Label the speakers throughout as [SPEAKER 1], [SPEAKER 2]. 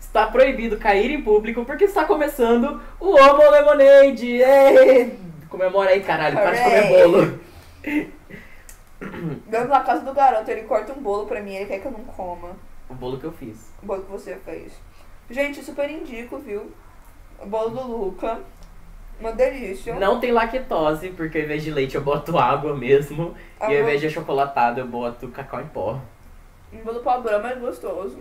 [SPEAKER 1] Está proibido cair em público porque está começando o Homo Lemonade. É. Comemora aí, caralho. Para de comer
[SPEAKER 2] Hooray.
[SPEAKER 1] bolo.
[SPEAKER 2] Vamos na casa do garoto, ele corta um bolo pra mim, ele quer que eu não coma.
[SPEAKER 1] O bolo que eu fiz.
[SPEAKER 2] O bolo que você fez. Gente, super indico, viu? O bolo do Luca. Uma delícia.
[SPEAKER 1] Não tem lactose, porque ao invés de leite eu boto água mesmo. E ao invés de achocolatado eu boto cacau em pó.
[SPEAKER 2] Um bolo pau brama é gostoso.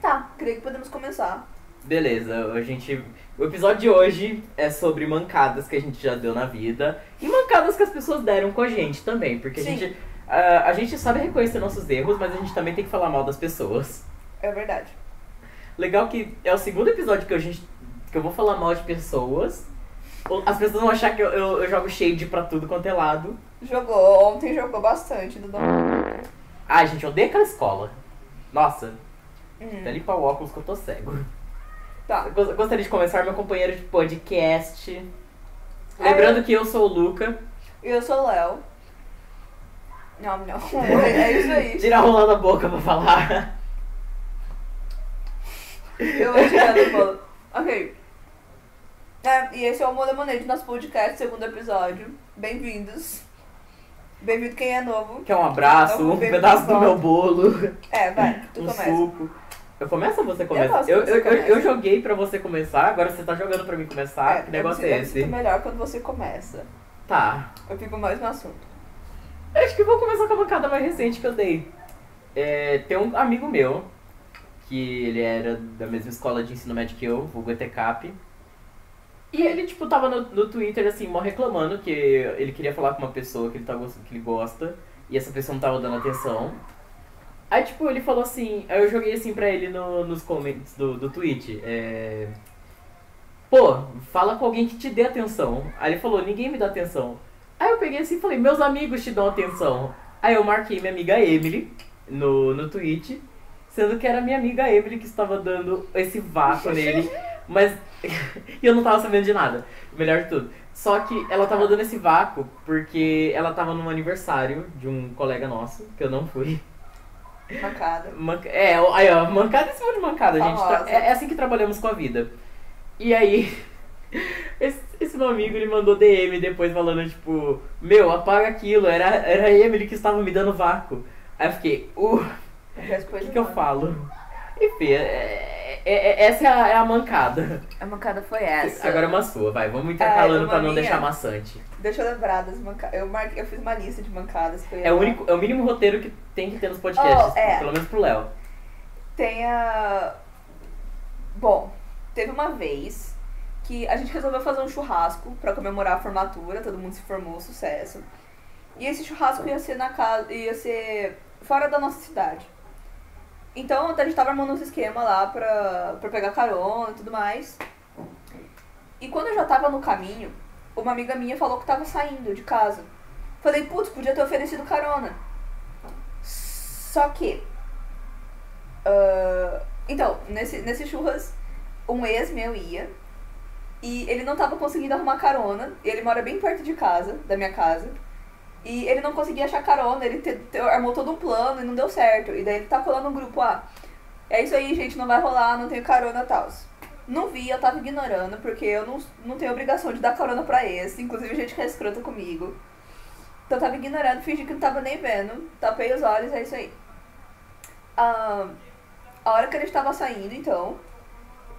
[SPEAKER 2] Tá, creio que podemos começar.
[SPEAKER 1] Beleza, a gente. O episódio de hoje é sobre mancadas que a gente já deu na vida e mancadas que as pessoas deram com a gente também, porque a
[SPEAKER 2] Sim.
[SPEAKER 1] gente. ah, a gente sabe reconhecer nossos erros, mas a gente também tem que falar mal das pessoas.
[SPEAKER 2] É verdade.
[SPEAKER 1] Legal que é o segundo episódio que a gente. que eu vou falar mal de pessoas. Ou As pessoas vão achar que eu, eu, eu jogo shade pra tudo quanto é lado.
[SPEAKER 2] Jogou, ontem jogou bastante, Dudu.
[SPEAKER 1] Ai, gente, eu odeio aquela escola. Nossa, até
[SPEAKER 2] Hum,
[SPEAKER 1] limpar o óculos que eu tô cego. Ah,
[SPEAKER 2] tá.
[SPEAKER 1] Eu gos- Gostaria de começar meu companheiro de podcast.
[SPEAKER 2] Ah,
[SPEAKER 1] Lembrando que eu sou o Luca.
[SPEAKER 2] E eu sou o Léo. Não, não. É isso aí.
[SPEAKER 1] Tirar a rola da boca pra falar.
[SPEAKER 2] Eu vou tirar do bolo. Ok. É, e esse é o Moda Manejo, nosso podcast, segundo episódio. Bem-vindos. Bem-vindo quem é novo.
[SPEAKER 1] Quer um abraço,
[SPEAKER 2] Dá um
[SPEAKER 1] um
[SPEAKER 2] beijo
[SPEAKER 1] pedaço
[SPEAKER 2] de
[SPEAKER 1] do
[SPEAKER 2] volta.
[SPEAKER 1] meu bolo,
[SPEAKER 2] É, vai, tu
[SPEAKER 1] um
[SPEAKER 2] começa.
[SPEAKER 1] suco. Eu começo ou você começa?
[SPEAKER 2] gosto que você
[SPEAKER 1] eu,
[SPEAKER 2] comece.
[SPEAKER 1] eu joguei pra você começar, agora você tá jogando pra mim começar. que
[SPEAKER 2] eu
[SPEAKER 1] negócio
[SPEAKER 2] me sinto-
[SPEAKER 1] é
[SPEAKER 2] eu me sinto
[SPEAKER 1] esse?
[SPEAKER 2] melhor quando você começa.
[SPEAKER 1] Tá.
[SPEAKER 2] Eu fico mais no assunto.
[SPEAKER 1] Acho que eu vou começar com a bancada mais recente que eu dei. É, tem um amigo meu, que ele era da mesma escola de ensino médio que eu, vulgo ETCAP. E ele, tipo, tava no, no Twitter, assim, mó reclamando que ele queria falar com uma pessoa que ele, tá, gost- que ele gosta e essa pessoa não tava dando atenção. Aí, tipo, ele falou assim, aí eu joguei assim pra ele no- nos comments do, do tweet, é... Pô, fala com alguém que te dê atenção. Aí ele falou, ninguém me dá atenção. Aí eu peguei assim e falei, meus amigos te dão atenção. Aí eu marquei minha amiga Emily no, no tweet, sendo que era minha amiga Emily que estava dando esse vácuo nele, mas e eu não tava sabendo de nada, melhor de tudo. Só que ela tava dando esse vácuo porque ela tava num aniversário de um colega nosso, que eu não fui.
[SPEAKER 2] Macada.
[SPEAKER 1] Manca- É, ó, aí ó, mancada em cima de mancada, gente. Tra-
[SPEAKER 2] Famosa.
[SPEAKER 1] É, é assim que trabalhamos com a vida. E aí, esse, esse meu amigo ele mandou DM depois falando, tipo, meu, apaga aquilo, era, era a Emily que estava me dando vácuo. Aí eu fiquei, uh, o que, que eu falo? Enfim, é- é- é- essa é a, é a mancada.
[SPEAKER 2] A mancada foi essa. É,
[SPEAKER 1] Agora é uma sua, vai, vamos intercalando
[SPEAKER 2] uma
[SPEAKER 1] pra não
[SPEAKER 2] minha.
[SPEAKER 1] deixar maçante.
[SPEAKER 2] Deixa eu lembrar das mancadas. Eu, marquei, eu fiz uma lista de mancadas. que eu ia
[SPEAKER 1] É o,
[SPEAKER 2] falar.
[SPEAKER 1] único, é o mínimo roteiro que tem que ter nos podcasts,
[SPEAKER 2] Oh, é.
[SPEAKER 1] pelo menos pro Léo.
[SPEAKER 2] Tem a. Bom, teve uma vez que a gente resolveu fazer um churrasco pra comemorar a formatura, todo mundo se formou, sucesso. E esse churrasco ia ser na casa, ia ser fora da nossa cidade. Então a gente tava armando uns esquema lá pra, pra pegar carona e tudo mais. E quando eu já tava no caminho, uma amiga minha falou que tava saindo de casa. Falei, putz, podia ter oferecido carona. Só que ah, então, nesse, nesse churras, um ex meu ia. E ele não tava conseguindo arrumar carona. E ele mora bem perto de casa, da minha casa. E ele não conseguia achar carona, ele te- te- armou todo um plano e não deu certo. E daí ele tacou lá no grupo, ah, é isso aí, gente, não vai rolar, não tenho carona e tal. Não vi, eu tava ignorando, porque eu não, não tenho obrigação de dar carona pra esse. Inclusive, gente que é escrota comigo. Então eu tava ignorando, fingi que não tava nem vendo. Tapei os olhos, é isso aí. Ah, a hora que a gente tava saindo, então,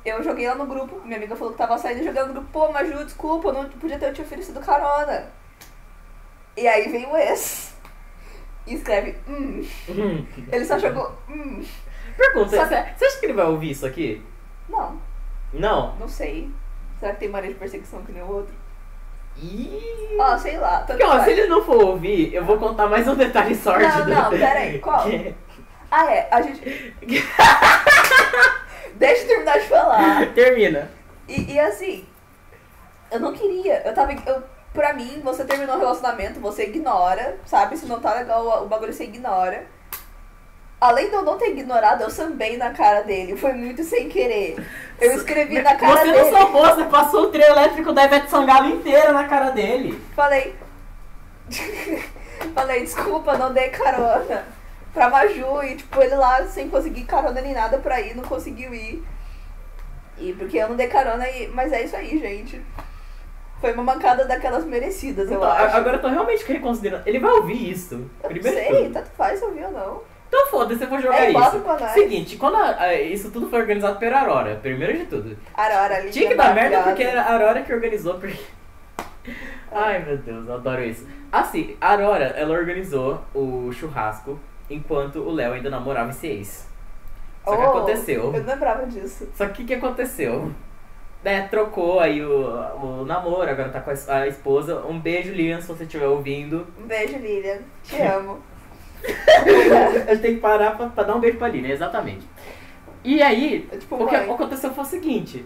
[SPEAKER 2] eu joguei lá no grupo. Minha amiga falou que tava saindo, eu joguei lá no grupo. Pô, Maju, desculpa, eu não podia ter te oferecido carona. E aí vem o ex. E escreve, hum. Ele só jogou, hum.
[SPEAKER 1] Pergunta,
[SPEAKER 2] Só-
[SPEAKER 1] você você acha que ele vai ouvir isso aqui?
[SPEAKER 2] Não,
[SPEAKER 1] Não.
[SPEAKER 2] não sei. Será que tem mania de perseguição que nem o outro?
[SPEAKER 1] Ih.
[SPEAKER 2] Ó, sei lá. tanto
[SPEAKER 1] Porque, Hum. ó,
[SPEAKER 2] faz.
[SPEAKER 1] se ele não for ouvir, eu vou contar mais um detalhe sórdido.
[SPEAKER 2] não, peraí, qual?
[SPEAKER 1] Que-
[SPEAKER 2] Ah, é, a gente. Deixa eu terminar de falar.
[SPEAKER 1] Termina.
[SPEAKER 2] E, e assim, eu não queria. Eu tava. Eu, pra mim, você terminou o relacionamento, você ignora, sabe? Se não tá legal o bagulho, você ignora. Além de eu não ter ignorado, eu sambei na cara dele. Foi muito sem querer. Eu escrevi na cara
[SPEAKER 1] você
[SPEAKER 2] dele.
[SPEAKER 1] não salvou, você passou o trio elétrico da Ivete Sangalo inteira na cara dele.
[SPEAKER 2] Falei. Falei, desculpa, não dei carona. pra Maju e, tipo, ele lá sem conseguir carona nem nada pra ir, não conseguiu ir. E porque eu não dei carona, e... mas é isso aí, gente. Foi uma mancada daquelas merecidas, eu
[SPEAKER 1] Então, a-
[SPEAKER 2] acho.
[SPEAKER 1] agora eu tô realmente reconsiderando. Ele vai ouvir isso.
[SPEAKER 2] Eu não
[SPEAKER 1] Primeiro de
[SPEAKER 2] sei,
[SPEAKER 1] tudo.
[SPEAKER 2] tanto faz se eu vi ou não.
[SPEAKER 1] Então foda-se, eu vou jogar
[SPEAKER 2] É, bota pra
[SPEAKER 1] isso.
[SPEAKER 2] nós.
[SPEAKER 1] Seguinte, quando a- a- isso tudo foi organizado pela Aurora, primeiro de tudo.
[SPEAKER 2] Arara ali.
[SPEAKER 1] Tinha que dar merda porque era a Aurora que organizou. Porque... Ai meu Deus, eu adoro isso. Assim, a Aurora, ela organizou o churrasco enquanto o Léo ainda namorava esse ex. Só que aconteceu.
[SPEAKER 2] Oh, Eu não lembrava disso.
[SPEAKER 1] Só que o que aconteceu? Né, trocou aí o, o namoro, agora tá com a, es- a esposa. Um beijo, Lilian, se você estiver ouvindo.
[SPEAKER 2] Um beijo, Lilian. Te amo.
[SPEAKER 1] A gente tem que parar pra, pra dar um beijo pra Lilian, exatamente. E aí,
[SPEAKER 2] É tipo,
[SPEAKER 1] O que
[SPEAKER 2] mãe.
[SPEAKER 1] aconteceu foi o seguinte.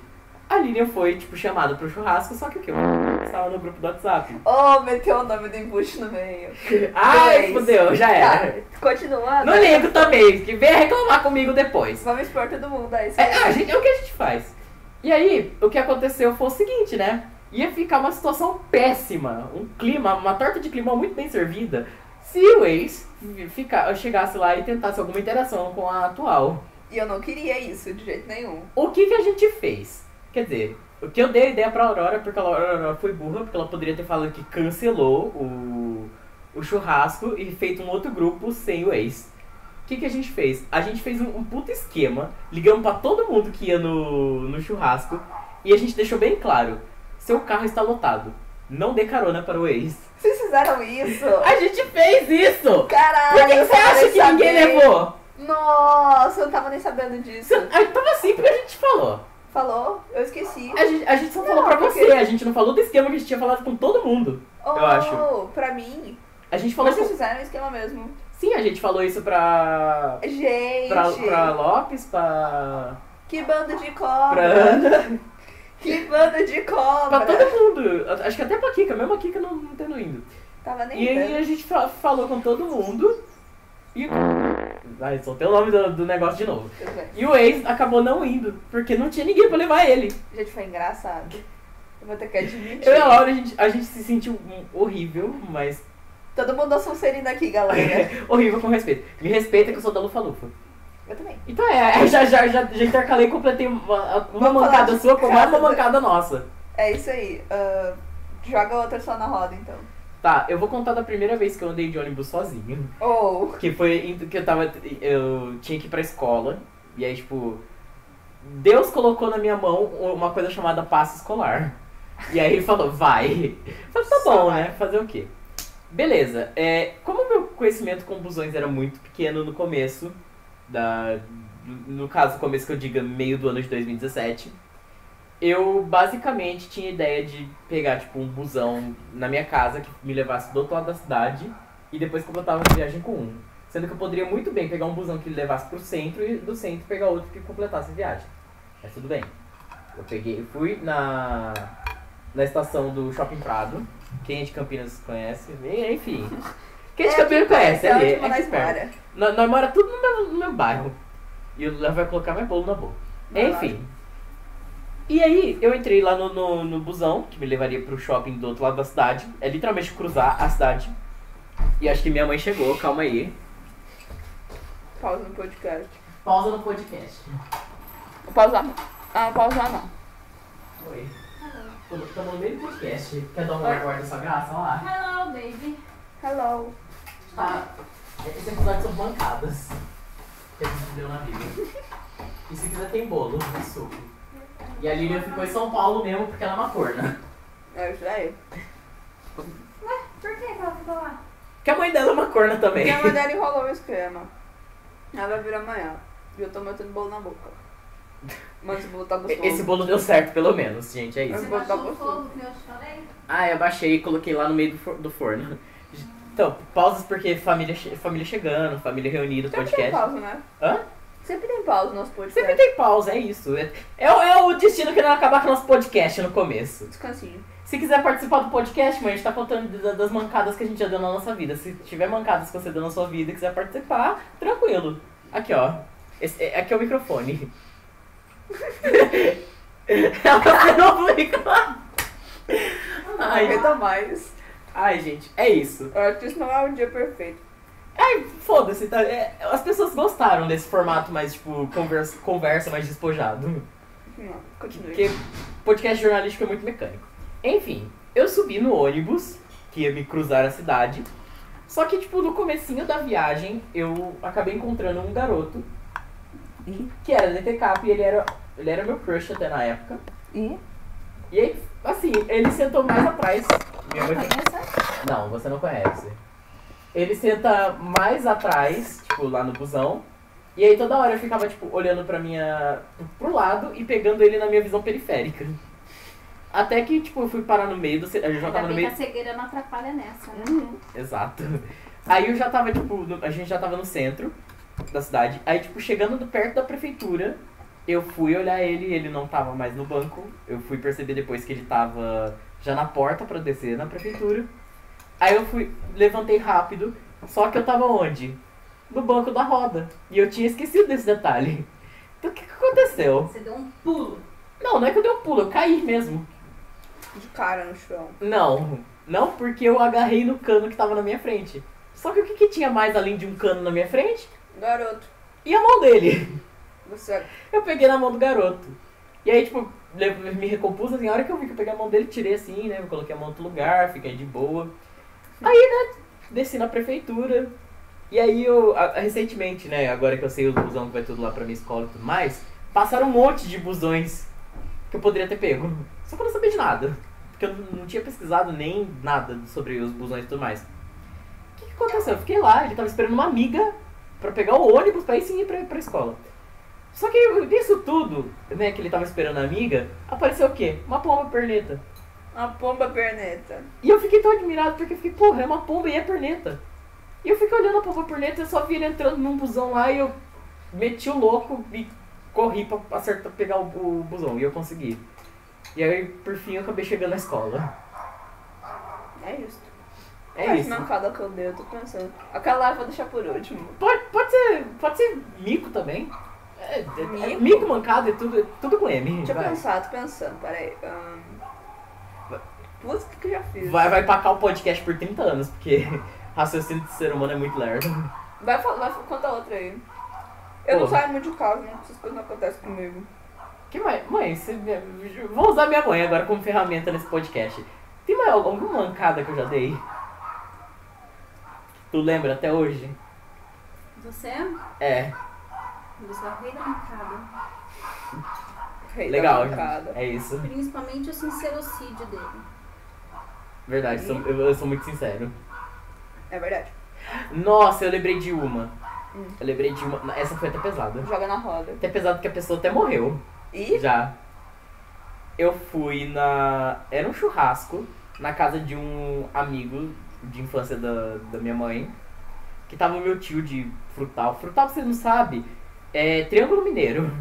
[SPEAKER 1] A Lilian foi, tipo, chamada pro churrasco, só que o que? Estava no grupo do WhatsApp.
[SPEAKER 2] Oh, meteu o nome do embuste no meio.
[SPEAKER 1] Ai,
[SPEAKER 2] Dois.
[SPEAKER 1] fudeu, já era.
[SPEAKER 2] Tá, continua.
[SPEAKER 1] É. Não ligo também, que venha reclamar comigo depois.
[SPEAKER 2] Vamos expor todo mundo aí.
[SPEAKER 1] É, a gente, é o que a gente faz. E aí, o que aconteceu foi o seguinte, né? Ia ficar uma situação péssima, um clima, uma torta de clima muito bem servida, se o ex fica, chegasse lá e tentasse alguma interação com a atual.
[SPEAKER 2] E eu não queria isso de jeito nenhum.
[SPEAKER 1] O que que a gente fez? Quer dizer, o que eu dei a ideia pra Aurora, porque ela- a Aurora foi burra, porque ela poderia ter falado que cancelou o, o churrasco e feito um outro grupo sem o ex. O que que a gente fez? A gente fez um, um puto esquema, ligamos pra todo mundo que ia no, no churrasco e a gente deixou bem claro, seu carro está lotado, não dê carona para o ex.
[SPEAKER 2] Vocês fizeram isso?
[SPEAKER 1] A gente fez isso!
[SPEAKER 2] Caralho,
[SPEAKER 1] Por que que
[SPEAKER 2] eu
[SPEAKER 1] você
[SPEAKER 2] tava
[SPEAKER 1] acha
[SPEAKER 2] nem
[SPEAKER 1] que ninguém
[SPEAKER 2] sabendo.
[SPEAKER 1] levou?
[SPEAKER 2] Nossa, eu não tava nem sabendo disso.
[SPEAKER 1] Você- ah, Tava assim porque a gente falou.
[SPEAKER 2] Falou? Eu esqueci.
[SPEAKER 1] A gente, a gente só falou
[SPEAKER 2] Não,
[SPEAKER 1] pra
[SPEAKER 2] porque-
[SPEAKER 1] você, a gente não falou do esquema que a gente tinha falado com todo mundo.
[SPEAKER 2] Oh,
[SPEAKER 1] acho.
[SPEAKER 2] Pra mim,
[SPEAKER 1] A gente falou.
[SPEAKER 2] mas vocês
[SPEAKER 1] com-
[SPEAKER 2] fizeram o esquema mesmo.
[SPEAKER 1] Sim, a gente falou isso pra.
[SPEAKER 2] Gente,
[SPEAKER 1] Pra, pra Lopes, pra.
[SPEAKER 2] que bando de
[SPEAKER 1] pra
[SPEAKER 2] cobra.
[SPEAKER 1] Ana,
[SPEAKER 2] Que bando de
[SPEAKER 1] pra
[SPEAKER 2] cobra.
[SPEAKER 1] todo mundo. Acho que até pra Kika, mesmo a Kika não, não tendo indo.
[SPEAKER 2] Tava nem
[SPEAKER 1] E aí
[SPEAKER 2] vendo.
[SPEAKER 1] a gente fa- falou com todo mundo. E. Ai, soltei o nome do, do negócio de novo.
[SPEAKER 2] Tudo bem.
[SPEAKER 1] E o ex acabou não indo, porque não tinha ninguém pra levar ele.
[SPEAKER 2] Gente, foi engraçado. Eu vou ter que admitir.
[SPEAKER 1] Eu e a Laura, a gente, a gente se sentiu hum, horrível, mas.
[SPEAKER 2] Todo mundo dá Sonserina aqui, galera.
[SPEAKER 1] horrível com respeito. Me respeita que eu sou da Lufa Lufa.
[SPEAKER 2] Eu também.
[SPEAKER 1] Então é, já, já, já, já intercalei e completei uma, uma
[SPEAKER 2] Vamos falar
[SPEAKER 1] mancada
[SPEAKER 2] de
[SPEAKER 1] sua com mais
[SPEAKER 2] casa,
[SPEAKER 1] uma
[SPEAKER 2] né?
[SPEAKER 1] mancada nossa.
[SPEAKER 2] É isso aí. Ah, joga outra só na roda, então.
[SPEAKER 1] Tá, eu vou contar da primeira vez que eu andei de ônibus sozinho.
[SPEAKER 2] Ou.
[SPEAKER 1] Que foi em- que eu tava. Eu tinha que ir pra escola. E aí, tipo. Deus colocou na minha mão uma coisa chamada passe escolar. E aí ele falou, vai. Eu Falei, tá
[SPEAKER 2] Só
[SPEAKER 1] bom,
[SPEAKER 2] vai.
[SPEAKER 1] né? Fazer o quê? Beleza. É, como meu conhecimento com busões era muito pequeno no começo, da, no caso, começo que eu diga meio do ano de 2017, eu basicamente tinha ideia de pegar, tipo, um busão na minha casa que me levasse do outro lado da cidade e depois completava a viagem com um. Sendo que eu poderia muito bem pegar um busão que levasse pro centro e do centro pegar outro que completasse a viagem. Mas tudo bem. Eu peguei, eu fui na, na estação do Shopping Prado. Quem é de Campinas conhece, e- enfim. Quem é de Campinas conhece, é
[SPEAKER 2] é
[SPEAKER 1] ali,
[SPEAKER 2] onde
[SPEAKER 1] é
[SPEAKER 2] Manaus
[SPEAKER 1] aqui perto.
[SPEAKER 2] mora.
[SPEAKER 1] Nós, nós mora tudo no meu, no meu bairro. E o Léo vai colocar mais bolo na boca.
[SPEAKER 2] Vai lá.
[SPEAKER 1] Enfim. E aí, eu entrei lá no, no, no busão, que me levaria pro shopping do outro lado da cidade. É literalmente cruzar a cidade. E acho que minha mãe chegou, calma aí.
[SPEAKER 2] Pausa no podcast.
[SPEAKER 1] Pausa no podcast.
[SPEAKER 2] Vou pausar. Ah, não pausar não.
[SPEAKER 1] Oi. Tá no meio do podcast. Quer dar um recorde da sua graça? Olha lá.
[SPEAKER 3] Hello, baby.
[SPEAKER 2] Hello.
[SPEAKER 1] Tá. Esse episódio são bancadas. Que a gente deu na Bíblia. E se quiser tem bolo e suco. E a Lilian ficou em São Paulo mesmo porque ela é uma corna.
[SPEAKER 2] É isso aí.
[SPEAKER 3] Por que que ela ficou lá?
[SPEAKER 1] Que a mãe dela é uma corna também.
[SPEAKER 2] Minha mãe dela enrolou o esquema. Ela vai vir amanhã. E eu tô metendo bolo na boca. Mas o bolo tá gostoso.
[SPEAKER 1] Esse bolo deu certo, pelo menos, gente, é isso.
[SPEAKER 3] Você
[SPEAKER 2] vou botar
[SPEAKER 3] baixou
[SPEAKER 2] pra
[SPEAKER 3] o fogo que eu te falei?
[SPEAKER 1] Ah, eu baixei e coloquei lá no meio do for- do forno. Então, pausas porque família, che- família chegando, família reunida,
[SPEAKER 2] Sempre tem
[SPEAKER 1] podcast.
[SPEAKER 2] pausa, né?
[SPEAKER 1] Hã?
[SPEAKER 2] Sempre tem pausa no nosso podcast.
[SPEAKER 1] Sempre tem pausa, é isso. É, é o- é o destino que não acabar com o nosso podcast no começo.
[SPEAKER 2] Descansinho.
[SPEAKER 1] Se quiser participar do podcast, mãe, a gente tá contando da- das mancadas que a gente já deu na nossa vida. Se tiver mancadas que você deu na sua vida e quiser participar, tranquilo. Aqui, ó. Esse- é- aqui é o microfone. Ela tá novo microfone. Ai,
[SPEAKER 2] Aproveita mais.
[SPEAKER 1] ai, gente, é isso.
[SPEAKER 2] Eu acho que isso não é um dia perfeito.
[SPEAKER 1] É Ai, foda-se, tá? É, as pessoas gostaram desse formato mais, tipo, conversa, conversa mais despojado.
[SPEAKER 2] Não, continue.
[SPEAKER 1] Porque podcast jornalístico é muito mecânico. Enfim, eu subi no ônibus, que ia me cruzar a cidade. Só que, tipo, no comecinho da viagem, eu acabei encontrando um garoto
[SPEAKER 2] Ih.
[SPEAKER 1] que era da ETCAP e ele era, ele era meu crush até na época.
[SPEAKER 2] E?
[SPEAKER 1] E aí, assim, ele sentou mais atrás. Minha mãe
[SPEAKER 2] Conheça?
[SPEAKER 1] Não, você não conhece. Ele senta mais atrás, tipo, lá no busão. E aí toda hora eu ficava, tipo, olhando pra minha. pro lado e pegando ele na minha visão periférica. Até que, tipo, eu fui parar no meio do. ce- Eu já
[SPEAKER 3] Ainda
[SPEAKER 1] tava no
[SPEAKER 3] bem que
[SPEAKER 1] meio.
[SPEAKER 3] a cegueira não atrapalha nessa, né?
[SPEAKER 1] Hum.
[SPEAKER 2] Uhum.
[SPEAKER 1] Exato. Aí eu já tava, tipo, no- a gente já tava no centro da cidade. Aí, tipo, chegando do- perto da prefeitura, eu fui olhar ele e ele não tava mais no banco. Eu fui perceber depois que ele tava já na porta pra descer na prefeitura. Aí eu fui, levantei rápido, só que eu tava onde? No banco da roda. E eu tinha esquecido desse detalhe. Então o que, que aconteceu?
[SPEAKER 3] Você deu um pulo.
[SPEAKER 1] Não, não é que eu dei um pulo, eu caí mesmo.
[SPEAKER 2] De cara no chão.
[SPEAKER 1] Não, não porque eu agarrei no cano que tava na minha frente. Só que o que, que tinha mais além de um cano na minha frente?
[SPEAKER 2] Garoto,
[SPEAKER 1] E a mão dele.
[SPEAKER 2] você. é
[SPEAKER 1] Eu peguei na mão do garoto. E aí, tipo, le- me recompus assim, a hora que eu vi que eu peguei a mão dele, tirei assim, né? Coloquei a mão em outro lugar, fiquei de boa. Aí, né, desci na prefeitura. E aí eu, a- a- recentemente, né, agora que eu sei o busão que vai tudo lá pra minha escola e tudo mais, passaram um monte de busões que eu poderia ter pego. Só que eu não sabia de nada. Porque eu não tinha pesquisado nem nada sobre os busões e tudo mais. O que, que aconteceu? Eu fiquei lá, ele tava esperando uma amiga pra pegar o ônibus pra ir sim ir pra, pra escola. Só que nisso tudo, né, que ele tava esperando a amiga, apareceu o quê? Uma pomba perneta.
[SPEAKER 2] Uma pomba perneta.
[SPEAKER 1] E eu fiquei tão admirado porque eu fiquei, porra, é uma pomba e é perneta. E eu fiquei olhando a pomba perneta, eu só vi ele entrando num busão lá e eu meti o louco e corri pra acertar, pegar o, bu- busão. E eu consegui. E aí, por fim, eu acabei chegando na escola.
[SPEAKER 2] É isso.
[SPEAKER 1] É
[SPEAKER 2] Mas
[SPEAKER 1] isso.
[SPEAKER 2] Não, cada que eu dei, eu tô pensando. Aquela lá eu vou deixar por último.
[SPEAKER 1] Pode, pode, ser, pode ser mico também. É, é- é-
[SPEAKER 2] Mico?
[SPEAKER 1] mico? mancado, é tudo, é tudo com M.
[SPEAKER 2] Deixa eu
[SPEAKER 1] vai.
[SPEAKER 2] pensar, tô pensando, peraí. Ahn. Putz, o que que eu já fiz?
[SPEAKER 1] Vai, vai pacar o podcast por 30 anos, porque raciocínio de ser humano é muito lerdo.
[SPEAKER 2] Vai falar, conta outra aí. Eu não
[SPEAKER 1] Pô.
[SPEAKER 2] saio muito de casa, não, essas coisas não acontecem comigo.
[SPEAKER 1] Que mais? Mãe, você... vou usar minha mãe agora como ferramenta nesse podcast. Tem mais algum- alguma mancada que eu já dei? Tu lembra até hoje?
[SPEAKER 3] Você?
[SPEAKER 1] É,
[SPEAKER 3] Você é o rei da mancada.
[SPEAKER 2] Rei da
[SPEAKER 1] legal.
[SPEAKER 2] bancada.
[SPEAKER 1] É isso.
[SPEAKER 3] Principalmente o sincerocídio dele.
[SPEAKER 1] Verdade, sou- eu, eu sou muito sincero.
[SPEAKER 2] É verdade.
[SPEAKER 1] Nossa, eu lembrei de uma.
[SPEAKER 2] Hum.
[SPEAKER 1] Eu lembrei de uma. Essa foi até pesada.
[SPEAKER 2] Joga na roda.
[SPEAKER 1] Até pesado que a pessoa até morreu.
[SPEAKER 2] E
[SPEAKER 1] Já. Eu fui na. Era um churrasco na casa de um amigo de infância da, da minha mãe. Que tava o meu tio de frutal. Frutal, pra vocês não sabem, é Triângulo Mineiro.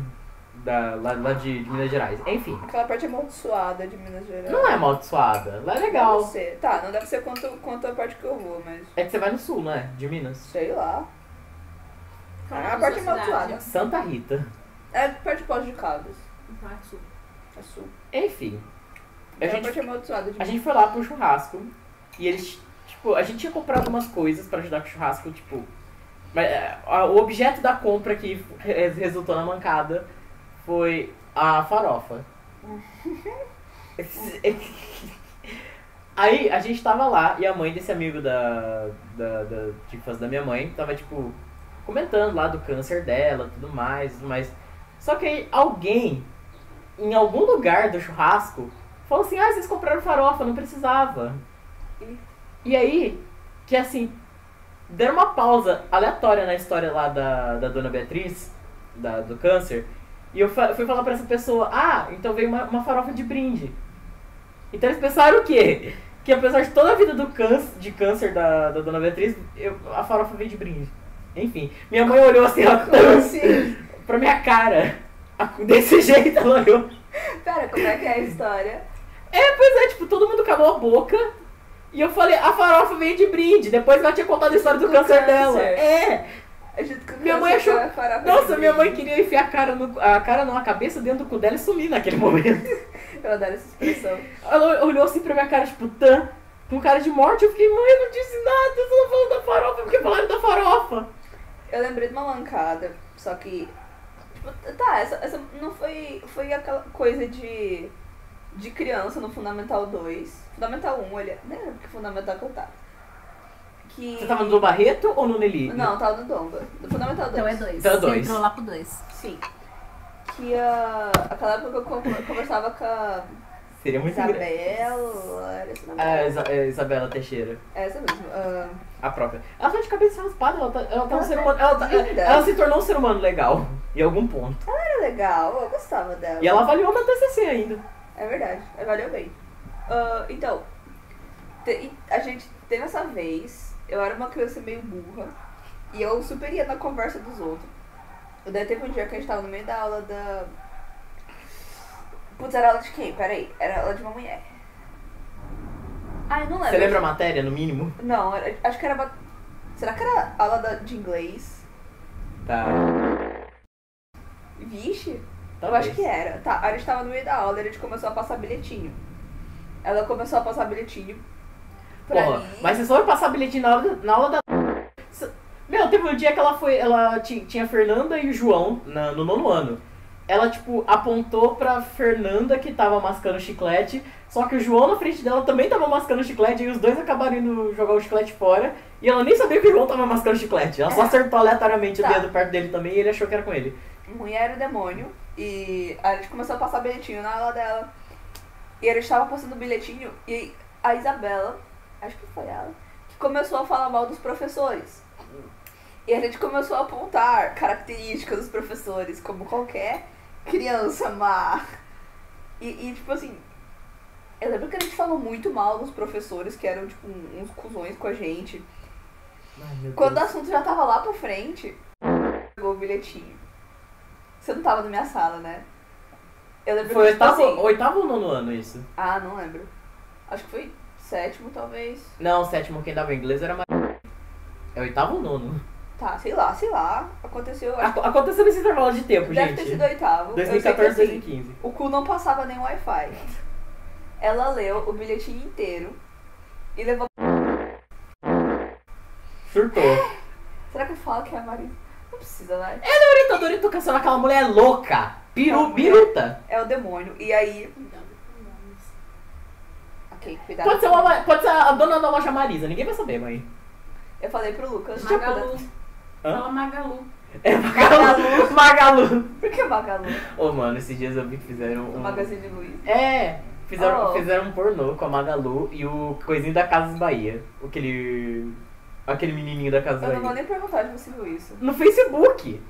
[SPEAKER 1] Da, lá lá de, de Minas Gerais. Enfim.
[SPEAKER 2] aquela parte amaldiçoada de Minas Gerais.
[SPEAKER 1] Não é amaldiçoada. Lá é
[SPEAKER 2] Deve
[SPEAKER 1] legal.
[SPEAKER 2] ser. Tá, não deve ser quanto, quanto a parte que eu vou, mas.
[SPEAKER 1] É que você vai no sul, né? De Minas.
[SPEAKER 2] Sei lá.
[SPEAKER 3] Qual
[SPEAKER 2] Ah,
[SPEAKER 3] é a sua
[SPEAKER 2] parte
[SPEAKER 3] cidade?
[SPEAKER 2] amaldiçoada.
[SPEAKER 1] Santa Rita.
[SPEAKER 2] É perto de Poço de Caldas.
[SPEAKER 3] Então é sul.
[SPEAKER 2] É sul.
[SPEAKER 1] Enfim. A
[SPEAKER 2] É a
[SPEAKER 1] gente
[SPEAKER 2] parte amaldiçoada de
[SPEAKER 1] A
[SPEAKER 2] Minas.
[SPEAKER 1] gente foi lá pro churrasco e eles, tipo, a gente tinha comprado umas coisas pra ajudar com o churrasco, tipo. Mas, é, a- o objeto da compra que re- resultou na mancada foi a farofa. Aí a gente tava lá e a mãe desse amigo da, da, da de infância da minha mãe tava, tipo, comentando lá do câncer dela tudo mais, tudo mais. Só que aí alguém, em algum lugar do churrasco, Falou assim, ah, vocês compraram farofa, não precisava.
[SPEAKER 2] Ih.
[SPEAKER 1] E aí, que assim, deram uma pausa aleatória na história lá da, da dona Beatriz, da, do câncer, e eu fa- fui falar pra essa pessoa, ah, então veio uma, uma farofa de brinde. Então eles pensaram o quê? Que apesar de toda a vida do câncer, de câncer da, da dona Beatriz, eu- a farofa veio de brinde. Enfim, minha mãe olhou assim, ela,
[SPEAKER 2] Como assim?
[SPEAKER 1] pra minha cara, desse jeito ela olhou.
[SPEAKER 2] Pera, como é que é a história?
[SPEAKER 1] É, pois é, tipo, todo mundo calou a boca. E eu falei, a farofa veio de brinde. Depois ela tinha contado a história do
[SPEAKER 2] Do
[SPEAKER 1] câncer,
[SPEAKER 2] câncer.
[SPEAKER 1] dela. É.
[SPEAKER 2] A gente com
[SPEAKER 1] Minha mãe
[SPEAKER 2] criança
[SPEAKER 1] achou-
[SPEAKER 2] vai parar pra
[SPEAKER 1] Nossa, minha mãe
[SPEAKER 2] dormir.
[SPEAKER 1] queria enfiar a cara no. A cara não, a cabeça dentro do cu dela e sumir naquele momento.
[SPEAKER 2] Eu adoro essa expressão.
[SPEAKER 1] Ela olhou assim pra minha cara, tipo, tan. com cara de morte. Eu fiquei, mãe, eu não disse nada, eu tô falando da farofa, porque falaram da farofa.
[SPEAKER 2] Eu lembrei de uma mancada, só que. Tipo, tá, essa, essa não foi. Foi aquela coisa de. De criança no Fundamental 2. Fundamental 1, olha. Nem lembro que Fundamental que eu tava. Que.
[SPEAKER 1] Você tava no Dom Barreto ou no Nelly?
[SPEAKER 2] Não, tava no Domba. Do Fundamental 2.
[SPEAKER 4] Então é dois.
[SPEAKER 1] Então é
[SPEAKER 4] Você
[SPEAKER 1] dois.
[SPEAKER 4] Entrou lá pro dois.
[SPEAKER 2] Sim. Que a. Aquela época que eu con- conversava com a
[SPEAKER 1] Seria muito engra-
[SPEAKER 2] Isabela. Era esse nome
[SPEAKER 1] Ah,
[SPEAKER 2] dela?
[SPEAKER 1] Isa- é, Isabela Teixeira.
[SPEAKER 2] Essa mesmo. ah,
[SPEAKER 1] A própria. Ela tá de cabeça raspada, ela tá, ela tá um
[SPEAKER 2] Ela
[SPEAKER 1] ser
[SPEAKER 2] tá
[SPEAKER 1] humano. Ela, tá-
[SPEAKER 2] linda.
[SPEAKER 1] ela se tornou um ser humano legal. Em algum ponto.
[SPEAKER 2] era legal, eu gostava dela.
[SPEAKER 1] E ela avaliou meu TCC ainda.
[SPEAKER 2] É verdade, valeu bem. Ah, então, te- a gente teve essa vez, eu era uma criança meio burra, e eu super ia na conversa dos outros. Eu daí teve um dia que a gente tava no meio da aula da. Putz, era aula de quem? Peraí, era aula de uma mulher. Ai, não lembro.
[SPEAKER 1] Você lembra a matéria, no mínimo?
[SPEAKER 2] Não, era- acho que era. ba- Será que era aula da- de inglês?
[SPEAKER 1] Tá.
[SPEAKER 2] Vixe! Eu
[SPEAKER 1] Talvez.
[SPEAKER 2] acho que era. Tá, a gente tava no meio da aula, a gente começou a passar bilhetinho. Ela começou a passar bilhetinho. Pra
[SPEAKER 1] Porra,
[SPEAKER 2] mim.
[SPEAKER 1] mas vocês foram passar bilhetinho na aula, da- na aula da. S- Meu, teve um dia que ela foi. Ela ti- tinha a Fernanda e o João na- no nono ano. Ela, tipo, apontou pra Fernanda que tava mascando chiclete. Só que o João na frente dela também tava mascando chiclete. E os dois acabaram indo jogar o chiclete fora. E ela nem sabia que o João tava mascando chiclete. Ela só
[SPEAKER 2] É.
[SPEAKER 1] acertou aleatoriamente
[SPEAKER 2] Tá.
[SPEAKER 1] o dedo perto dele também e ele achou que era com ele.
[SPEAKER 2] Mulher era o demônio. E a gente começou a passar bilhetinho na aula dela. E a gente tava passando bilhetinho e a Isabela, acho que foi ela, que começou a falar mal dos professores. E a gente começou a apontar características dos professores, como qualquer criança má. E, e, tipo assim, eu lembro que a gente falou muito mal dos professores, que eram, tipo, um- uns cuzões com a gente.
[SPEAKER 1] Ai, meu
[SPEAKER 2] Quando o
[SPEAKER 1] Deus.
[SPEAKER 2] assunto já tava lá pra frente, pegou o bilhetinho. Você não tava na minha sala, né? Eu lembro
[SPEAKER 1] Foi
[SPEAKER 2] que tipo
[SPEAKER 1] oitavo,
[SPEAKER 2] assim,
[SPEAKER 1] oitavo ou nono ano isso?
[SPEAKER 2] Ah, não lembro. Acho que foi sétimo, talvez.
[SPEAKER 1] Não, sétimo quem dava inglês era mais. É oitavo ou nono?
[SPEAKER 2] Tá, sei lá, sei lá. Aconteceu, acho
[SPEAKER 1] Ac- Aconteceu nesse intervalo de tempo,
[SPEAKER 2] que deve
[SPEAKER 1] Ah, gente.
[SPEAKER 2] ter sido oitavo. Eu sei que,
[SPEAKER 1] 2014,
[SPEAKER 2] assim,
[SPEAKER 1] 2015.
[SPEAKER 2] o cu não passava nem Wi-Fi. Ela leu o bilhetinho inteiro e levou.
[SPEAKER 1] Surtou.
[SPEAKER 2] Será que eu falo que é a Marisa? Não precisa, né?
[SPEAKER 1] Orientador e tocação naquela mulher louca. Piru, biruta.
[SPEAKER 2] É o demônio. E aí.
[SPEAKER 3] Cuidado com nomes.
[SPEAKER 2] Ok, cuidado.
[SPEAKER 1] Pode ser, uma, pode ser a dona da loja Marisa, ninguém vai saber, mãe.
[SPEAKER 2] Eu falei pro Lucas.
[SPEAKER 1] é
[SPEAKER 2] tipo,
[SPEAKER 3] Magalu.
[SPEAKER 1] Hã?
[SPEAKER 3] Fala Magalu.
[SPEAKER 1] É Magalu. Magalu.
[SPEAKER 2] Por que Magalu?
[SPEAKER 1] Ô, mano, esses dias eu vi que fizeram
[SPEAKER 2] O
[SPEAKER 1] um...
[SPEAKER 2] Magazine de Luiz.
[SPEAKER 1] É, fizeram,
[SPEAKER 2] Oh.
[SPEAKER 1] fizeram um pornô com a Magalu e o coisinho da Casas Bahia. Aquele... Aquele menininho da Casas
[SPEAKER 2] Eu não vou
[SPEAKER 1] Bahia.
[SPEAKER 2] nem perguntar onde você viu isso.
[SPEAKER 1] No Facebook.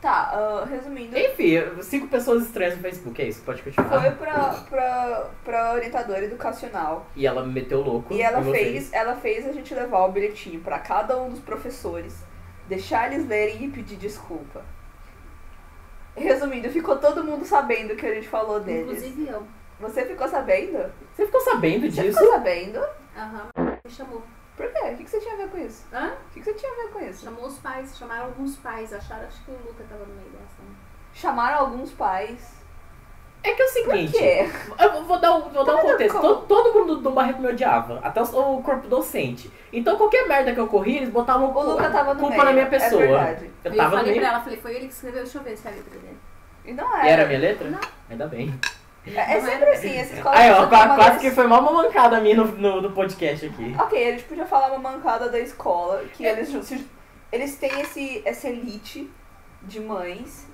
[SPEAKER 2] Tá, ah, resumindo,
[SPEAKER 1] Enfim, cinco pessoas estranhas no Facebook, é isso, pode continuar.
[SPEAKER 2] foi pra, pra, pra orientadora educacional.
[SPEAKER 1] E ela me meteu louco.
[SPEAKER 2] E ela
[SPEAKER 1] em vocês.
[SPEAKER 2] fez, ela fez a gente levar o bilhetinho pra cada um dos professores, deixar eles lerem e pedir desculpa. Resumindo, ficou todo mundo sabendo que a gente falou deles.
[SPEAKER 3] Inclusive eu.
[SPEAKER 2] Você ficou sabendo?
[SPEAKER 1] Você ficou sabendo
[SPEAKER 2] Você
[SPEAKER 1] disso?
[SPEAKER 2] ficou sabendo?
[SPEAKER 3] Aham. Me chamou.
[SPEAKER 2] Por quê? O que que você tinha a ver com isso?
[SPEAKER 3] Hã?
[SPEAKER 2] O que que você tinha a ver com isso?
[SPEAKER 3] Chamou os pais, chamaram alguns pais. Acharam acho que o Luca tava no meio dessa. né?
[SPEAKER 2] Chamaram alguns pais.
[SPEAKER 1] É que é o
[SPEAKER 2] Por
[SPEAKER 1] seguinte.
[SPEAKER 2] quê?
[SPEAKER 1] Eu vou- vou dar um, vou dar um
[SPEAKER 2] Tá vendo
[SPEAKER 1] contexto.
[SPEAKER 2] como?
[SPEAKER 1] Todo, todo mundo do Barreto me odiava, até o, o corpo docente. Então qualquer merda que eu corri, eles botavam
[SPEAKER 2] O Luca tava no
[SPEAKER 1] culpa
[SPEAKER 2] meio.
[SPEAKER 1] na minha
[SPEAKER 2] É
[SPEAKER 1] pessoa.
[SPEAKER 2] verdade.
[SPEAKER 1] eu
[SPEAKER 3] eu
[SPEAKER 1] tava no
[SPEAKER 3] falei
[SPEAKER 1] meio.
[SPEAKER 3] pra ela, falei, foi ele que escreveu, deixa eu ver se é a letra dele.
[SPEAKER 2] E não
[SPEAKER 1] E
[SPEAKER 2] era.
[SPEAKER 1] era a minha letra?
[SPEAKER 3] Não.
[SPEAKER 1] Ainda bem.
[SPEAKER 2] É, é
[SPEAKER 3] Não
[SPEAKER 2] sempre
[SPEAKER 3] era.
[SPEAKER 2] assim, essa escola.
[SPEAKER 1] Aí, ó,
[SPEAKER 2] precisa ter
[SPEAKER 1] qua-
[SPEAKER 2] uma
[SPEAKER 1] quase que foi mal uma mancada minha no, no, no podcast aqui.
[SPEAKER 2] Ok, a gente podia falar uma mancada da escola, que eles, se- eles têm esse, essa elite de mães,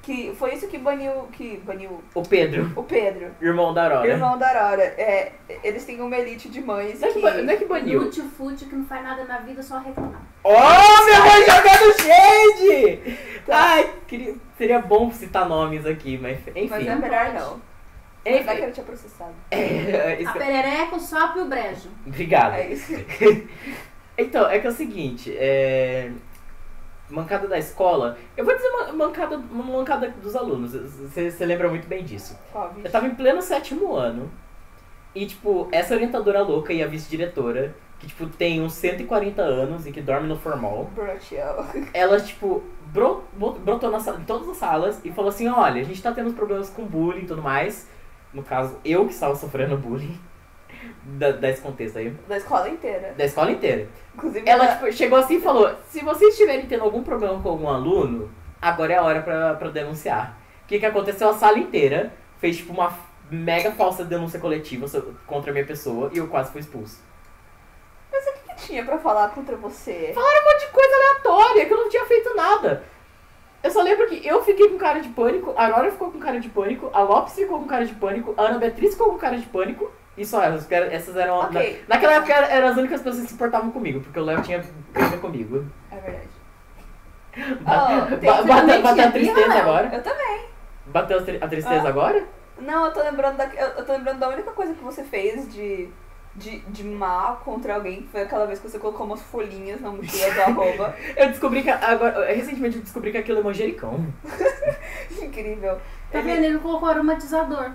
[SPEAKER 2] que foi isso que baniu, que baniu
[SPEAKER 1] O Pedro,
[SPEAKER 2] o Pedro,
[SPEAKER 1] irmão da Aurora.
[SPEAKER 2] irmão da Aurora. É, eles têm uma elite de mães
[SPEAKER 1] Não é
[SPEAKER 2] que...
[SPEAKER 1] que, ba- não é que baniu.
[SPEAKER 3] Inútil, fútil, que não faz nada na vida, só reclamar.
[SPEAKER 1] Ó, minha mãe jogando shade! Ai, queria- seria bom citar nomes aqui, mas enfim.
[SPEAKER 2] Tá. Mas é melhor não. Mas é que
[SPEAKER 1] enfim.
[SPEAKER 2] ele tinha processado.
[SPEAKER 1] É,
[SPEAKER 3] A
[SPEAKER 1] isso-
[SPEAKER 3] perereca, o sapo e o brejo.
[SPEAKER 1] Obrigado.
[SPEAKER 2] É isso.
[SPEAKER 1] Então, é que é o seguinte, é... mancada da escola, eu vou dizer uma mancada, uma mancada dos alunos, você lembra muito bem disso.
[SPEAKER 2] Óbvio.
[SPEAKER 1] Eu tava em pleno sétimo ano, e tipo, essa orientadora louca e a vice-diretora, que tipo, tem uns 140 anos e que dorme no formal,
[SPEAKER 2] Brutiel.
[SPEAKER 1] ela tipo, bro- bo- brotou na sala- em todas as salas e falou assim, olha, a gente tá tendo uns problemas com bullying e tudo mais, no caso, eu que estava sofrendo bullying. da, desse contexto aí.
[SPEAKER 2] Da escola inteira.
[SPEAKER 1] Da escola inteira.
[SPEAKER 2] Inclusive,
[SPEAKER 1] Ela tipo, chegou assim e falou: se vocês estiverem tendo algum problema com algum aluno, agora é a hora pra, pra denunciar. O que, que aconteceu? A sala inteira fez tipo uma mega falsa denúncia coletiva so- contra a minha pessoa e eu quase fui expulso.
[SPEAKER 2] o que tinha pra falar contra você?
[SPEAKER 1] de coisa aleatória, que eu não tinha feito nada. Eu só lembro que eu fiquei com cara de pânico, a Aurora ficou com cara de pânico, a Lopes ficou com cara de pânico, a Ana Beatriz ficou com cara de pânico. E só elas, porque essas eram.
[SPEAKER 2] Ok.
[SPEAKER 1] na- naquela época era- eram as únicas pessoas que se importavam comigo, porque o Léo tinha briga comigo.
[SPEAKER 2] É verdade.
[SPEAKER 1] Ba-
[SPEAKER 2] Oh, tem-
[SPEAKER 1] ba-
[SPEAKER 2] você
[SPEAKER 1] bate-
[SPEAKER 2] também
[SPEAKER 1] bateu
[SPEAKER 2] tinha
[SPEAKER 1] a tristeza
[SPEAKER 2] birra, não?
[SPEAKER 1] agora?
[SPEAKER 2] né? Eu também.
[SPEAKER 1] Bateu a tri- a tristeza
[SPEAKER 2] Ah.
[SPEAKER 1] agora?
[SPEAKER 2] Não, eu tô lembrando da, eu, eu tô lembrando da única coisa que você fez de, de, de mal contra alguém, que foi aquela vez que você colocou umas folhinhas na mochila do arroba.
[SPEAKER 1] Eu descobri que. Agora, recentemente eu descobri que aquilo é manjericão.
[SPEAKER 2] Incrível.
[SPEAKER 3] Tá
[SPEAKER 2] Ele-
[SPEAKER 3] vendo? Ele colocou aromatizador.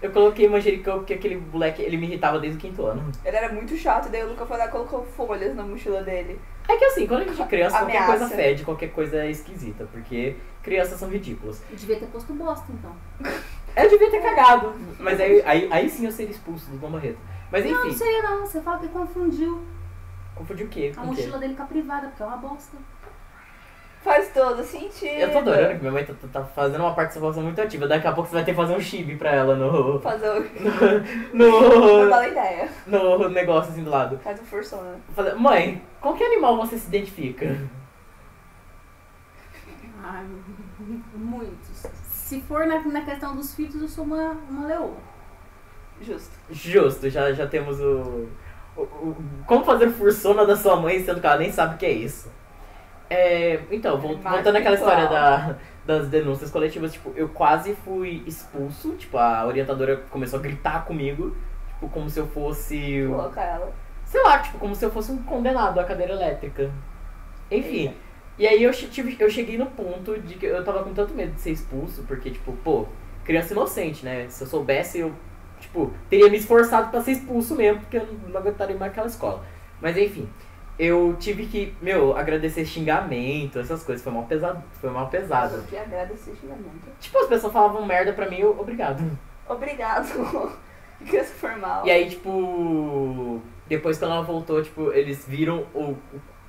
[SPEAKER 1] Eu coloquei manjericão porque aquele moleque ele me irritava desde o quinto ano.
[SPEAKER 2] Ele era muito chato, e daí o Luca foi lá e colocou folhas na mochila dele.
[SPEAKER 1] É que assim, quando a gente é criança, qualquer
[SPEAKER 2] Ameaça.
[SPEAKER 1] coisa fede, qualquer coisa é esquisita, porque crianças são ridículas.
[SPEAKER 3] Eu devia ter posto bosta, então.
[SPEAKER 1] Eu devia ter cagado, mas aí, aí, aí sim eu seria expulso do Dom Barreto. Mas
[SPEAKER 3] Não, não
[SPEAKER 1] enfim,
[SPEAKER 3] sei não. Você fala que confundiu
[SPEAKER 1] confundi o quê?
[SPEAKER 3] a
[SPEAKER 1] Com o quê?
[SPEAKER 3] mochila dele com a privada, porque é uma bosta.
[SPEAKER 2] Faz todo sentido.
[SPEAKER 1] Eu tô adorando que minha mãe tá, tá- tá fazendo uma participação muito ativa. Daqui a pouco você vai ter que fazer um chibi pra ela no.
[SPEAKER 2] Fazer o. Não
[SPEAKER 1] no.
[SPEAKER 2] dá ideia.
[SPEAKER 1] no negócio assim do lado.
[SPEAKER 2] Faz um o fursona.
[SPEAKER 1] Fazer, mãe, com que animal você se identifica?
[SPEAKER 3] Ai, muitos. Se for na, na questão dos filhos, eu sou uma, uma leoa.
[SPEAKER 2] Justo.
[SPEAKER 1] Justo, já, já temos o, o- o- Como fazer fursona da sua mãe, sendo que ela nem sabe o que é isso. É, então, vol-
[SPEAKER 2] Marketing
[SPEAKER 1] voltando àquela história
[SPEAKER 2] virtual.
[SPEAKER 1] da- das denúncias coletivas, tipo, eu quase fui expulso, tipo, a orientadora começou a gritar comigo, tipo, como se eu fosse.
[SPEAKER 2] Coloca ela.
[SPEAKER 1] Sei lá, tipo, como se eu fosse um condenado à cadeira elétrica. Enfim. E aí eu, che- tive, eu cheguei no ponto de que eu tava com tanto medo de ser expulso, porque, tipo, pô, criança inocente, né? Se eu soubesse, eu, tipo, teria me esforçado pra ser expulso mesmo, porque eu não aguentaria mais aquela escola. Mas enfim, eu tive que, meu, agradecer xingamento, essas coisas, foi mal pesado, foi mal
[SPEAKER 2] Mas
[SPEAKER 1] pesado.
[SPEAKER 2] eu te agradeço muito.
[SPEAKER 1] Tipo, as pessoas falavam merda pra mim, eu, obrigado.
[SPEAKER 2] Obrigado. Criança formal.
[SPEAKER 1] E aí, tipo, depois que ela voltou, tipo, eles viram o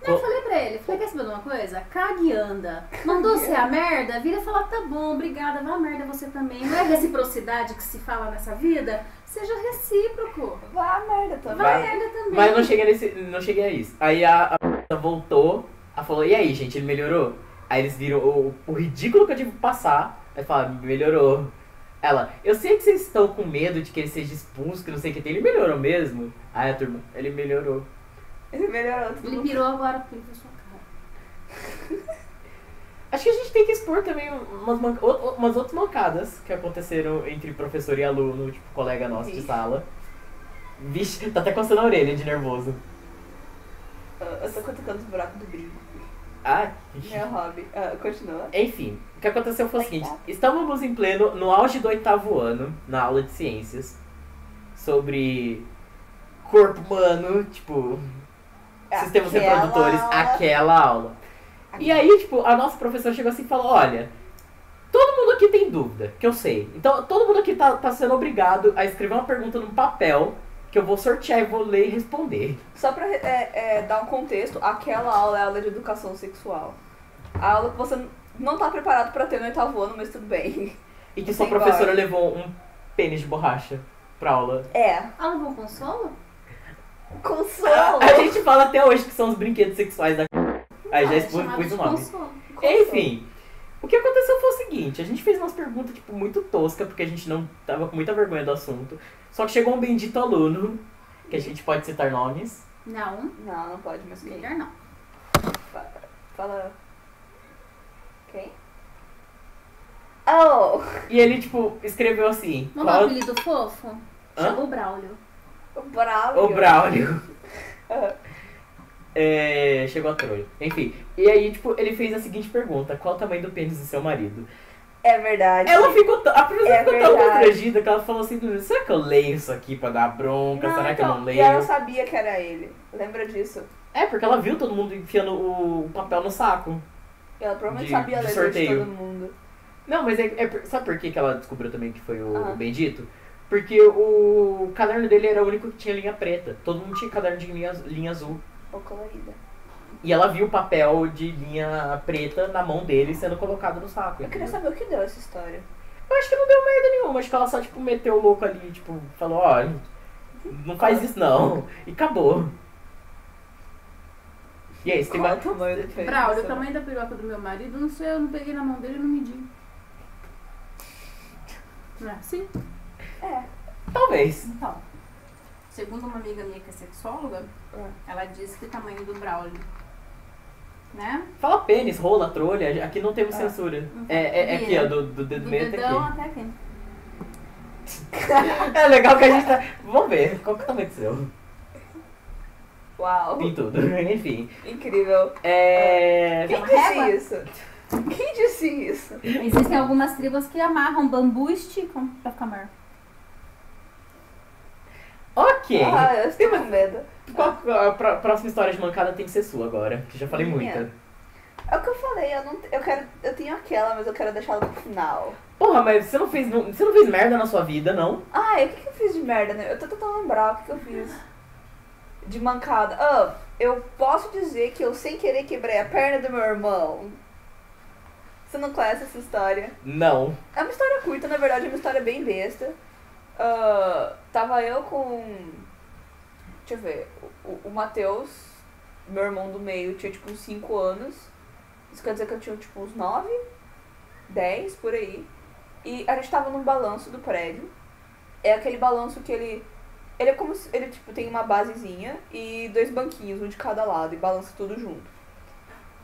[SPEAKER 3] Não, eu falei pra ele, falei, quer saber de uma coisa? Cague e anda. Mandou ser a merda, vira e fala, tá bom, obrigada, vá a merda você também. Não é reciprocidade que se fala nessa vida? Seja recíproco.
[SPEAKER 2] Vá a merda
[SPEAKER 3] Vá
[SPEAKER 2] também.
[SPEAKER 1] Vai.
[SPEAKER 3] a merda também.
[SPEAKER 1] Mas eu não cheguei nesse. Não cheguei a isso. Aí a, a p****, voltou, ela falou, e aí, gente, ele melhorou? Aí eles viram o, o ridículo que eu tive que passar. Aí falaram, melhorou. Ela, eu sei que vocês estão com medo de que ele seja expulso, que não sei o que tem. Ele melhorou mesmo? Aí a turma, ele melhorou.
[SPEAKER 2] Ele melhorou tudo.
[SPEAKER 3] Ele pirou agora porque ele viu sua cara.
[SPEAKER 1] Acho que a gente tem que expor também umas, manca- ou- ou- umas outras mancadas que aconteceram entre professor e aluno, tipo, colega nosso de
[SPEAKER 2] Vixe.
[SPEAKER 1] sala. Vixe, tá até coçando a orelha de nervoso.
[SPEAKER 2] Eu- Eu tô cutucando os buracos do brinco.
[SPEAKER 1] Ah,
[SPEAKER 2] Meu hobby. Ah, continua.
[SPEAKER 1] Enfim, o que aconteceu foi o seguinte: estávamos em pleno, no auge do oitavo ano, na aula de ciências, sobre corpo humano, tipo, sistemas
[SPEAKER 2] Aquela
[SPEAKER 1] reprodutores,
[SPEAKER 2] aula.
[SPEAKER 1] aquela aula. E aí, tipo, a nossa professora chegou assim e falou: olha, todo mundo aqui tem dúvida, que eu sei. Então, todo mundo aqui tá, tá sendo obrigado a escrever uma pergunta num papel que eu vou sortear e vou ler e responder.
[SPEAKER 2] Só pra é, é, dar um contexto, aquela aula é aula de educação sexual. A aula que você não tá preparado pra ter no oitavo ano, mas tudo bem.
[SPEAKER 1] E que sua
[SPEAKER 2] Sim, vai.
[SPEAKER 1] professora levou um pênis de borracha pra aula.
[SPEAKER 2] É.
[SPEAKER 3] Ah, levou um consolo?
[SPEAKER 2] Consolo!
[SPEAKER 1] A gente fala até hoje que são os brinquedos sexuais da. Aí já
[SPEAKER 3] Ah,
[SPEAKER 1] expus
[SPEAKER 3] chamava
[SPEAKER 1] pus
[SPEAKER 3] de
[SPEAKER 1] o nome.
[SPEAKER 3] consolo.
[SPEAKER 2] Consolo.
[SPEAKER 1] Enfim, o que aconteceu foi o seguinte: a gente fez umas perguntas, tipo, muito tosca, porque a gente não tava com muita vergonha do assunto. Só que chegou um bendito aluno, que a gente pode citar nomes.
[SPEAKER 3] Não,
[SPEAKER 2] Não, não pode, mas quem?
[SPEAKER 3] melhor não.
[SPEAKER 2] Fala. Quem? Oh!
[SPEAKER 1] E ele, tipo, escreveu assim:
[SPEAKER 3] Vamos dar um
[SPEAKER 1] qual...
[SPEAKER 3] apelido fofo?
[SPEAKER 1] Hã?
[SPEAKER 3] Chamou o Braulio.
[SPEAKER 2] O Braulio.
[SPEAKER 1] O Braulio.
[SPEAKER 2] Ah.
[SPEAKER 1] É, chegou a trolha. Enfim, e aí, tipo, ele fez a seguinte pergunta: Qual o tamanho do pênis do seu marido?
[SPEAKER 2] É verdade.
[SPEAKER 1] Ela ficou tão, a professora
[SPEAKER 2] É
[SPEAKER 1] ficou tão
[SPEAKER 2] verdade.
[SPEAKER 1] constrangida que ela falou assim: será que eu leio isso aqui pra dar bronca?
[SPEAKER 2] Não,
[SPEAKER 1] será que eu
[SPEAKER 2] então,
[SPEAKER 1] não
[SPEAKER 2] E
[SPEAKER 1] leio?
[SPEAKER 2] ela sabia que era ele. Lembra disso?
[SPEAKER 1] É, porque ela viu todo mundo enfiando o papel no saco.
[SPEAKER 2] Ela provavelmente
[SPEAKER 1] De-
[SPEAKER 2] sabia a
[SPEAKER 1] de
[SPEAKER 2] letra de
[SPEAKER 1] sorteio.
[SPEAKER 2] todo mundo.
[SPEAKER 1] Não, mas é, é por- sabe por que que ela descobriu também que foi o
[SPEAKER 2] Ah.
[SPEAKER 1] Bendito? Porque o caderno dele era o único que tinha linha preta. Todo mundo tinha caderno de linha, linha azul.
[SPEAKER 2] Ou colorida.
[SPEAKER 1] E ela viu o papel de linha preta na mão dele sendo colocado no saco.
[SPEAKER 2] Eu queria
[SPEAKER 1] entendeu?
[SPEAKER 2] saber o que deu essa história.
[SPEAKER 1] Eu acho que não deu merda nenhuma, acho que ela só, tipo, meteu o louco ali, tipo, falou, ó, não faz isso não. E acabou. E é isso, tem
[SPEAKER 2] Qual
[SPEAKER 1] mais.
[SPEAKER 2] o tamanho
[SPEAKER 1] É,
[SPEAKER 2] da
[SPEAKER 1] tá
[SPEAKER 3] Braulio, o
[SPEAKER 2] diferença?
[SPEAKER 3] tamanho da piroca do meu marido, não sei, eu não peguei na mão dele e não medi. Não é assim?
[SPEAKER 2] É.
[SPEAKER 1] Talvez.
[SPEAKER 3] Então, segundo uma amiga minha que é sexóloga,
[SPEAKER 1] Ah.
[SPEAKER 2] É.
[SPEAKER 3] ela disse que o tamanho do Braulio, né?
[SPEAKER 1] Fala pênis, rola, trolha, aqui não temos
[SPEAKER 2] Ah.
[SPEAKER 1] censura. É, é, é aqui, ó, do, do dedo
[SPEAKER 3] Do
[SPEAKER 1] meio até
[SPEAKER 3] dedão
[SPEAKER 1] aqui.
[SPEAKER 3] até aqui.
[SPEAKER 1] É legal que a gente tá... Vamos ver, qual que é o tamanho do seu?
[SPEAKER 2] Uau.
[SPEAKER 1] Tem tudo, enfim.
[SPEAKER 2] Incrível.
[SPEAKER 1] É...
[SPEAKER 2] Quem
[SPEAKER 3] uma régua?
[SPEAKER 2] disse isso? Quem disse isso?
[SPEAKER 3] Existem algumas tribos que amarram bambu e esticam pra ficar maior.
[SPEAKER 1] Ok.
[SPEAKER 2] Ah, eu estou com medo.
[SPEAKER 1] Qual, a pró- próxima história de mancada tem que ser sua agora, que já falei
[SPEAKER 2] Minha?
[SPEAKER 1] muita.
[SPEAKER 2] É o que eu falei, eu não eu quero. Eu tenho aquela, mas eu quero deixar ela pro final.
[SPEAKER 1] Porra, mas você não fez, você não fez merda na sua vida, não?
[SPEAKER 2] Ai, o que, que eu fiz de merda, né? Eu tô tentando lembrar o que, que eu fiz. De mancada. Ah, eu posso dizer que eu sem querer quebrei a perna do meu irmão. Você não conhece essa história?
[SPEAKER 1] Não.
[SPEAKER 2] É uma história curta, na verdade, é uma história bem besta. Ah, tava eu com. Deixa eu ver. O, o Matheus, meu irmão do meio, tinha tipo uns 5 anos. Isso quer dizer que eu tinha tipo uns 9, 10 por aí. E a gente tava num balanço do prédio. É aquele balanço que ele. Ele é como se. Ele tipo, tem uma basezinha e dois banquinhos, um de cada lado, e balança tudo junto.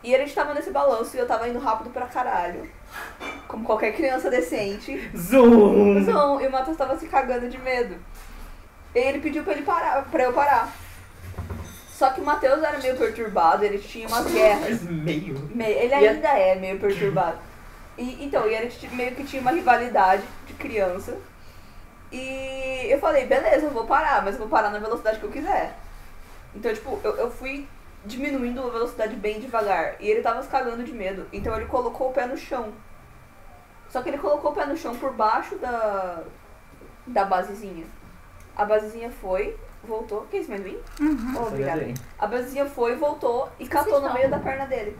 [SPEAKER 2] E a gente tava nesse balanço e eu tava indo rápido pra caralho como qualquer criança decente.
[SPEAKER 1] Zoom!
[SPEAKER 2] Não, e o Matheus tava se cagando de medo. E ele pediu pra ele parar, pra eu parar. Só que o Matheus era meio perturbado, ele tinha umas guerras.
[SPEAKER 1] Mas meio.
[SPEAKER 2] Me- Ele
[SPEAKER 1] E a-
[SPEAKER 2] ainda é meio perturbado. E, então, e a gente meio que tinha uma rivalidade de criança. E eu falei, beleza, eu vou parar, mas eu vou parar na velocidade que eu quiser. Então, tipo, eu, eu fui diminuindo a velocidade bem devagar. E ele tava se cagando de medo. Então ele colocou o pé no chão. Só que ele colocou o pé no chão por baixo da, da basezinha. A basezinha foi, voltou. Que é esse amendoim? Oh, obrigada. A basezinha foi, voltou e catou no
[SPEAKER 3] não.
[SPEAKER 2] meio da perna dele.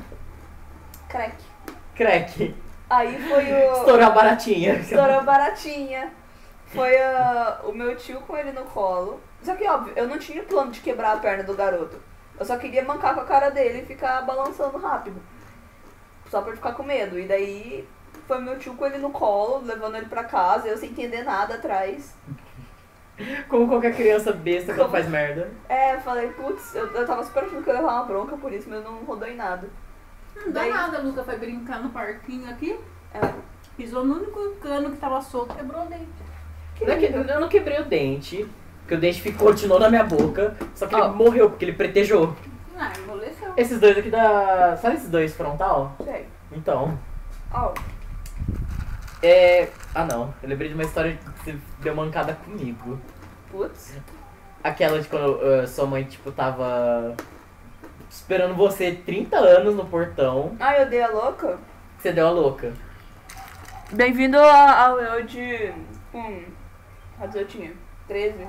[SPEAKER 2] Crack.
[SPEAKER 1] Crack.
[SPEAKER 2] Aí foi o.
[SPEAKER 1] Estourou a baratinha.
[SPEAKER 2] Estourou baratinha. Foi ah, o meu tio com ele no colo. Só que, óbvio, eu não tinha plano de quebrar a perna do garoto. Eu só queria mancar com a cara dele e ficar balançando rápido. Só pra ele ficar com medo. E daí foi meu tio com ele no colo, levando ele pra casa, eu sem entender nada atrás.
[SPEAKER 1] Como qualquer criança besta que
[SPEAKER 2] Como-
[SPEAKER 1] faz merda.
[SPEAKER 2] É, eu falei, putz, eu, eu tava super achando que eu ia levar uma bronca por isso, mas eu não rodou em nada.
[SPEAKER 3] Não dá
[SPEAKER 2] Daí-
[SPEAKER 3] nada, a Luca foi brincar no parquinho aqui,
[SPEAKER 2] É,
[SPEAKER 3] pisou no único cano que tava solto, quebrou o dente.
[SPEAKER 1] Não é que- eu não quebrei o dente, porque o dente ficou, continuou na minha boca, só que
[SPEAKER 2] Ó.
[SPEAKER 1] ele morreu, porque ele pretejou.
[SPEAKER 3] Ah, emboleceu.
[SPEAKER 1] Esses dois aqui da. Sabe esses dois frontal?
[SPEAKER 2] sei.
[SPEAKER 1] Então.
[SPEAKER 2] Ó,
[SPEAKER 1] É. Ah não, eu lembrei de uma história que você deu mancada comigo.
[SPEAKER 2] putz.
[SPEAKER 1] Aquela de quando ah, sua mãe, tipo, tava. Esperando você 30 anos no portão,
[SPEAKER 2] Ai, eu dei a louca.
[SPEAKER 1] que você deu a louca.
[SPEAKER 2] Bem-vindo a- ao eu de. Hum. Quantos eu tinha? 13?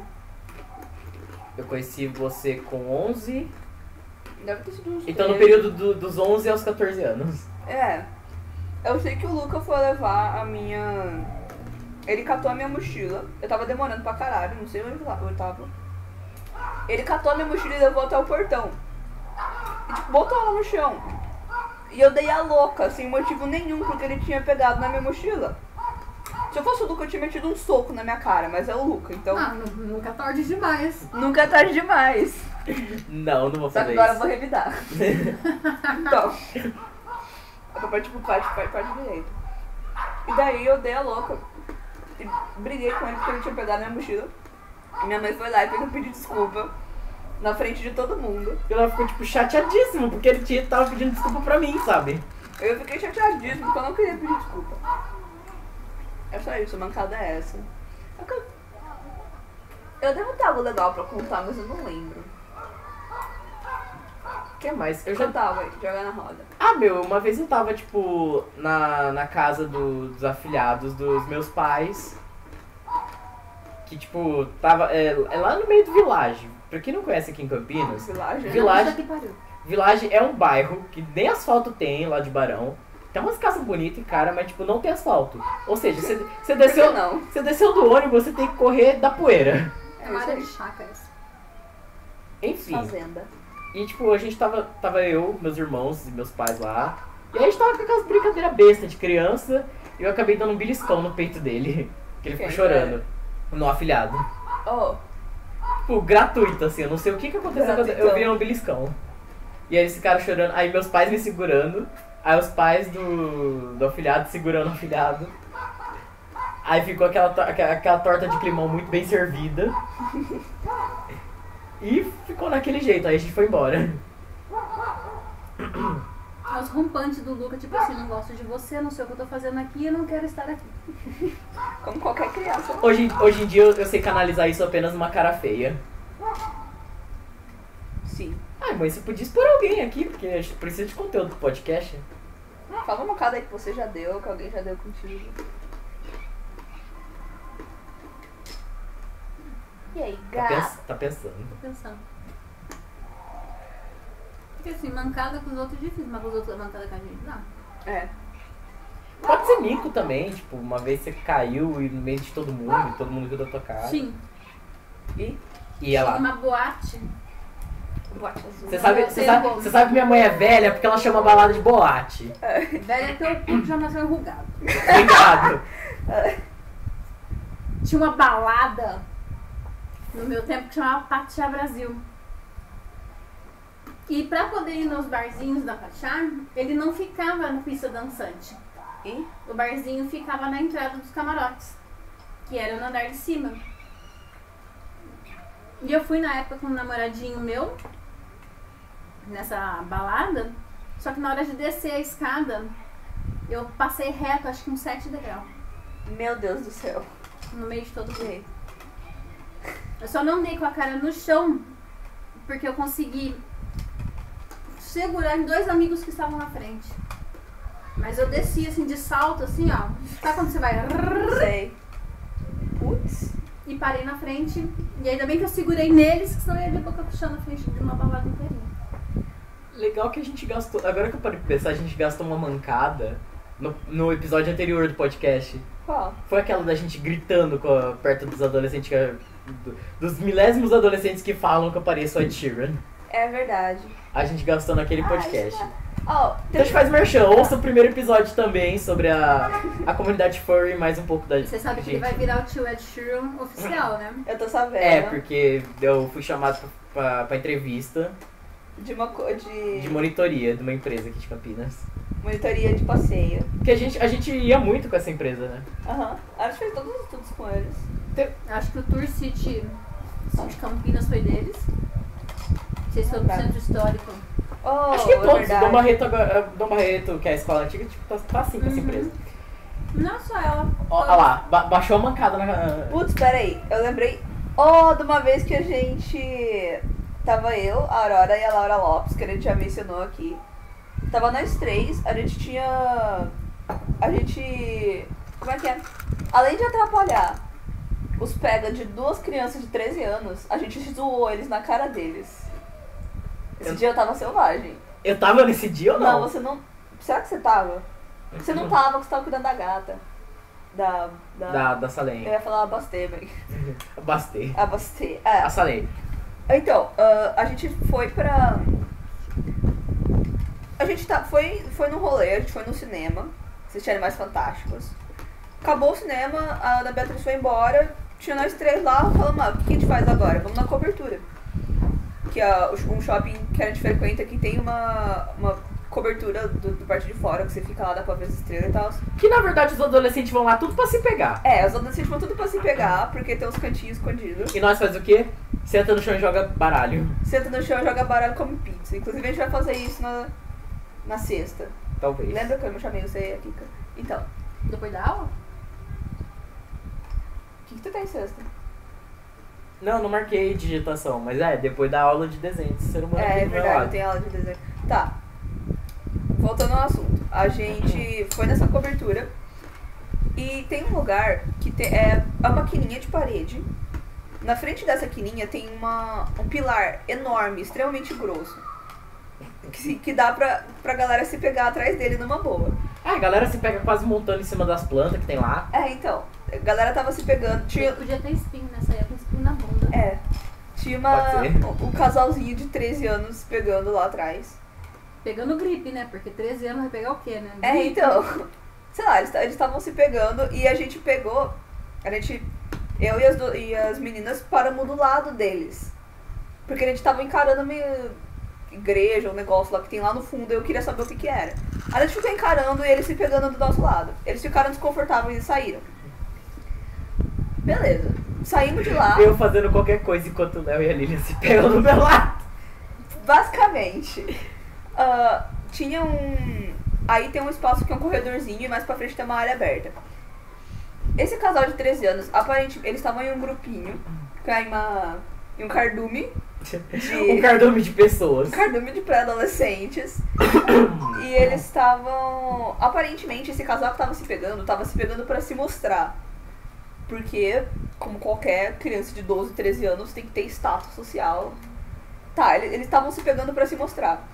[SPEAKER 1] Eu conheci você com 11.
[SPEAKER 2] Deve ter sido uns
[SPEAKER 1] Então, no
[SPEAKER 2] 13.
[SPEAKER 1] período do- dos 11 aos 14 anos.
[SPEAKER 2] É. Eu sei que o Luca foi levar a minha. Ele catou a minha mochila. Eu tava demorando pra caralho, não sei onde lá- eu tava. Ele catou a minha mochila e levou até o portão. E, tipo, botou ela no chão. E eu dei a louca, sem motivo nenhum, porque ele tinha pegado na minha mochila. Se eu fosse o Luca, eu tinha metido um soco na minha cara, mas é o Luca, então.
[SPEAKER 3] Ah, nu- nunca tarde demais.
[SPEAKER 2] Nunca é tarde demais.
[SPEAKER 1] Não, não vou
[SPEAKER 2] Só que
[SPEAKER 1] fazer
[SPEAKER 2] agora eu
[SPEAKER 1] isso.
[SPEAKER 2] vou revidar. então. Eu tipo, vou partir pro parte, parte, parte direita. E daí eu dei a louca. E briguei com ele porque ele tinha pegado minha mochila. E minha mãe foi lá e fez um pedido de desculpa. Na frente de todo mundo.
[SPEAKER 1] E Ela ficou, tipo, chateadíssima, porque ele tinha, tava pedindo desculpa pra mim, sabe?
[SPEAKER 2] Eu fiquei chateadíssima porque eu não queria pedir desculpa. É só isso, a mancada é essa. É que Eu, eu devo ter algo legal pra contar, mas eu não lembro.
[SPEAKER 1] O que mais? Eu
[SPEAKER 2] Eu
[SPEAKER 1] já...
[SPEAKER 2] já tava aí, jogar na roda.
[SPEAKER 1] Ah, meu, uma vez eu tava, tipo, na, na casa do- dos afilhados dos meus pais. que, tipo, tava. É, é lá no meio do Village. Pra quem não conhece aqui em Campinas,
[SPEAKER 2] Vilagem.
[SPEAKER 1] Vila- Village.
[SPEAKER 4] Puta que pariu.
[SPEAKER 1] Village é um bairro que nem asfalto tem lá de Barão. Tem umas casas bonitas e cara, mas tipo, não tem asfalto. Ou seja, você- você
[SPEAKER 2] Por que
[SPEAKER 1] desceu,
[SPEAKER 2] não?
[SPEAKER 1] você desceu do ônibus, você tem que correr da poeira.
[SPEAKER 4] É uma área de chácaras.
[SPEAKER 1] Enfim.
[SPEAKER 2] Fazenda.
[SPEAKER 1] E tipo, a gente tava. Tava eu, meus irmãos e meus pais lá. E aí a gente tava com aquelas brincadeiras bestas de criança. E eu acabei dando um beliscão no peito dele. Que ele ficou
[SPEAKER 2] Quem
[SPEAKER 1] chorando. No afilhado.
[SPEAKER 2] Oh,
[SPEAKER 1] Tipo, gratuito, assim, eu não sei o que que aconteceu quando eu
[SPEAKER 2] Gratuitão.
[SPEAKER 1] vi um beliscão. E aí esse cara chorando, aí meus pais me segurando, aí os pais do, do afilhado segurando o afilhado. Aí ficou aquela, to- aquela, aquela torta de climão muito bem servida. E ficou naquele jeito, aí a gente foi embora.
[SPEAKER 4] Aí Os rompantes do Luca, tipo assim, não gosto de você, não sei o que eu tô fazendo aqui e não quero estar aqui.
[SPEAKER 2] como qualquer criança.
[SPEAKER 1] Hoje, em- hoje em dia eu, eu sei canalizar isso apenas numa cara feia.
[SPEAKER 2] Sim.
[SPEAKER 1] Ai, mãe, você podia expor alguém aqui, porque a gente precisa de conteúdo do podcast.
[SPEAKER 2] Fala um bocado aí que você já deu, que alguém já deu contigo. E aí,
[SPEAKER 1] Tá,
[SPEAKER 2] gata?
[SPEAKER 1] pens- tá pensando.
[SPEAKER 4] Tô pensando. Porque assim, mancada com os outros é difícil, mas com os outros é mancada com a gente não.
[SPEAKER 2] É.
[SPEAKER 1] Pode ser mico também, tipo, uma vez você caiu e no meio de todo mundo, todo mundo viu da tua cara.
[SPEAKER 4] Sim,
[SPEAKER 1] E ela.
[SPEAKER 4] uma boate.
[SPEAKER 2] Boate azul.
[SPEAKER 1] Você sabe, você, sabe, você sabe que minha mãe é velha porque ela chama balada de boate.
[SPEAKER 4] Velha até o cu que já nasceu enrugado.
[SPEAKER 1] Obrigado.
[SPEAKER 4] Tinha uma balada no meu tempo que chamava Patiá Brasil. E pra poder ir nos barzinhos da Patiá, ele não ficava na pista dançante.
[SPEAKER 2] E?
[SPEAKER 4] O barzinho ficava na entrada dos camarotes, que era no andar de cima. E eu fui na época com um namoradinho meu, nessa balada, só que na hora de descer a escada, eu passei reto, acho que uns 7 degraus,
[SPEAKER 2] Meu Deus do céu.
[SPEAKER 4] no meio de todo mundo.
[SPEAKER 2] E aí?
[SPEAKER 4] Eu só não dei com a cara no chão, porque eu consegui segurar em dois amigos que estavam na frente. Mas eu desci assim de salto, assim, ó. Sabe quando você vai?
[SPEAKER 2] Não sei. Putz.
[SPEAKER 4] E parei na frente. E ainda bem que eu segurei neles, que senão eu ia de boca puxando a frente de uma balada inteirinha.
[SPEAKER 1] Legal que a gente gastou. Agora que eu parei pra pensar, a gente gastou uma mancada no, no episódio anterior do podcast.
[SPEAKER 2] Qual?
[SPEAKER 1] Foi aquela da gente gritando com a- perto dos adolescentes. que- do- dos milésimos adolescentes que falam que eu pareço Ed Sheeran.
[SPEAKER 2] É verdade.
[SPEAKER 1] A gente gastou naquele
[SPEAKER 2] Ah,
[SPEAKER 1] podcast.
[SPEAKER 2] Ó,
[SPEAKER 1] Então a gente faz merchan, ouça o primeiro episódio também sobre a, a comunidade furry, mais um pouco da
[SPEAKER 4] Você sabe que ele
[SPEAKER 1] gente.
[SPEAKER 4] vai virar o tio Ed Sheeran oficial, né?
[SPEAKER 2] um- eu tô sabendo.
[SPEAKER 1] É, porque eu fui chamado pra, pra, pra entrevista
[SPEAKER 2] De uma co... de...
[SPEAKER 1] de monitoria de uma empresa aqui de Campinas.
[SPEAKER 2] monitoria de passeio.
[SPEAKER 1] Porque a gente, a gente ia muito com essa empresa, né?
[SPEAKER 2] Aham. A gente fez todos os estudos com eles.
[SPEAKER 4] Acho que o Tour City de Campinas foi deles. Não sei se foi do centro histórico.
[SPEAKER 2] Oh,
[SPEAKER 1] Acho que
[SPEAKER 2] é
[SPEAKER 1] todos.
[SPEAKER 2] verdade.
[SPEAKER 1] Dom Barreto, agora- Dom Barreto, que é a escola antiga, tipo, tá, tá assim com essa
[SPEAKER 4] Uhum.
[SPEAKER 1] empresa.
[SPEAKER 4] Não só ela.
[SPEAKER 1] Ó, ó lá, ba- baixou a mancada na.
[SPEAKER 2] Putz, peraí, eu lembrei. Oh, de uma vez que a gente. Tava eu, a Aurora e a Laura Lopes, que a gente já mencionou aqui. Tava nós três, a gente tinha. A gente. Como é que é? Além de atrapalhar os pega de duas crianças de 13 anos, a gente zoou eles na cara deles. Esse
[SPEAKER 1] Eu-
[SPEAKER 2] dia eu tava selvagem.
[SPEAKER 1] Eu tava nesse dia ou não?
[SPEAKER 2] você não. Será que você tava? Você não tá. tava, porque você tava cuidando da gata. Da. Da.
[SPEAKER 1] Da, da
[SPEAKER 2] Eu
[SPEAKER 1] Salem.
[SPEAKER 2] ia falar Abastebem.
[SPEAKER 1] Bastei.
[SPEAKER 2] Abastei. É,
[SPEAKER 1] A Salem.
[SPEAKER 2] Então, ah, a gente foi pra. A gente tá, foi, foi no rolê, a gente foi no cinema, assistir Animais Fantásticos. Acabou o cinema, a da Beatriz foi embora, tinha nós três lá, falamos, ah, o que a gente faz agora? Vamos na cobertura. Que é um shopping que a gente frequenta que tem uma, uma cobertura do, do parte de fora, que você fica lá, dá pra ver as estrelas e tal.
[SPEAKER 1] Que na verdade os adolescentes vão lá tudo pra se pegar.
[SPEAKER 2] É, os adolescentes vão tudo pra se pegar, porque tem uns cantinhos escondidos.
[SPEAKER 1] E nós faz o quê? Senta no chão e joga baralho.
[SPEAKER 2] Senta no chão, joga baralho, come pizza. Inclusive, a gente vai fazer isso na, na sexta.
[SPEAKER 1] Talvez.
[SPEAKER 2] Lembra que eu me chamei você e a Kika? Então,
[SPEAKER 4] Depois da aula?
[SPEAKER 2] o que, que tu tem sexta?
[SPEAKER 1] Não, não marquei digitação, mas é, depois da aula de desenho de ser humano aqui
[SPEAKER 2] é, é
[SPEAKER 1] do meu
[SPEAKER 2] verdade, eu
[SPEAKER 1] lado.
[SPEAKER 2] tenho aula de desenho. Tá.
[SPEAKER 1] Uhum.
[SPEAKER 2] Voltando ao assunto. A gente foi nessa cobertura E tem um lugar que te- é a maquininha de parede. Na frente dessa quininha tem uma, um pilar enorme, extremamente grosso. Que, se- que dá pra, pra galera se pegar atrás dele numa boa.
[SPEAKER 1] É, a galera se pega quase montando em cima das plantas que tem lá.
[SPEAKER 2] É, então. A galera tava se pegando. Tinha,
[SPEAKER 3] Podia ter espinho nessa época, um espinho na bunda.
[SPEAKER 2] é. Tinha uma,
[SPEAKER 1] Pode ser.
[SPEAKER 2] um, um casalzinho de 13 anos se pegando lá atrás.
[SPEAKER 3] Pegando gripe, né? Porque 13 anos vai pegar o quê, né?
[SPEAKER 1] Uhum.
[SPEAKER 2] É,
[SPEAKER 3] Gripe.
[SPEAKER 2] então. Sei lá, eles ta- eles estavam se pegando e a gente pegou. A gente. Eu e as, do- e as meninas paramos do lado deles. Porque a gente tava encarando meio igreja, um negócio lá que tem lá no fundo, eu queria saber o que que era. Aí a gente ficou encarando e eles se pegando do nosso lado. Eles ficaram desconfortáveis e saíram. Beleza. Saímos de lá.
[SPEAKER 1] Eu fazendo qualquer coisa enquanto o Léo e a Lilian se pegam do meu lado.
[SPEAKER 2] Basicamente, ah, tinha um. Aí tem um espaço que é um corredorzinho e mais pra frente tem uma área aberta. Esse casal de 13 anos, aparentemente, eles estavam em um grupinho, que é uma, em um cardume. De,
[SPEAKER 1] Um cardume de pessoas.
[SPEAKER 2] um cardume de pré-adolescentes. e eles estavam. Aparentemente, esse casal que tava se pegando, tava se pegando pra se mostrar. Porque, como qualquer criança de 12, 13 anos, tem que ter status social. Tá, ele- eles estavam se pegando pra se mostrar.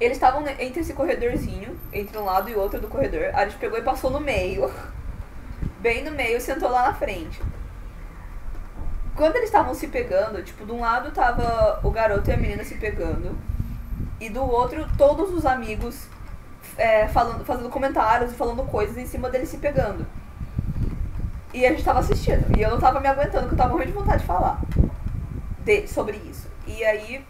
[SPEAKER 2] Eles estavam ne- entre esse corredorzinho, entre um lado e outro do corredor. A gente pegou e passou no meio. Bem no meio, sentou lá na frente. Quando eles estavam se pegando, tipo, de um lado tava o garoto e a menina se pegando. E do outro, todos os amigos é, falando, fazendo comentários e falando coisas em cima deles se pegando. E a gente tava assistindo. E eu não tava me aguentando, que eu tava morrendo de vontade de falar de- sobre isso. E aí,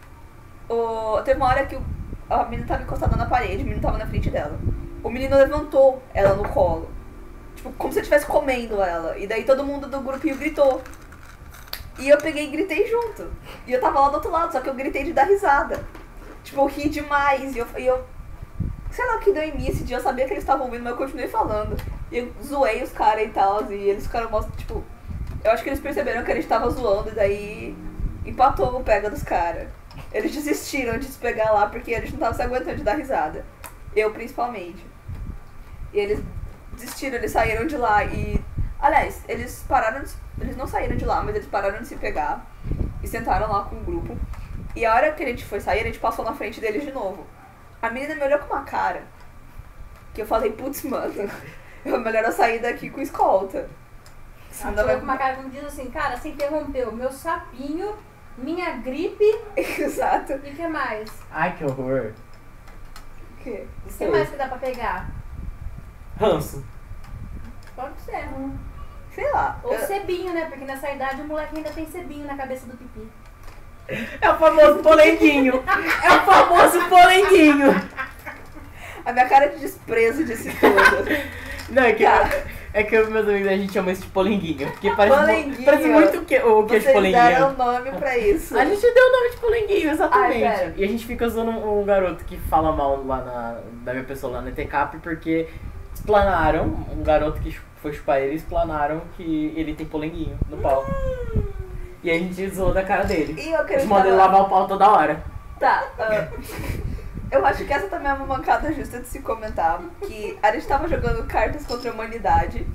[SPEAKER 2] o, teve uma hora que o- a menina tava encostada na parede, o menino tava na frente dela. O menino levantou ela no colo. Tipo, como se eu estivesse comendo ela. E daí todo mundo do grupinho gritou. E eu peguei e gritei junto. E eu tava lá do outro lado, só que eu gritei de dar risada. Tipo, eu ri demais. E eu, e eu- Sei lá o que deu em mim esse dia, eu sabia que eles estavam ouvindo, mas eu continuei falando. E eu zoei os caras e tal, e eles ficaram mó, tipo. Eu acho que eles perceberam que a gente tava zoando, e daí empatou o pega dos caras. Eles desistiram de se pegar lá porque eles não estavam se aguentando de dar risada. Eu principalmente. E eles desistiram, eles saíram de lá e. Aliás, eles pararam de, se- Eles não saíram de lá, mas eles pararam de se pegar e sentaram lá com o grupo. E a hora que a gente foi sair, a gente passou na frente deles de novo. A menina me olhou com uma cara que eu falei, putz, mano, é melhor eu sair daqui com escolta.
[SPEAKER 3] Ela
[SPEAKER 2] Senão
[SPEAKER 3] chegou
[SPEAKER 2] vai
[SPEAKER 3] com uma cara que diz assim, cara, você interrompeu meu sapinho, minha gripe
[SPEAKER 2] Exato.
[SPEAKER 3] e o que mais?
[SPEAKER 1] Ai, que horror.
[SPEAKER 2] O quê?
[SPEAKER 1] Não
[SPEAKER 3] O que
[SPEAKER 1] sei.
[SPEAKER 3] mais que dá pra pegar?
[SPEAKER 1] Ranço.
[SPEAKER 3] Pode ser.
[SPEAKER 2] Sei lá.
[SPEAKER 3] Ou
[SPEAKER 2] Eu-
[SPEAKER 3] cebinho, né? Porque nessa idade o moleque ainda tem cebinho na cabeça do pipi.
[SPEAKER 1] É o famoso polenguinho. É o famoso polenguinho.
[SPEAKER 2] A minha cara é de desprezo disse tudo.
[SPEAKER 1] Não, é que,
[SPEAKER 2] Cara.
[SPEAKER 1] é que eu e meus amigos a gente chama isso de polenguinho. Porque parece, mu-
[SPEAKER 2] Polenguinho.
[SPEAKER 1] parece muito o que, o que é de
[SPEAKER 2] Vocês
[SPEAKER 1] polenguinho.
[SPEAKER 2] deram nome pra isso.
[SPEAKER 1] A gente deu o nome de polenguinho, exatamente.
[SPEAKER 2] Ai, pera.
[SPEAKER 1] e a gente fica usando um, um garoto que fala mal lá na, da minha pessoa lá na ETCAP porque explanaram, um garoto que chu- foi chupar ele, explanaram que ele tem polenguinho no pau. E a gente zoou da cara dele.
[SPEAKER 2] E eu
[SPEAKER 1] A gente
[SPEAKER 2] queria
[SPEAKER 1] mandou ele lavar o pau toda hora.
[SPEAKER 2] Tá. ah, eu acho que essa também é uma mancada justa de se comentar. Que a gente tava jogando cartas contra a humanidade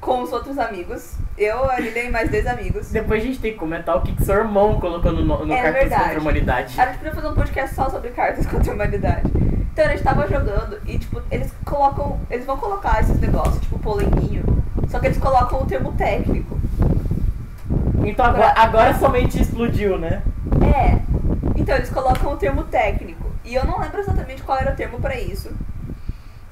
[SPEAKER 2] com os outros amigos. Eu, a Lilian e mais dois amigos.
[SPEAKER 1] Depois a gente tem que comentar o que, que seu irmão colocou no, no no
[SPEAKER 2] É
[SPEAKER 1] cartaz
[SPEAKER 2] verdade.
[SPEAKER 1] contra a humanidade.
[SPEAKER 2] A gente podia fazer um podcast só sobre cartas contra a humanidade. Então a gente tava jogando e, tipo, eles colocam. Eles vão colocar esses negócios, tipo, polenguinho. Só que eles colocam o termo técnico.
[SPEAKER 1] Então agora, agora somente explodiu, né?
[SPEAKER 2] É. Então eles colocam o termo técnico. E eu não lembro exatamente qual era o termo pra isso.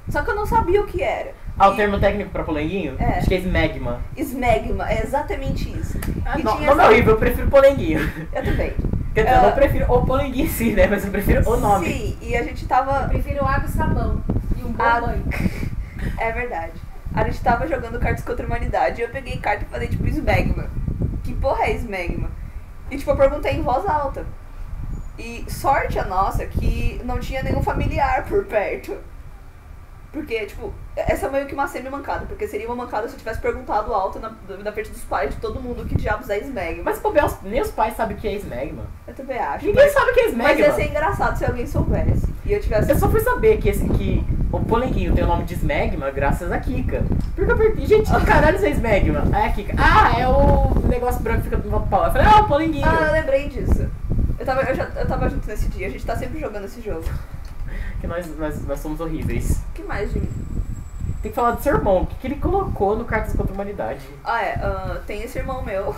[SPEAKER 2] Só que eu não sabia o que era.
[SPEAKER 1] Ah, o
[SPEAKER 2] E
[SPEAKER 1] termo técnico pra polenguinho?
[SPEAKER 2] É.
[SPEAKER 1] Acho que é smegma.
[SPEAKER 2] Smegma, é exatamente isso. E
[SPEAKER 1] Não,
[SPEAKER 2] tinha
[SPEAKER 1] não é
[SPEAKER 2] essa-
[SPEAKER 1] horrível, eu prefiro polenguinho.
[SPEAKER 2] Eu também.
[SPEAKER 1] Quer dizer, eu
[SPEAKER 2] Ah.
[SPEAKER 1] não prefiro o polenguinho em si, né? Mas eu prefiro o nome.
[SPEAKER 2] Sim, e a gente
[SPEAKER 3] Eu
[SPEAKER 2] tava.
[SPEAKER 3] prefiro água e sabão. E um bom
[SPEAKER 2] Ah.
[SPEAKER 3] banho.
[SPEAKER 2] É verdade. A gente tava jogando cartas contra a humanidade e eu peguei carta e falei, tipo, Smegma. Que porra é Smegma? E tipo, eu perguntei em voz alta. E sorte a nossa que não tinha nenhum familiar por perto. Porque, tipo, essa é meio que uma semi-mancada, porque seria uma mancada se eu tivesse perguntado alto na, na frente dos pais de todo mundo que diabos é Smegma.
[SPEAKER 1] Mas pô, os- nem os pais sabem o que é smegma.
[SPEAKER 2] eu também acho.
[SPEAKER 1] Ninguém sabe o que é smegma.
[SPEAKER 2] Mas ia ser engraçado se alguém soubesse. E eu tivesse.
[SPEAKER 1] Eu só fui saber que, esse, que o polenguinho tem o nome de Smegma graças a Kika. Porque eu perguntei, gente, que caralho isso é Smegma? Aí a Kika, ah, é o negócio branco que fica no pau. Eu falei, ah, o polenguinho.
[SPEAKER 2] Ah, eu lembrei disso. Eu tava, eu, já, eu tava junto nesse dia, a gente tá sempre jogando esse jogo.
[SPEAKER 1] Que nós, nós, nós somos horríveis.
[SPEAKER 2] O que mais, Jimmy?
[SPEAKER 1] Tem que falar do seu irmão, o que, que ele colocou no Cartas contra a Humanidade?
[SPEAKER 2] Ah, é, ah, tem esse irmão meu.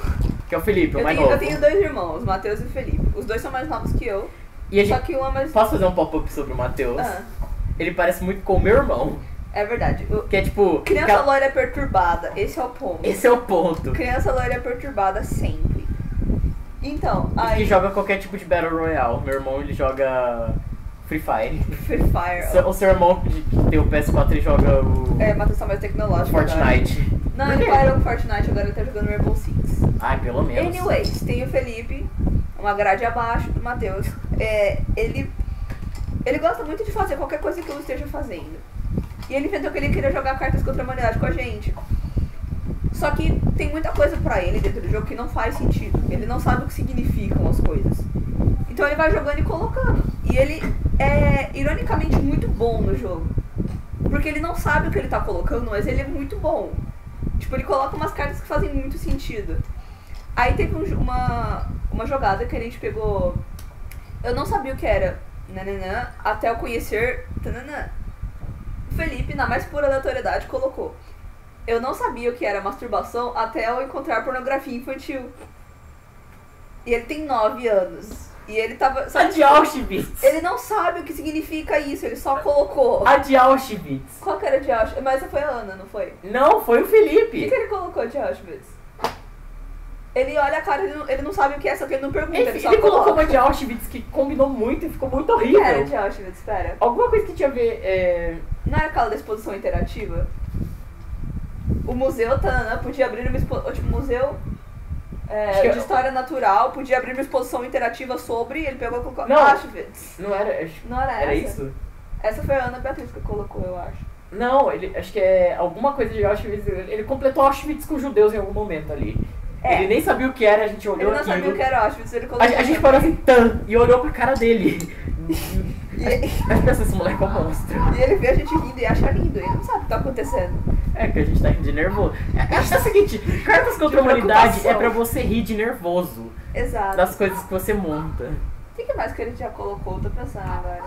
[SPEAKER 1] Que é o Felipe, o
[SPEAKER 2] Eu
[SPEAKER 1] mais
[SPEAKER 2] tenho, eu
[SPEAKER 1] novo.
[SPEAKER 2] tenho dois irmãos, Matheus e Felipe. Os dois são mais novos que eu,
[SPEAKER 1] E a gente,
[SPEAKER 2] só
[SPEAKER 1] assim.
[SPEAKER 2] que um é mais.
[SPEAKER 1] posso fazer um pop-up sobre o Matheus?
[SPEAKER 2] Ah,
[SPEAKER 1] Ele parece muito com o meu irmão.
[SPEAKER 2] é verdade. O-
[SPEAKER 1] Que é tipo.
[SPEAKER 2] criança
[SPEAKER 1] aquela-
[SPEAKER 2] loira é perturbada, esse é o ponto.
[SPEAKER 1] Esse é o ponto.
[SPEAKER 2] Criança loira é perturbada sempre. Então,
[SPEAKER 1] Que
[SPEAKER 2] aí.
[SPEAKER 1] joga qualquer tipo de Battle Royale. Meu irmão ele joga Free Fire.
[SPEAKER 2] Free Fire.
[SPEAKER 1] Se- O seu irmão que tem o PS4 ele joga o
[SPEAKER 2] É, Matheus tá mais tecnológico. agora.
[SPEAKER 1] Fortnite.
[SPEAKER 2] Não,
[SPEAKER 1] Por
[SPEAKER 2] ele
[SPEAKER 1] quê?
[SPEAKER 2] parou com Fortnite, agora ele tá jogando Rainbow Six.
[SPEAKER 1] Ai, pelo menos.
[SPEAKER 2] Anyways, tem o Felipe, uma grade abaixo do Matheus. É, ele, ele gosta muito de fazer qualquer coisa que eu esteja fazendo. E ele inventou que ele queria jogar cartas contra a humanidade com a gente. Só que tem muita coisa pra ele dentro do jogo que não faz sentido. Ele não sabe o que significam as coisas. Então ele vai jogando e colocando. E ele é ironicamente muito bom no jogo. Porque ele não sabe o que ele tá colocando, mas ele é muito bom. Tipo, ele coloca umas cartas que fazem muito sentido. Aí teve um jo- uma, uma jogada que a gente pegou. Eu não sabia o que era. Nananã, até eu conhecer. Tananã. O Felipe, na mais pura aleatoriedade, colocou. Eu não sabia o que era masturbação até eu encontrar pornografia infantil. E ele tem 9 anos. E ele tava. tipo,
[SPEAKER 1] A de Auschwitz.
[SPEAKER 2] Ele não sabe o que significa isso, ele só colocou.
[SPEAKER 1] A de Auschwitz.
[SPEAKER 2] Qual que era de Auschwitz? Mas essa foi a Ana, não foi?
[SPEAKER 1] Não, foi o
[SPEAKER 2] O que,
[SPEAKER 1] Felipe.
[SPEAKER 2] que ele colocou de Auschwitz? Ele olha a cara, ele não, ele não sabe o que é, só que ele não pergunta,
[SPEAKER 1] Ele,
[SPEAKER 2] ele,
[SPEAKER 1] ele
[SPEAKER 2] só
[SPEAKER 1] colocou
[SPEAKER 2] coloca.
[SPEAKER 1] uma de Auschwitz que combinou muito e ficou muito
[SPEAKER 2] O que era
[SPEAKER 1] horrível.
[SPEAKER 2] de Auschwitz? Pera.
[SPEAKER 1] Alguma coisa que tinha a ver. É...
[SPEAKER 2] Não era aquela da exposição interativa? O museu Tana podia abrir uma exposição. Tipo, museu é,
[SPEAKER 1] Acho que
[SPEAKER 2] de
[SPEAKER 1] eu-
[SPEAKER 2] história natural podia abrir uma exposição interativa sobre. Ele pegou e colocou
[SPEAKER 1] Não.
[SPEAKER 2] Auschwitz.
[SPEAKER 1] Não era. acho-
[SPEAKER 2] Não era essa.
[SPEAKER 1] Era isso?
[SPEAKER 2] Essa foi a Ana Beatriz que colocou, eu acho.
[SPEAKER 1] Não, ele acho que é alguma coisa de Auschwitz. Ele ele completou Auschwitz com judeus em algum momento ali.
[SPEAKER 2] É.
[SPEAKER 1] Ele nem sabia o que era, a gente
[SPEAKER 2] Ele
[SPEAKER 1] olhou
[SPEAKER 2] não sabia
[SPEAKER 1] aquilo.
[SPEAKER 2] o que era Auschwitz, ele colocou.
[SPEAKER 1] A, a gente parou assim, tan, e olhou pra cara dele.
[SPEAKER 2] E-
[SPEAKER 1] Aí pensa, esse moleque é um monstro.
[SPEAKER 2] E ele vê a gente rindo e acha lindo. Ele não sabe o que tá acontecendo.
[SPEAKER 1] É que a gente tá rindo de nervoso. É, é o seguinte, cartas contra a
[SPEAKER 2] De
[SPEAKER 1] humanidade
[SPEAKER 2] preocupação.
[SPEAKER 1] é pra você rir de nervoso
[SPEAKER 2] Exato.
[SPEAKER 1] das coisas que você monta.
[SPEAKER 2] O que que mais que ele já colocou? Tô pensando agora.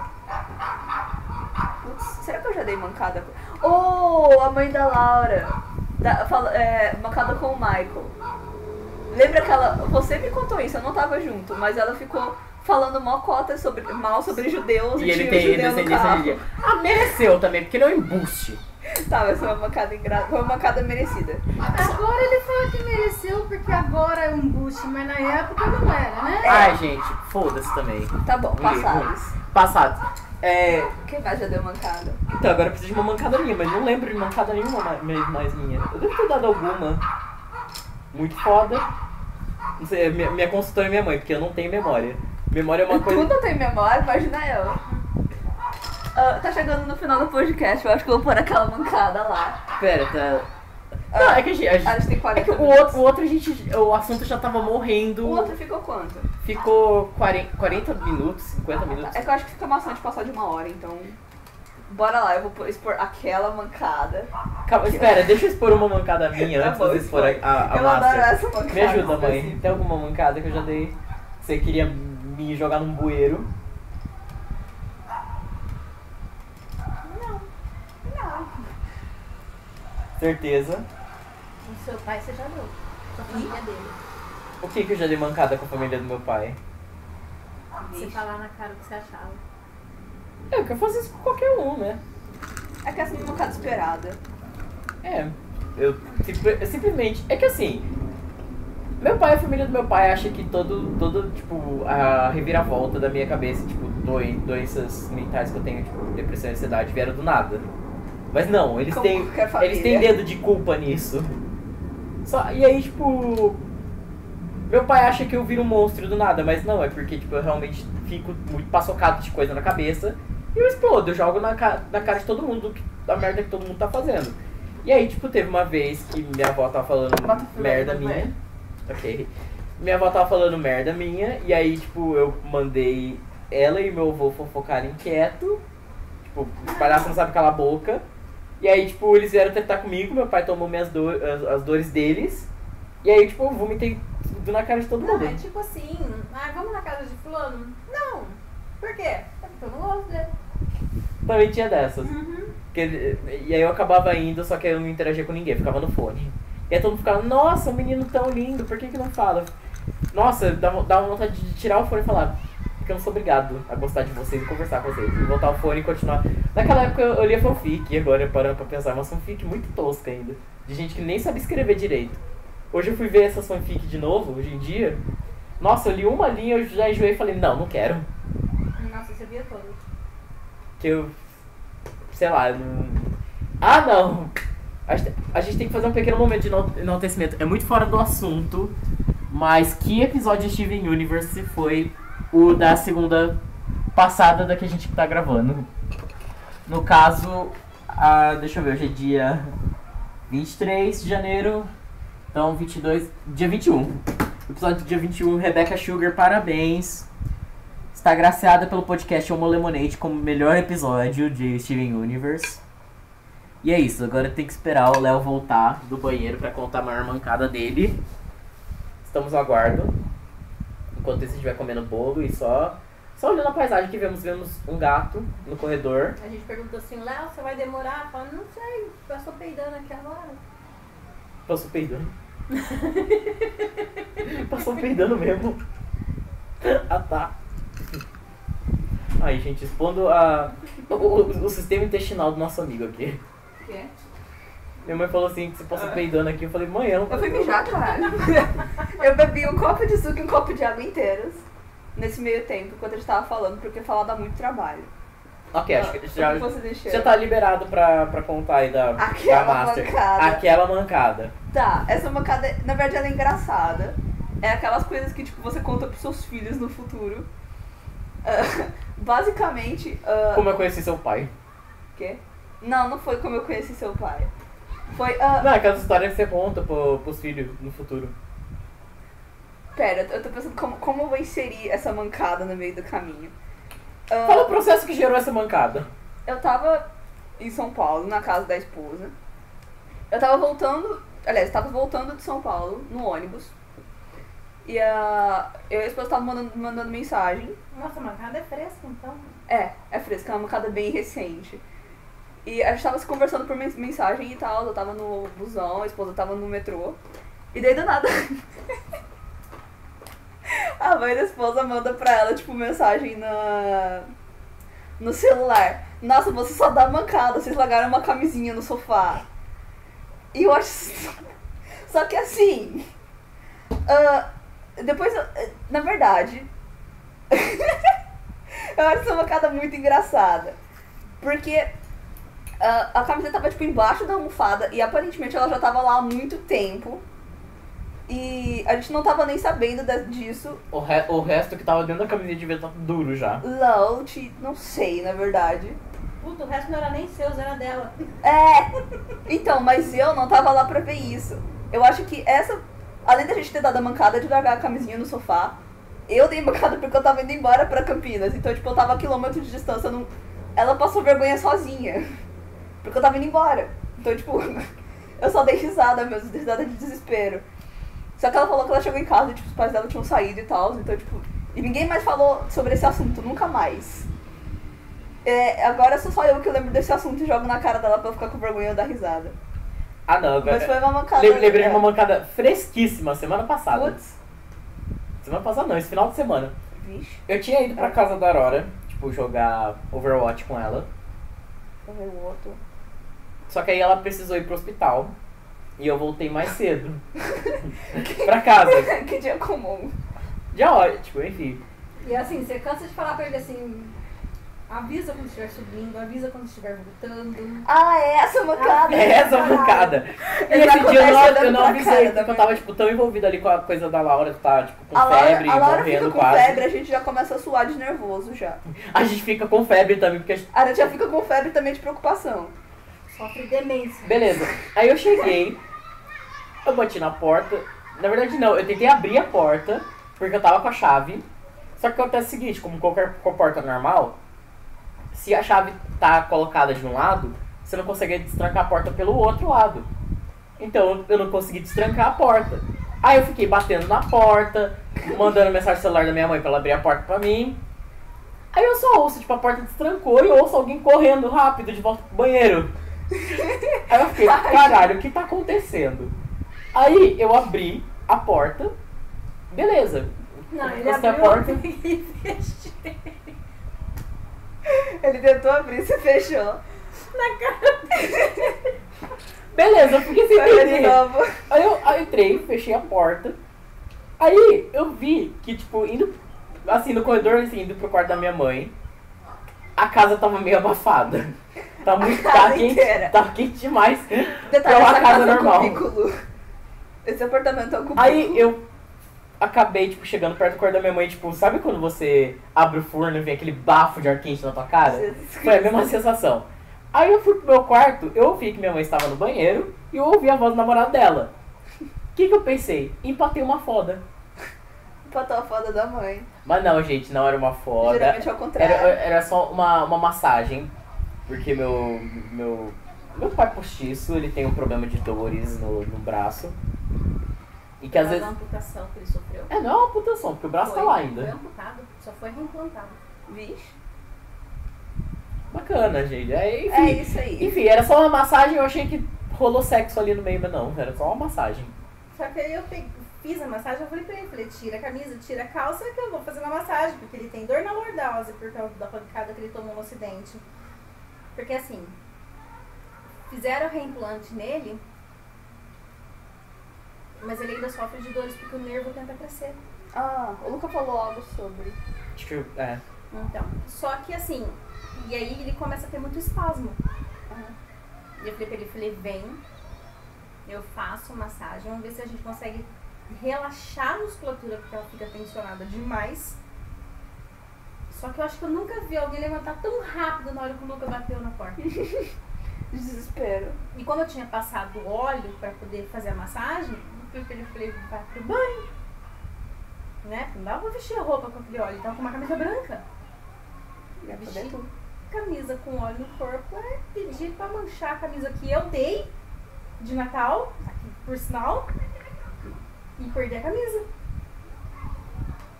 [SPEAKER 2] Putz, será que eu já dei mancada? com- Oh, a mãe da Laura. Da, fala- é, mancada com o Michael. Lembra que ela... Você me contou isso, eu não tava junto. Mas ela ficou falando mó cota sobre, mal sobre judeus.
[SPEAKER 1] E ele
[SPEAKER 2] tinha um
[SPEAKER 1] tem
[SPEAKER 2] judeu no
[SPEAKER 1] descendência
[SPEAKER 2] carro.
[SPEAKER 1] de Ah, mereceu também, porque ele é um embuste.
[SPEAKER 2] Tá, mas foi uma mancada, engra... foi uma mancada merecida.
[SPEAKER 3] Agora ele fala que mereceu porque agora é um boost, mas na época não era, né?
[SPEAKER 1] Ai, gente, foda-se também.
[SPEAKER 2] Tá bom,
[SPEAKER 1] Ruim,
[SPEAKER 2] passados.
[SPEAKER 1] Passado. É.
[SPEAKER 2] Quem mais já deu mancada?
[SPEAKER 1] Então, agora eu preciso de uma mancada minha, mas não lembro de mancada nenhuma ma- mais, mais minha. Eu devo ter dado alguma. Muito foda. Não sei, minha, minha consultora é minha mãe, porque eu não tenho memória. Memória é uma
[SPEAKER 2] Tudo
[SPEAKER 1] coisa.
[SPEAKER 2] eu tenho memória, imagina eu. Ah, tá chegando no final do podcast, eu acho que eu vou pôr aquela mancada lá.
[SPEAKER 1] Pera, tá. Não, é que a gente. a gente-
[SPEAKER 2] A gente tem
[SPEAKER 1] É
[SPEAKER 2] 40
[SPEAKER 1] que o
[SPEAKER 2] minutos.
[SPEAKER 1] outro, o outro a gente. O assunto já tava morrendo.
[SPEAKER 2] O outro ficou quanto?
[SPEAKER 1] Ficou 40, 40 minutos, 50 minutos.
[SPEAKER 2] É que eu acho que fica maçante passar de uma hora, então. Bora lá, eu vou pôr- expor aquela mancada.
[SPEAKER 1] Calma, espera, deixa eu expor uma mancada minha
[SPEAKER 2] Tá
[SPEAKER 1] antes
[SPEAKER 2] bom,
[SPEAKER 1] de expor a, Ah, a, a
[SPEAKER 2] eu adoro
[SPEAKER 1] massa.
[SPEAKER 2] essa mancada. assim.
[SPEAKER 1] Me ajuda, mãe.
[SPEAKER 2] específica.
[SPEAKER 1] Tem alguma mancada que eu já dei? Você queria me jogar num bueiro?
[SPEAKER 2] Não.
[SPEAKER 1] Certeza.
[SPEAKER 3] O seu pai você já deu. Sua família dele.
[SPEAKER 1] O que, que eu já dei mancada com a família do meu pai?
[SPEAKER 3] Você falar na cara o que você achava.
[SPEAKER 1] É, que eu faço isso com qualquer um, né?
[SPEAKER 2] É que essa é uma mancada esperada.
[SPEAKER 1] É. Eu, simp- eu simplesmente. É que assim. Meu pai, a família do meu pai, acha que todo, todo tipo, a reviravolta da minha cabeça, tipo, doi- doenças mentais que eu tenho, tipo, depressão e ansiedade, vieram do nada. Mas não, eles
[SPEAKER 2] Como
[SPEAKER 1] têm.
[SPEAKER 2] qualquer família.
[SPEAKER 1] Eles têm dedo de culpa nisso. Só, e aí, tipo. Meu pai acha que eu viro um monstro do nada, mas não, é porque tipo, eu realmente fico muito paçocado de coisa na cabeça e eu explodo, eu jogo na, ca- na cara de todo mundo que- da merda que todo mundo tá fazendo. E aí, tipo, teve uma vez que minha avó tava falando
[SPEAKER 2] Bota o filme
[SPEAKER 1] merda
[SPEAKER 2] aí,
[SPEAKER 1] minha.
[SPEAKER 2] vai.
[SPEAKER 1] Ok. Minha avó tava falando merda minha, e aí, tipo, eu mandei ela e meu avô fofocarem quieto. Tipo, os palhaços não sabem calar a boca. E aí, tipo, eles vieram tentar comigo, meu pai tomou minhas do as, as dores deles. E aí, tipo, eu vomitei tudo na cara de todo
[SPEAKER 4] Não,
[SPEAKER 1] mundo.
[SPEAKER 4] é tipo assim, ah, vamos na casa de fulano? Não. Por quê? É porque eu não gosto dele.
[SPEAKER 1] Também tinha dessas.
[SPEAKER 4] Uhum.
[SPEAKER 1] Porque- e aí eu acabava indo, só que eu não interagia com ninguém, ficava no fone. E aí todo mundo ficava, nossa, um menino tão lindo, por que que não fala? Nossa, dá, vo- dá vontade de tirar o fone e falar, porque eu não sou obrigado a gostar de vocês e conversar com vocês. E voltar o fone e continuar. Naquela época eu, eu lia fanfic, e agora parando pra pensar, é uma fanfic muito tosca ainda. De gente que nem sabe escrever direito. Hoje eu fui ver essas fanfic de novo, hoje em dia. Nossa, eu li uma linha, eu já enjoei e falei, não, não quero.
[SPEAKER 4] Nossa, eu sabia todo.
[SPEAKER 1] Que eu. Sei lá, eu não. Ah, não! A gente- A gente tem que fazer um pequeno momento de enal- enaltecimento. É muito fora do assunto, mas que episódio de Steven Universe foi o da segunda passada da que a gente tá gravando? No caso, a, deixa eu ver, hoje é dia 23 de janeiro, então 22, dia 21. Episódio do dia 21, Rebecca Sugar, parabéns. Está agraciada pelo podcast Homo Lemonade como melhor episódio de Steven Universe. E é isso, agora tem que esperar o Léo voltar do banheiro pra contar a maior mancada dele. Estamos no aguardo. Enquanto isso, a gente vai comendo bolo e só, só olhando a paisagem que vemos, vemos um gato no corredor.
[SPEAKER 4] A gente perguntou assim, Léo, você vai demorar? Fala, não sei, passou peidando aqui agora.
[SPEAKER 1] Passou peidando. Passou peidando mesmo. Ah tá. Aí, gente, expondo a, o, o- o sistema intestinal do nosso amigo aqui.
[SPEAKER 4] O quê?
[SPEAKER 1] Minha mãe falou assim, que você passa peidando aqui. Eu falei, mãe, eu não
[SPEAKER 2] Eu fui mijar, claro. eu bebi um copo de suco e um copo de água inteiros. Nesse meio tempo, enquanto a gente tava falando, porque falar dá muito trabalho.
[SPEAKER 1] Ok, acho que Ah, já,
[SPEAKER 2] Como você deixou?
[SPEAKER 1] já tá liberado pra, pra contar aí da,
[SPEAKER 2] Aquela
[SPEAKER 1] da Master.
[SPEAKER 2] mancada.
[SPEAKER 1] Aquela mancada.
[SPEAKER 2] Tá, essa mancada, na verdade, ela é engraçada. É aquelas coisas que, tipo, você conta pros seus filhos no futuro. Ah, basicamente... ah,
[SPEAKER 1] Como eu conheci seu pai.
[SPEAKER 2] quê? Não, não foi como eu conheci seu pai. Foi... ah,
[SPEAKER 1] Não, aquelas histórias que você conta pro, pros filhos no futuro.
[SPEAKER 2] pera, eu tô pensando como, como eu vou inserir essa mancada no meio do caminho. Ah,
[SPEAKER 1] Fala o processo que gerou essa mancada.
[SPEAKER 2] Eu tava em São Paulo, na casa da esposa. Eu tava voltando, aliás, eu tava voltando de São Paulo, no ônibus. E a, eu e a esposa tava mandando, mandando mensagem.
[SPEAKER 4] Nossa, mas cada é fresca, então.
[SPEAKER 2] É, é fresca, é uma mancada bem recente. E a gente tava se conversando por mens- mensagem e tal. Eu tava no busão, a esposa tava no metrô. E daí do nada. a mãe da esposa manda pra ela, tipo, mensagem na. No celular. Nossa, você só dá mancada, vocês largaram uma camisinha no sofá. E eu acho. Só que assim. ah, depois. eu- Na verdade. eu acho essa mancada muito engraçada. Porque ah, a camiseta tava, tipo, embaixo da almofada e aparentemente ela já tava lá há muito tempo. E a gente não tava nem sabendo da- disso.
[SPEAKER 1] O, re- o resto que tava dentro da camisinha devia estar duro já.
[SPEAKER 2] Lout, não sei, na verdade.
[SPEAKER 4] Puta, o resto não era nem seus, era dela.
[SPEAKER 2] É! Então, mas eu não tava lá pra ver isso. Eu acho que essa. Além da gente ter dado a mancada de largar a camisinha no sofá, eu dei mancada porque eu tava indo embora pra Campinas. Então, tipo, eu tava a quilômetro de distância. eu não- Ela passou vergonha sozinha. Porque eu tava indo embora. Então, tipo, eu só dei risada mesmo, dei risada de desespero. Só que ela falou que ela chegou em casa e, tipo, os pais dela tinham saído e tal. Então, tipo. E ninguém mais falou sobre esse assunto, nunca mais. É, agora sou só eu que lembro desse assunto e jogo na cara dela pra ela ficar com vergonha da risada.
[SPEAKER 1] Ah não, agora.
[SPEAKER 2] Mas foi uma mancada.
[SPEAKER 1] Lem- Lembrei de uma
[SPEAKER 2] mancada.
[SPEAKER 1] mancada fresquíssima semana passada.
[SPEAKER 2] Putz.
[SPEAKER 1] Semana passada não, esse final de semana.
[SPEAKER 2] Vixe,
[SPEAKER 1] Eu tinha ido pra casa da Aurora, tipo, jogar Overwatch com ela.
[SPEAKER 2] vou ver o outro.
[SPEAKER 1] Só que aí ela precisou ir pro hospital. E eu voltei mais cedo. pra casa.
[SPEAKER 2] que dia comum.
[SPEAKER 1] Já ó, tipo, enfim.
[SPEAKER 4] E assim, você cansa de falar pra ele assim, avisa quando estiver subindo, avisa quando estiver voltando.
[SPEAKER 2] Ah, é essa mancada.
[SPEAKER 1] É essa mancada. E
[SPEAKER 2] Ele tá
[SPEAKER 1] esse dia eu não,
[SPEAKER 2] acontece
[SPEAKER 1] eu não
[SPEAKER 2] olhando pra
[SPEAKER 1] avisei,
[SPEAKER 2] cara da
[SPEAKER 1] porque eu tava, tipo, tão envolvida ali com a coisa da Laura, que tá, tipo, com
[SPEAKER 2] A Laura,
[SPEAKER 1] febre,
[SPEAKER 2] a Laura
[SPEAKER 1] morrendo
[SPEAKER 2] fica com
[SPEAKER 1] quase.
[SPEAKER 2] febre, a gente já começa a suar de nervoso já.
[SPEAKER 1] A gente fica com febre também, porque a gente...
[SPEAKER 2] A gente já fica com febre também de preocupação.
[SPEAKER 4] Sofre demência.
[SPEAKER 1] Beleza. Aí eu cheguei, eu bati na porta. Na verdade não, eu tentei abrir a porta, porque eu tava com a chave. Só que acontece o seguinte, como qualquer porta normal, se a chave tá colocada de um lado, você não consegue destrancar a porta pelo outro lado. Então eu não consegui destrancar a porta. Aí eu fiquei batendo na porta, mandando mensagem no celular da minha mãe pra ela abrir a porta pra mim. Aí eu só ouço, tipo, a porta destrancou e eu ouço alguém correndo rápido de volta pro banheiro. Aí eu fiquei, caralho, o que tá acontecendo? Aí eu abri a porta, beleza.
[SPEAKER 4] Não, ele
[SPEAKER 1] Encostei a
[SPEAKER 4] abriu
[SPEAKER 1] porta.
[SPEAKER 4] e fechei
[SPEAKER 2] Ele tentou abrir, se fechou.
[SPEAKER 4] na cara.
[SPEAKER 1] Beleza, eu fiquei sem
[SPEAKER 2] Foi abrir de
[SPEAKER 1] entender.
[SPEAKER 2] novo.
[SPEAKER 1] Aí eu, aí eu entrei, fechei a porta. Aí eu vi que, tipo, indo assim no corredor, assim, indo pro quarto da minha mãe, a casa tava meio abafada. Tá muito
[SPEAKER 2] casa
[SPEAKER 1] tá quente,
[SPEAKER 2] inteira.
[SPEAKER 1] tá quente demais.
[SPEAKER 2] Detalhe,
[SPEAKER 1] É uma casa
[SPEAKER 2] essa casa é um
[SPEAKER 1] normal.
[SPEAKER 2] cubículo. Esse apartamento é um cubículo.
[SPEAKER 1] Aí eu acabei, tipo, chegando perto do quarto da minha mãe, tipo, sabe quando você abre o forno e vem aquele bafo de ar quente na tua cara?
[SPEAKER 2] Jesus
[SPEAKER 1] Foi a mesma sensação. Aí eu fui pro meu quarto, eu ouvi que minha mãe estava no banheiro e eu ouvi a voz do namorado dela. O que, que eu pensei? Empatei uma foda.
[SPEAKER 2] Empatou a foda da mãe.
[SPEAKER 1] Mas não, gente, não era uma foda.
[SPEAKER 2] Geralmente é o contrário.
[SPEAKER 1] Era, era só uma, uma massagem. Porque meu, meu. Meu pai postiço, ele tem um problema de dores no, no braço. E
[SPEAKER 2] Ah,
[SPEAKER 1] que
[SPEAKER 3] Ela
[SPEAKER 1] às
[SPEAKER 3] dá
[SPEAKER 1] vezes.
[SPEAKER 3] uma amputação que ele sofreu.
[SPEAKER 1] É, não é uma amputação, porque o braço tá
[SPEAKER 3] Foi-
[SPEAKER 1] lá
[SPEAKER 3] Foi
[SPEAKER 1] ainda.
[SPEAKER 3] amputado, só foi reimplantado.
[SPEAKER 2] Vixe.
[SPEAKER 1] Bacana, gente. É, enfim,
[SPEAKER 2] É isso aí.
[SPEAKER 1] enfim, era só uma massagem, eu achei que rolou sexo ali no meio, mas não, era só uma massagem.
[SPEAKER 4] Só que aí eu pe- fiz a massagem, eu falei pra ele, falei, tira a camisa, tira a calça que eu vou fazer uma massagem, porque ele tem dor na lordose por causa da pancada que ele tomou no acidente. Porque assim, fizeram o reimplante nele, mas ele ainda sofre de dores porque o nervo tenta crescer.
[SPEAKER 2] Ah, o Luca falou algo sobre.
[SPEAKER 1] Acho que eu- é.
[SPEAKER 4] Então, só que assim, e aí ele começa a ter muito espasmo. E eu falei pra ele, falei, vem, eu faço massagem, vamos ver se a gente consegue relaxar a musculatura, porque ela fica tensionada demais. Só que eu acho que eu nunca vi alguém levantar tão rápido na hora que o Luca bateu na porta.
[SPEAKER 2] Desespero.
[SPEAKER 4] E como eu tinha passado o óleo pra poder fazer a massagem, eu falei, falei, vai pro banho. Né? Não dá pra vestir a roupa com aquele óleo, tava com uma camisa branca.
[SPEAKER 2] Ia poder tudo.
[SPEAKER 4] camisa com óleo no corpo é pedir pra manchar a camisa que eu dei de Natal, aqui, por sinal, e perder a camisa.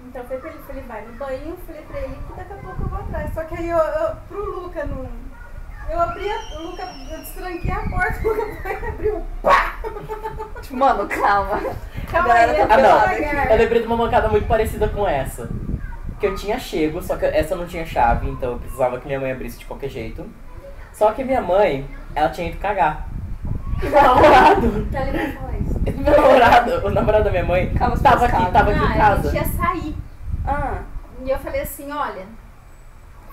[SPEAKER 4] Então eu falei pra ele, falei, vai no banho, eu falei pra ele que daqui a pouco eu vou atrás. Só que aí eu, eu- pro Luca não. Eu abri a. O Luca, eu destranquei a porta, o Luca foi e abriu. Pá!
[SPEAKER 2] Tipo, Mano, calma.
[SPEAKER 4] Calma
[SPEAKER 2] Galera,
[SPEAKER 4] aí,
[SPEAKER 2] tá
[SPEAKER 4] eu
[SPEAKER 1] Ah, não.
[SPEAKER 4] vou devagar.
[SPEAKER 1] Eu lembrei de uma mancada muito parecida com essa. Que eu tinha chego, só que essa não tinha chave, então eu precisava que minha mãe abrisse de qualquer jeito. Só que minha mãe, ela tinha ido cagar. E meu namorado,
[SPEAKER 4] Tá, ele vai falar isso.
[SPEAKER 1] meu namorado, o namorado da minha mãe,
[SPEAKER 2] Calma,
[SPEAKER 1] tava
[SPEAKER 2] calma.
[SPEAKER 1] aqui, tava aqui em
[SPEAKER 4] Ah, a gente
[SPEAKER 1] casa.
[SPEAKER 4] ia sair.
[SPEAKER 2] Ah,
[SPEAKER 4] E eu falei assim, olha,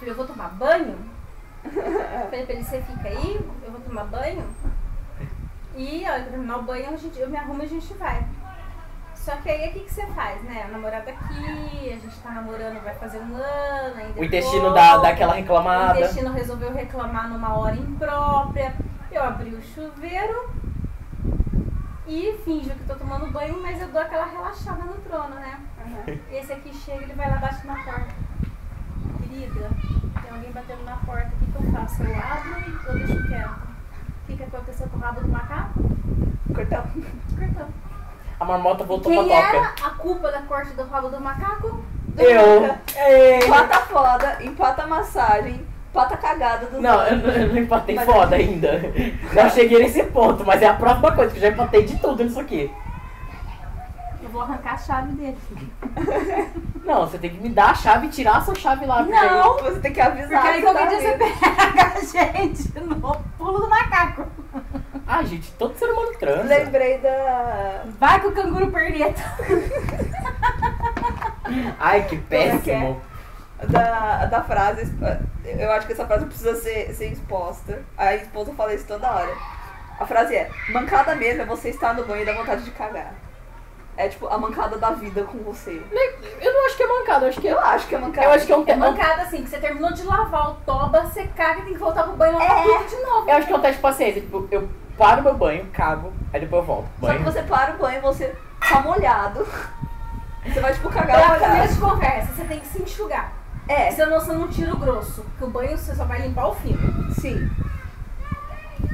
[SPEAKER 4] filho, eu vou tomar banho. Eu falei pra ele, você fica aí, eu vou tomar banho. E a hora que eu terminar o banho, a gente, eu me arrumo e a gente vai. Só que aí o que, que você faz, né? O namorado aqui, a gente tá namorando, vai fazer um ano, ainda.
[SPEAKER 1] O intestino dá, dá aquela
[SPEAKER 4] O
[SPEAKER 1] reclamada.
[SPEAKER 4] intestino resolveu reclamar numa hora imprópria. Eu abri o chuveiro e finjo que tô tomando banho, mas eu dou aquela relaxada no trono, né? Esse aqui chega, ele vai lá, bate na porta. Querida, tem alguém batendo na porta, o que, que eu faço? Eu abro ou deixo quieto? O que, que aconteceu com o rabo do macaco?
[SPEAKER 2] cortão.
[SPEAKER 4] Cortou.
[SPEAKER 1] A marmota voltou pra
[SPEAKER 4] Quem era
[SPEAKER 1] toca.
[SPEAKER 4] a culpa da corte do rabo do macaco?
[SPEAKER 1] Eu. Ei.
[SPEAKER 2] Empata foda, empata massagem, empata cagada do
[SPEAKER 1] Não, eu, não- eu não empatei
[SPEAKER 2] Mas-
[SPEAKER 4] é
[SPEAKER 1] foda ainda. Não cheguei nesse ponto, mas é a próxima coisa que eu já empatei de tudo nisso aqui.
[SPEAKER 4] Eu vou arrancar a chave dele.
[SPEAKER 1] Não, você tem que me dar a chave e tirar a sua chave lá. porque aí-
[SPEAKER 2] Não, você tem que avisar.
[SPEAKER 4] Porque aí
[SPEAKER 2] que tá
[SPEAKER 4] qualquer dia você
[SPEAKER 2] vindo.
[SPEAKER 4] pega a gente no pulo do macaco.
[SPEAKER 1] Ah, gente, todo ser humano transa.
[SPEAKER 2] Lembrei da.
[SPEAKER 4] Vai com o canguru perneta.
[SPEAKER 1] Ai, é que péssimo.
[SPEAKER 2] péssimo. Da, da frase. Eu acho que essa frase precisa ser, ser exposta. A esposa fala isso toda hora. A frase é: mancada mesmo é você estar no banho e dar vontade de cagar. É tipo a mancada da vida com você.
[SPEAKER 1] Eu não acho que é mancada, eu acho que é.
[SPEAKER 2] Eu acho que é mancada.
[SPEAKER 1] Eu acho que é um
[SPEAKER 4] É
[SPEAKER 1] teste.
[SPEAKER 4] mancada assim, que você terminou de lavar o toba, você caga e tem que voltar pro banho e lavar tudo de novo.
[SPEAKER 1] Eu acho que é um teste de paciência. Tipo, eu paro meu banho, cago, aí depois eu volto.
[SPEAKER 2] Só que
[SPEAKER 1] Banho.
[SPEAKER 2] você para o banho e você tá molhado. Você vai tipo cagar
[SPEAKER 4] Pra
[SPEAKER 2] molhado.
[SPEAKER 4] começo de conversa, você tem que se enxugar.
[SPEAKER 2] É,
[SPEAKER 4] Essa noção não tira o grosso, que o banho você só vai limpar o fino.
[SPEAKER 1] é
[SPEAKER 2] sim.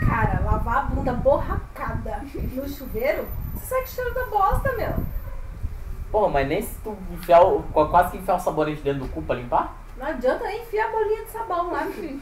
[SPEAKER 4] Cara, lavar a bunda borracada no chuveiro, você sai com cheiro da bosta, meu.
[SPEAKER 1] Pô, mas nem se tu enfiar o, qu- quase que enfiar o sabonete dentro do cu pra limpar?
[SPEAKER 4] Não adianta nem enfiar a bolinha de sabão lá, filho.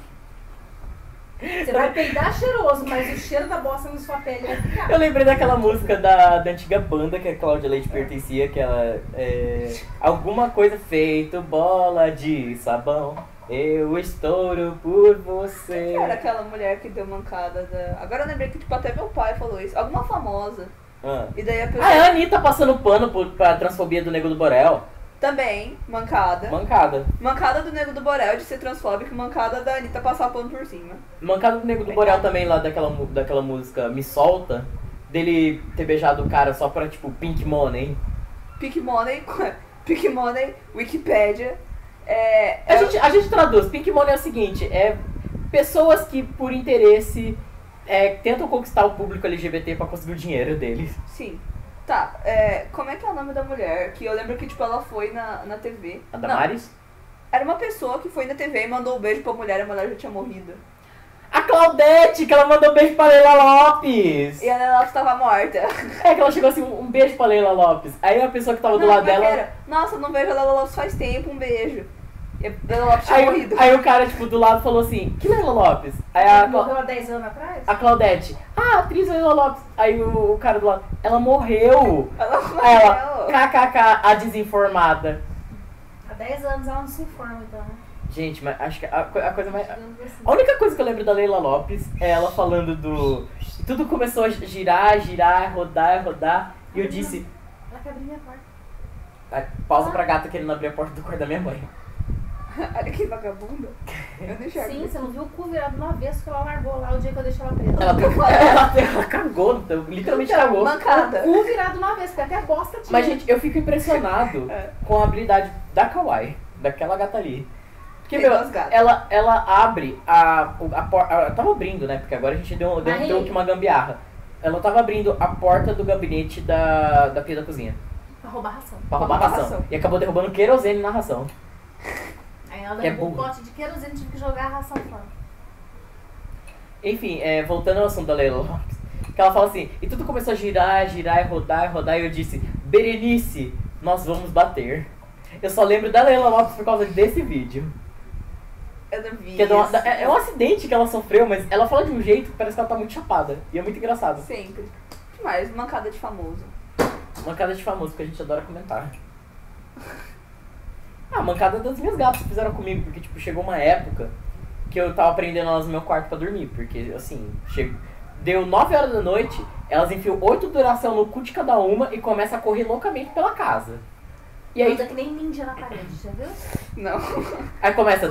[SPEAKER 4] Você vai peidar cheiroso, mas o cheiro da bosta na sua pele vai ficar.
[SPEAKER 1] Eu lembrei daquela música da, da antiga banda que a Cláudia Leite pertencia, que ela é. Alguma coisa feito, bola de sabão. Eu estouro por você.
[SPEAKER 2] Era aquela mulher que deu mancada da. Agora eu lembrei que tipo, até meu pai falou isso. Alguma famosa.
[SPEAKER 1] Ah.
[SPEAKER 2] E daí a pessoa
[SPEAKER 1] Ah, é a Anitta passando pano por, pra transfobia do Nego do Borel.
[SPEAKER 2] também, mancada.
[SPEAKER 1] Mancada.
[SPEAKER 2] Mancada do Nego do Borel de ser transfóbico, mancada da Anitta passar pano por cima.
[SPEAKER 1] Mancada do Nego do Borel também, lá daquela, mu- daquela música Me Solta. Dele ter beijado o cara só pra, tipo, Pink Money.
[SPEAKER 2] Pick Money, Pick Money, Wikipédia. É,
[SPEAKER 1] A,
[SPEAKER 2] é-
[SPEAKER 1] gente, a gente traduz. Pink Money é o seguinte, é pessoas que, por interesse, é, tentam conquistar o público LGBT pra conseguir o dinheiro deles.
[SPEAKER 2] Sim. Tá, é, como é que é o nome da mulher? Que eu lembro que, tipo, ela foi na, na TV.
[SPEAKER 1] A
[SPEAKER 2] Não,
[SPEAKER 1] Damaris?
[SPEAKER 2] era uma pessoa que foi na TV e mandou um beijo pra mulher e a mulher já tinha morrido.
[SPEAKER 1] A Claudete, que ela mandou um beijo pra Leila Lopes.
[SPEAKER 2] E ela, ela estava morta.
[SPEAKER 1] É que ela chegou assim, um, um beijo pra Leila Lopes. Aí a pessoa que tava do
[SPEAKER 2] Não,
[SPEAKER 1] lado
[SPEAKER 2] como é que
[SPEAKER 1] dela...
[SPEAKER 2] era? Nossa, não vejo a Lela Lopes faz tempo, um beijo. E a Lela Lopes tinha
[SPEAKER 1] Aí,
[SPEAKER 2] morrido.
[SPEAKER 1] aí o cara, tipo, do lado falou assim, que Leila Lopes? Aí a,
[SPEAKER 4] Ela
[SPEAKER 1] Cla-
[SPEAKER 4] morreu há 10 anos atrás?
[SPEAKER 1] a Claudete, ah, atriz Leila Lopes. Aí o, o cara do lado, ela morreu.
[SPEAKER 2] Ela
[SPEAKER 1] Aí ela,
[SPEAKER 2] morreu.
[SPEAKER 1] kkk, a desinformada.
[SPEAKER 4] Há 10 anos ela não se informa, então, né?
[SPEAKER 1] Gente, mas acho que a, co- a coisa mais...
[SPEAKER 4] Digamos assim.
[SPEAKER 1] A única coisa que eu lembro da Leila Lopes é ela falando do... Tudo começou a girar, girar, rodar, rodar. E eu disse,
[SPEAKER 4] Ela quer abrir minha porta.
[SPEAKER 1] "Ah, pausa pra gata querendo abrir a porta do quarto da minha mãe.
[SPEAKER 2] Olha que vagabunda. Eu não enxergo.
[SPEAKER 4] Sim, você não viu o cu virado uma vez que ela largou lá o dia que eu deixei ela presa.
[SPEAKER 1] Ela, ela, ela cagou, literalmente cagou.
[SPEAKER 2] Então, Mancada.
[SPEAKER 4] O cu virado uma vez, porque até bosta tinha.
[SPEAKER 1] Mas, gente, eu fico impressionado
[SPEAKER 2] É.
[SPEAKER 1] com a habilidade da Kawaii, daquela gata ali. Porque,
[SPEAKER 2] Tem
[SPEAKER 1] meu,
[SPEAKER 2] duas gatas.
[SPEAKER 1] ela, ela abre a, o- a porta. Eu tava abrindo, né? Porque agora a gente deu, deu,
[SPEAKER 4] Aí.
[SPEAKER 1] deu aqui uma gambiarra. Ela tava abrindo a porta do gabinete da, da pia da cozinha
[SPEAKER 4] Pra roubar ração.
[SPEAKER 1] pra roubar
[SPEAKER 2] Roubar
[SPEAKER 1] ração.
[SPEAKER 2] ração.
[SPEAKER 1] E acabou derrubando querosene na ração.
[SPEAKER 4] Aí ela
[SPEAKER 1] É
[SPEAKER 4] levou um
[SPEAKER 1] burra.
[SPEAKER 4] pote de querosene, tive que jogar a ração fora.
[SPEAKER 1] Enfim, é, voltando ao assunto da Leila Lopes, que ela fala assim: e tudo começou a girar, girar, e rodar, e rodar. E eu disse: Berenice, nós vamos bater. Eu só lembro da Leila Lopes por causa desse vídeo.
[SPEAKER 2] Eu não vi.
[SPEAKER 1] Que é, de uma-
[SPEAKER 2] isso.
[SPEAKER 1] é- é um acidente que ela sofreu, mas ela fala de um jeito que parece que ela tá muito chapada. E é muito engraçado.
[SPEAKER 2] Sempre. O que mais? Mancada de famoso.
[SPEAKER 1] Mancada de famoso, que a gente adora comentar. Ah, mancada das minhas gatas que fizeram comigo, porque tipo, chegou uma época que eu tava prendendo elas no meu quarto pra dormir. Porque, assim, chego... deu 9 horas da noite, elas enfiam 8 duração no cu de cada uma e começa a correr loucamente pela casa. E aí,
[SPEAKER 4] Anda que nem ninja na parede, já viu?
[SPEAKER 2] Não.
[SPEAKER 1] aí começa.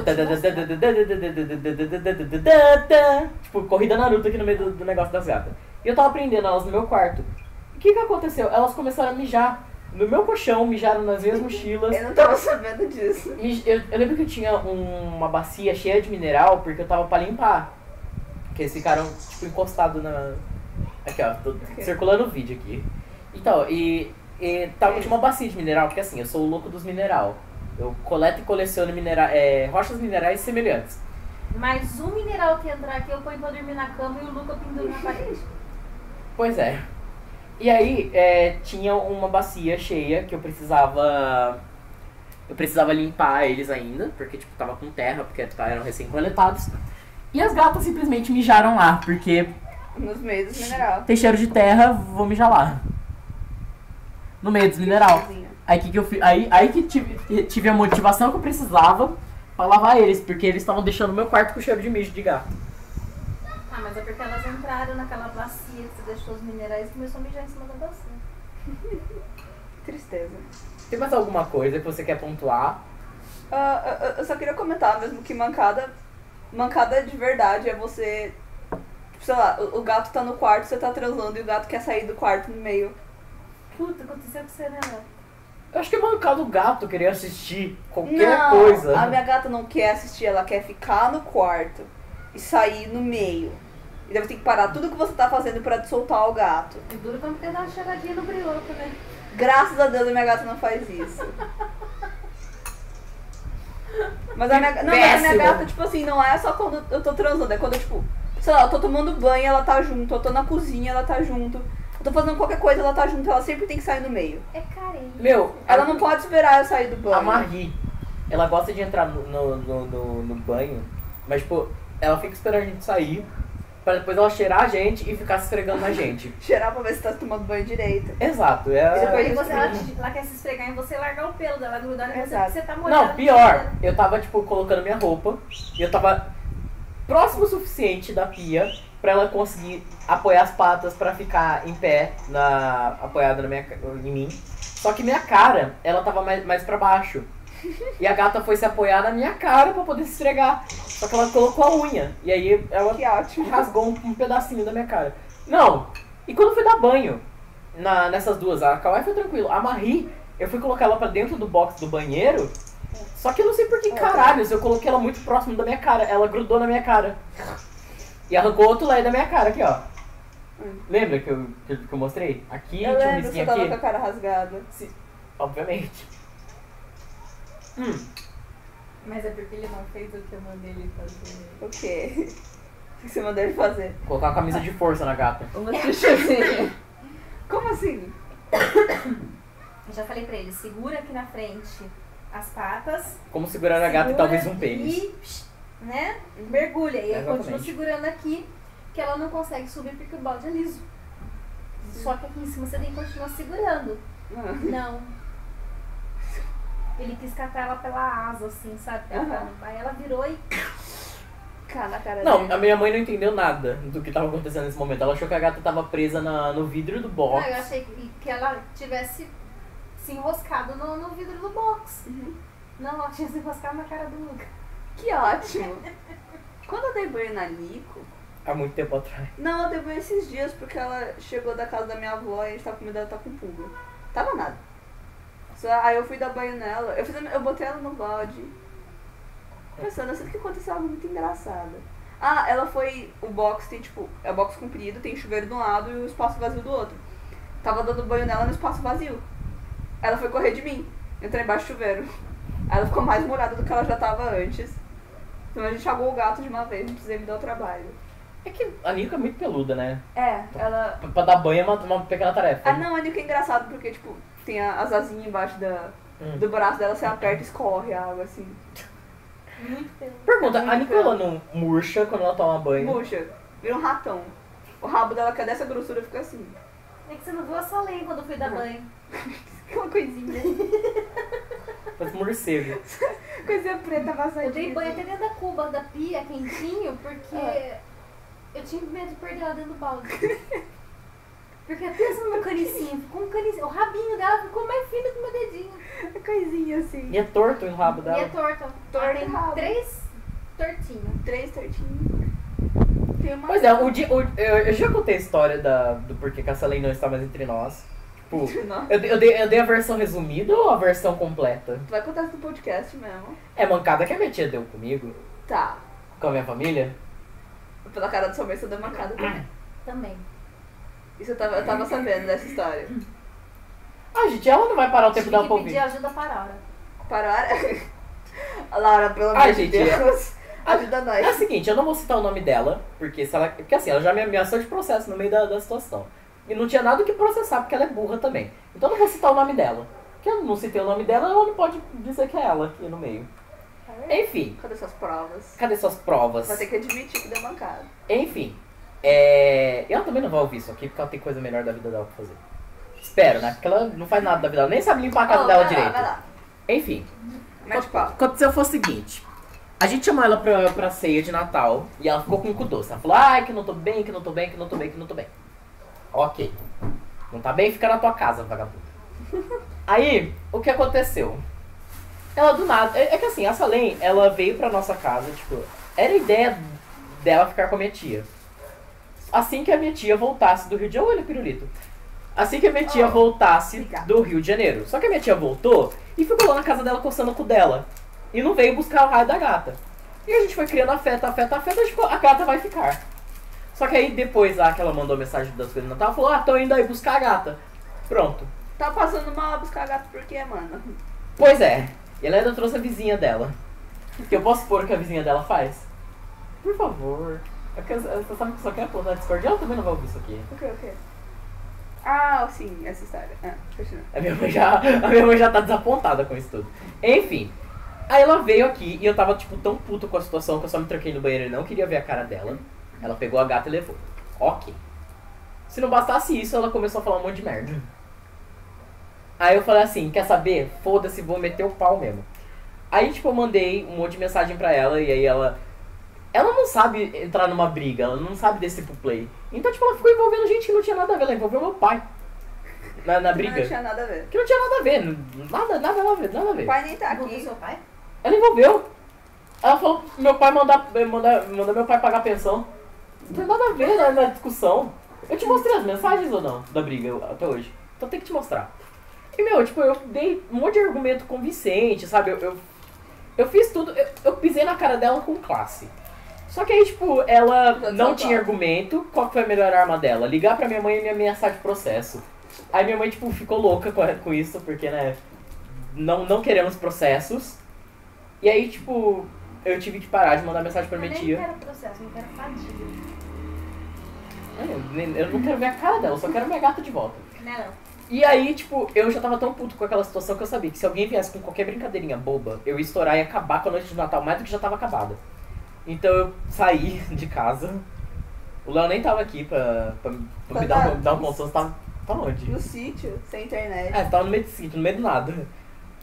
[SPEAKER 1] Tipo, corrida Naruto aqui no meio do, do negócio das gatas. E eu tava prendendo elas no meu quarto. E o que que aconteceu? Elas começaram a mijar no meu colchão, mijaram nas minhas mochilas.
[SPEAKER 2] Eu não tava sabendo disso.
[SPEAKER 1] Mij- Eu, eu lembro que eu tinha um- uma bacia cheia de mineral porque eu tava pra limpar. Porque eles ficaram, tipo, encostados na. Aqui, ó, tô circulando o vídeo aqui. Então, e, e tava, tinha uma bacia de mineral, porque assim, eu sou o louco dos mineral. Eu coleto e coleciono minera é, rochas minerais semelhantes.
[SPEAKER 4] Mas um mineral que entrar aqui eu ponho pra dormir na cama e o Luca pendura na parede.
[SPEAKER 1] Pois é. E aí, é, tinha uma bacia cheia que eu precisava. Eu precisava limpar eles ainda, porque tipo, tava com terra, porque tá- eram recém-coletados. E as gatas simplesmente mijaram lá, porque
[SPEAKER 2] Nos meios dos mineral.
[SPEAKER 1] tem cheiro de terra, vou mijar lá. No meio dos mineral. Aí que, que eu fi- aí, aí que tive, tive a motivação que eu precisava pra lavar eles, porque eles estavam deixando meu quarto com cheiro de mijo de gato.
[SPEAKER 4] Ah, mas é porque elas entraram naquela bacia que você deixou os minerais e começou a mijar em cima da bacia.
[SPEAKER 2] Tristeza.
[SPEAKER 1] Tem mais alguma coisa que você quer pontuar?
[SPEAKER 2] Ah, eu- eu- eu só queria comentar mesmo que mancada. Mancada de verdade é você. Sei lá, o, o gato tá no quarto, você tá transando e o gato quer sair do quarto no meio.
[SPEAKER 4] Puta, aconteceu com você, né, Léo?
[SPEAKER 1] Eu acho que é mancado o gato querer assistir qualquer
[SPEAKER 2] não,
[SPEAKER 1] coisa.
[SPEAKER 2] A minha gata não quer assistir, ela quer ficar no quarto e sair no meio. E deve ter que parar tudo que você tá fazendo pra soltar o gato.
[SPEAKER 4] E É duro quando quer dar uma chegadinha no brioco, né?
[SPEAKER 2] Graças a Deus a minha gata não faz isso. Mas a minha, não, mas a minha
[SPEAKER 1] Péssimo.
[SPEAKER 2] gata, tipo assim, não é só quando eu tô transando, é quando, tipo, sei lá, eu tô tomando banho, ela tá junto, eu tô na cozinha, ela tá junto, eu tô fazendo qualquer coisa, ela tá junto, ela sempre tem que sair no meio.
[SPEAKER 4] É carente.
[SPEAKER 1] Meu,
[SPEAKER 2] Ela não pode esperar eu sair do banho.
[SPEAKER 1] A Marie, ela gosta de entrar no, no, no, no- no banho, mas tipo, ela fica esperando a gente sair, pra depois ela cheirar a gente e ficar se esfregando na gente.
[SPEAKER 2] Cheirar pra ver se tá tomando banho direito.
[SPEAKER 1] Exato,
[SPEAKER 2] Isso
[SPEAKER 1] é.
[SPEAKER 2] foi-
[SPEAKER 4] Aí você, ela, te- ela quer se esfregar em você, largar o pelo dela, grudar em você,
[SPEAKER 2] Exato.
[SPEAKER 4] porque você tá molhado.
[SPEAKER 1] Não, pior, eu tava tipo colocando minha roupa e eu tava próximo o suficiente da pia pra ela conseguir apoiar as patas pra ficar em pé, na, apoiada na minha, ca- em mim. Só que minha cara, ela tava mais, mais pra baixo. E a gata foi se apoiar na minha cara pra poder se esfregar. Só que ela colocou a unha. E aí ela
[SPEAKER 2] Que ótimo.
[SPEAKER 1] rasgou um, um pedacinho da minha cara. Não, e quando eu fui dar banho na, nessas duas, a Kawaii foi tranquilo. A Marie, eu fui colocar ela pra dentro do box do banheiro, só que eu não sei por que
[SPEAKER 2] É.
[SPEAKER 1] caralhos, eu coloquei ela muito próximo da minha cara. Ela grudou na minha cara. E arrancou outro lado da minha cara aqui, ó.
[SPEAKER 2] Hum.
[SPEAKER 1] Lembra que eu, que, eu- que eu mostrei? Aqui,
[SPEAKER 2] Eu
[SPEAKER 1] tinha um
[SPEAKER 2] lembro, você
[SPEAKER 1] risquinho
[SPEAKER 2] tava com
[SPEAKER 1] aqui.
[SPEAKER 2] a cara rasgada.
[SPEAKER 1] Obviamente. Hum,
[SPEAKER 5] Mas é porque ele não fez o que eu mandei ele fazer.
[SPEAKER 2] O quê? O que você mandou ele fazer?
[SPEAKER 1] colocar a camisa de força na gata.
[SPEAKER 5] Você chozinha.
[SPEAKER 2] Como assim?
[SPEAKER 4] Eu já falei pra ele, segura aqui na frente as patas.
[SPEAKER 1] Como segurar a gata e
[SPEAKER 4] segura
[SPEAKER 1] talvez um
[SPEAKER 4] aqui,
[SPEAKER 1] pênis.
[SPEAKER 4] psh, né? Mergulha. E aí continua
[SPEAKER 1] Exatamente.
[SPEAKER 4] segurando aqui, que ela não consegue subir porque o balde é liso. Só que aqui em cima você tem que continuar segurando.
[SPEAKER 2] Ah,
[SPEAKER 4] Não. Ele quis catar ela pela asa, assim, sabe? Pra ela não- Aí ela virou e
[SPEAKER 2] Cara na cara
[SPEAKER 1] Não,
[SPEAKER 2] dele.
[SPEAKER 1] a minha mãe não entendeu nada do que tava acontecendo nesse momento. Ela achou que a gata tava presa na- no vidro do box.
[SPEAKER 4] Não, Ah, eu achei que, que ela tivesse se enroscado no, no vidro do box. Não, ela tinha se enroscado na cara do Luca.
[SPEAKER 2] Que ótimo. Quando eu dei banho na Nico,
[SPEAKER 1] Há muito tempo atrás.
[SPEAKER 2] Não, eu dei banho esses dias porque ela chegou da casa da minha avó e a gente tava com medo dela tá com pulga. Tava nada. Só, aí eu fui dar banho nela, eu, fiz, a- eu botei ela no balde. Pensando, eu sinto que aconteceu algo muito engraçado. Ah, ela foi. O box tem tipo. É o box comprido, tem chuveiro de um lado e o espaço vazio do outro. Tava dando banho nela no espaço vazio. Ela foi correr de mim. Entrei embaixo do chuveiro. Aí Ela ficou mais molhada do que ela já tava antes. Então a gente chagou o gato de uma vez, não precisei me dar o trabalho.
[SPEAKER 1] É que a Nico é muito peluda, né?
[SPEAKER 2] É, ela.
[SPEAKER 1] Pra, pra dar banho é uma, uma pequena tarefa.
[SPEAKER 2] Ah, não, a Nico é engraçado porque, tipo, tem a- as asinhas embaixo da,
[SPEAKER 1] Hum.
[SPEAKER 2] do braço dela, você aperta e escorre a água, assim.
[SPEAKER 4] Muito pelo.
[SPEAKER 1] Pergunta, a Nico ela não murcha quando ela toma banho?
[SPEAKER 2] Murcha, vira um ratão. O rabo dela, que é dessa grossura, fica assim.
[SPEAKER 4] É que você não viu a Salem quando eu fui dar banho.
[SPEAKER 2] Que uma coisinha.
[SPEAKER 1] Parece um morcego.
[SPEAKER 2] Coisinha preta vazadinha. assim.
[SPEAKER 4] Eu dei banho até dentro da cuba, da pia, quentinho, porque eu tinha medo de perder ela dentro do balde. Porque pensa no meu canicinho, ficou um canicinho. O rabinho dela ficou mais fino que o meu dedinho.
[SPEAKER 2] Uma coisinha assim.
[SPEAKER 1] E é torto o rabo
[SPEAKER 4] E é
[SPEAKER 1] dela.
[SPEAKER 4] torta.
[SPEAKER 2] Torta
[SPEAKER 4] Ela
[SPEAKER 2] e rabo.
[SPEAKER 4] tem três tortinhos.
[SPEAKER 2] Três tortinhos. Tem uma.
[SPEAKER 1] Pois é, o dia, o- eu, eu já contei a história da, do porquê que a Salem não está mais entre nós. Tipo,
[SPEAKER 2] Nossa,
[SPEAKER 1] eu, dei- eu dei, eu dei a versão resumida ou a versão completa?
[SPEAKER 2] tu vai contar isso no podcast mesmo.
[SPEAKER 1] É mancada que a minha tia deu comigo,
[SPEAKER 2] Tá.
[SPEAKER 1] com a minha família.
[SPEAKER 2] Pela cara do seu mês, eu dei uma cara também.
[SPEAKER 4] Também.
[SPEAKER 2] Isso eu tava, eu tava sabendo dessa história.
[SPEAKER 1] Ah, gente, ela não vai parar o tempo um
[SPEAKER 4] Tive
[SPEAKER 1] dela pra
[SPEAKER 4] que
[SPEAKER 1] ouvir.
[SPEAKER 4] pedir ajuda para a Aura.
[SPEAKER 2] Parar. Laura, pelo
[SPEAKER 1] Ai,
[SPEAKER 2] amor de
[SPEAKER 1] gente, é-
[SPEAKER 2] Deus. Ajuda nós.
[SPEAKER 1] É o seguinte, eu não vou citar o nome dela, porque se ela. Porque assim, ela já me ameaçou de processo no meio da, da situação. E não tinha nada o que processar, porque ela é burra também. Então eu não vou citar o nome dela. Porque eu não citei o nome dela, ela não pode dizer que é ela aqui no meio. Enfim,
[SPEAKER 2] Cadê suas provas?
[SPEAKER 1] cadê suas provas?
[SPEAKER 2] Vai ter que admitir que deu mancada.
[SPEAKER 1] Enfim. É... Ela também não vai ouvir isso aqui, porque ela tem coisa melhor da vida dela pra fazer. Espero, né? Porque ela não faz nada da vida dela, nem sabe limpar a casa
[SPEAKER 2] Ô,
[SPEAKER 1] dela
[SPEAKER 2] vai
[SPEAKER 1] direito.
[SPEAKER 2] Lá, vai lá.
[SPEAKER 1] Enfim.
[SPEAKER 2] Mete pau.
[SPEAKER 1] O que aconteceu foi o seguinte. A gente chamou ela pra, pra ceia de Natal e ela ficou com o cu doce. Ela falou, ai, que não tô bem, que não tô bem, que não tô bem, que não tô bem. Ok. Não tá bem? Fica na tua casa, vagabundo. Aí, o que aconteceu? Ela do nada... É, é que assim, a Salem, ela veio pra nossa casa, tipo... Era a ideia dela ficar com a minha tia. Assim que a minha tia voltasse do Rio de Janeiro... Olha o pirulito. Assim que a minha tia
[SPEAKER 2] Oh,
[SPEAKER 1] voltasse
[SPEAKER 2] obrigada.
[SPEAKER 1] do Rio de Janeiro. Só que a minha tia voltou e ficou lá na casa dela coçando o cu dela. E não veio buscar o raio da gata. E a gente foi criando afeto, afeto, afeto, a gente falou, a gata vai ficar. Só que aí depois lá que ela mandou mensagem das coisas do Natal, ela falou, ah, tô indo aí buscar a gata. Pronto.
[SPEAKER 2] é? Tá passando mal a buscar gato por quê, mano?
[SPEAKER 1] Pois é. E ela ainda trouxe a vizinha dela. Que eu posso pôr o que a vizinha dela faz? Por favor. É porque você sabe que é só quer pôr na Discord. Ela também não vai ouvir isso aqui.
[SPEAKER 2] O que, o que? Ah, sim, essa história. Ah, continua.
[SPEAKER 1] A minha mãe já, a minha mãe já tá desapontada com isso tudo. Enfim. Aí ela veio aqui e eu tava, tipo, tão puto com a situação que eu só me tranquei no banheiro e não queria ver a cara dela. Ela pegou a gata e levou. Ok. Se não bastasse isso, ela começou a falar um monte de merda. Aí eu falei assim, quer saber? Foda-se, vou meter o pau mesmo. Aí, tipo, eu mandei um monte de mensagem pra ela e aí ela... Ela não sabe entrar numa briga, ela não sabe desse tipo play. Então, tipo, ela ficou envolvendo gente que não tinha nada a ver, ela envolveu meu pai. Na, na briga.
[SPEAKER 2] Não tinha nada a É. ver.
[SPEAKER 1] Que não tinha nada a ver, nada, nada, nada a ver, nada a ver.
[SPEAKER 2] O pai nem tá
[SPEAKER 5] Envolveu
[SPEAKER 2] aqui.
[SPEAKER 5] seu pai?
[SPEAKER 1] Ela envolveu. Ela falou pro meu pai mandar, mandar, mandar meu pai pagar pensão. Não tem nada a ver na, na discussão. Eu te mostrei as mensagens ou não da briga eu- até hoje? Então tem que te mostrar. E meu, tipo, eu dei um monte de argumento convincente, sabe? Eu, eu, eu fiz tudo, eu, eu pisei na cara dela com classe. Só que aí, tipo, ela
[SPEAKER 2] Já
[SPEAKER 1] não
[SPEAKER 2] desabafo.
[SPEAKER 1] tinha argumento. Qual que foi a melhor arma dela? Ligar pra minha mãe e me ameaçar de processo. Aí minha mãe, tipo, ficou louca com, com isso, porque, né, não, não queremos processos. E aí, tipo, eu tive que parar de mandar mensagem pra
[SPEAKER 5] Eu
[SPEAKER 1] minha
[SPEAKER 5] nem
[SPEAKER 1] tia.
[SPEAKER 5] quero processo, não quero fadiga.
[SPEAKER 1] Eu, nem- eu não quero ver a cara dela, eu só quero minha gata de volta.
[SPEAKER 4] Né,
[SPEAKER 5] Não.
[SPEAKER 1] E aí, tipo, eu já tava tão puto com aquela situação que eu sabia que se alguém viesse com qualquer brincadeirinha boba, eu ia estourar e acabar com a noite de Natal mais do que já tava acabada. Então eu saí de casa. O Léo nem tava aqui pra, pra, pra me
[SPEAKER 2] Tá
[SPEAKER 1] dar, um-
[SPEAKER 2] lá.
[SPEAKER 1] dar um consolo. Você Tá, tá onde?
[SPEAKER 2] No sítio, sem internet.
[SPEAKER 1] É, tava no meio do sítio, no meio do nada.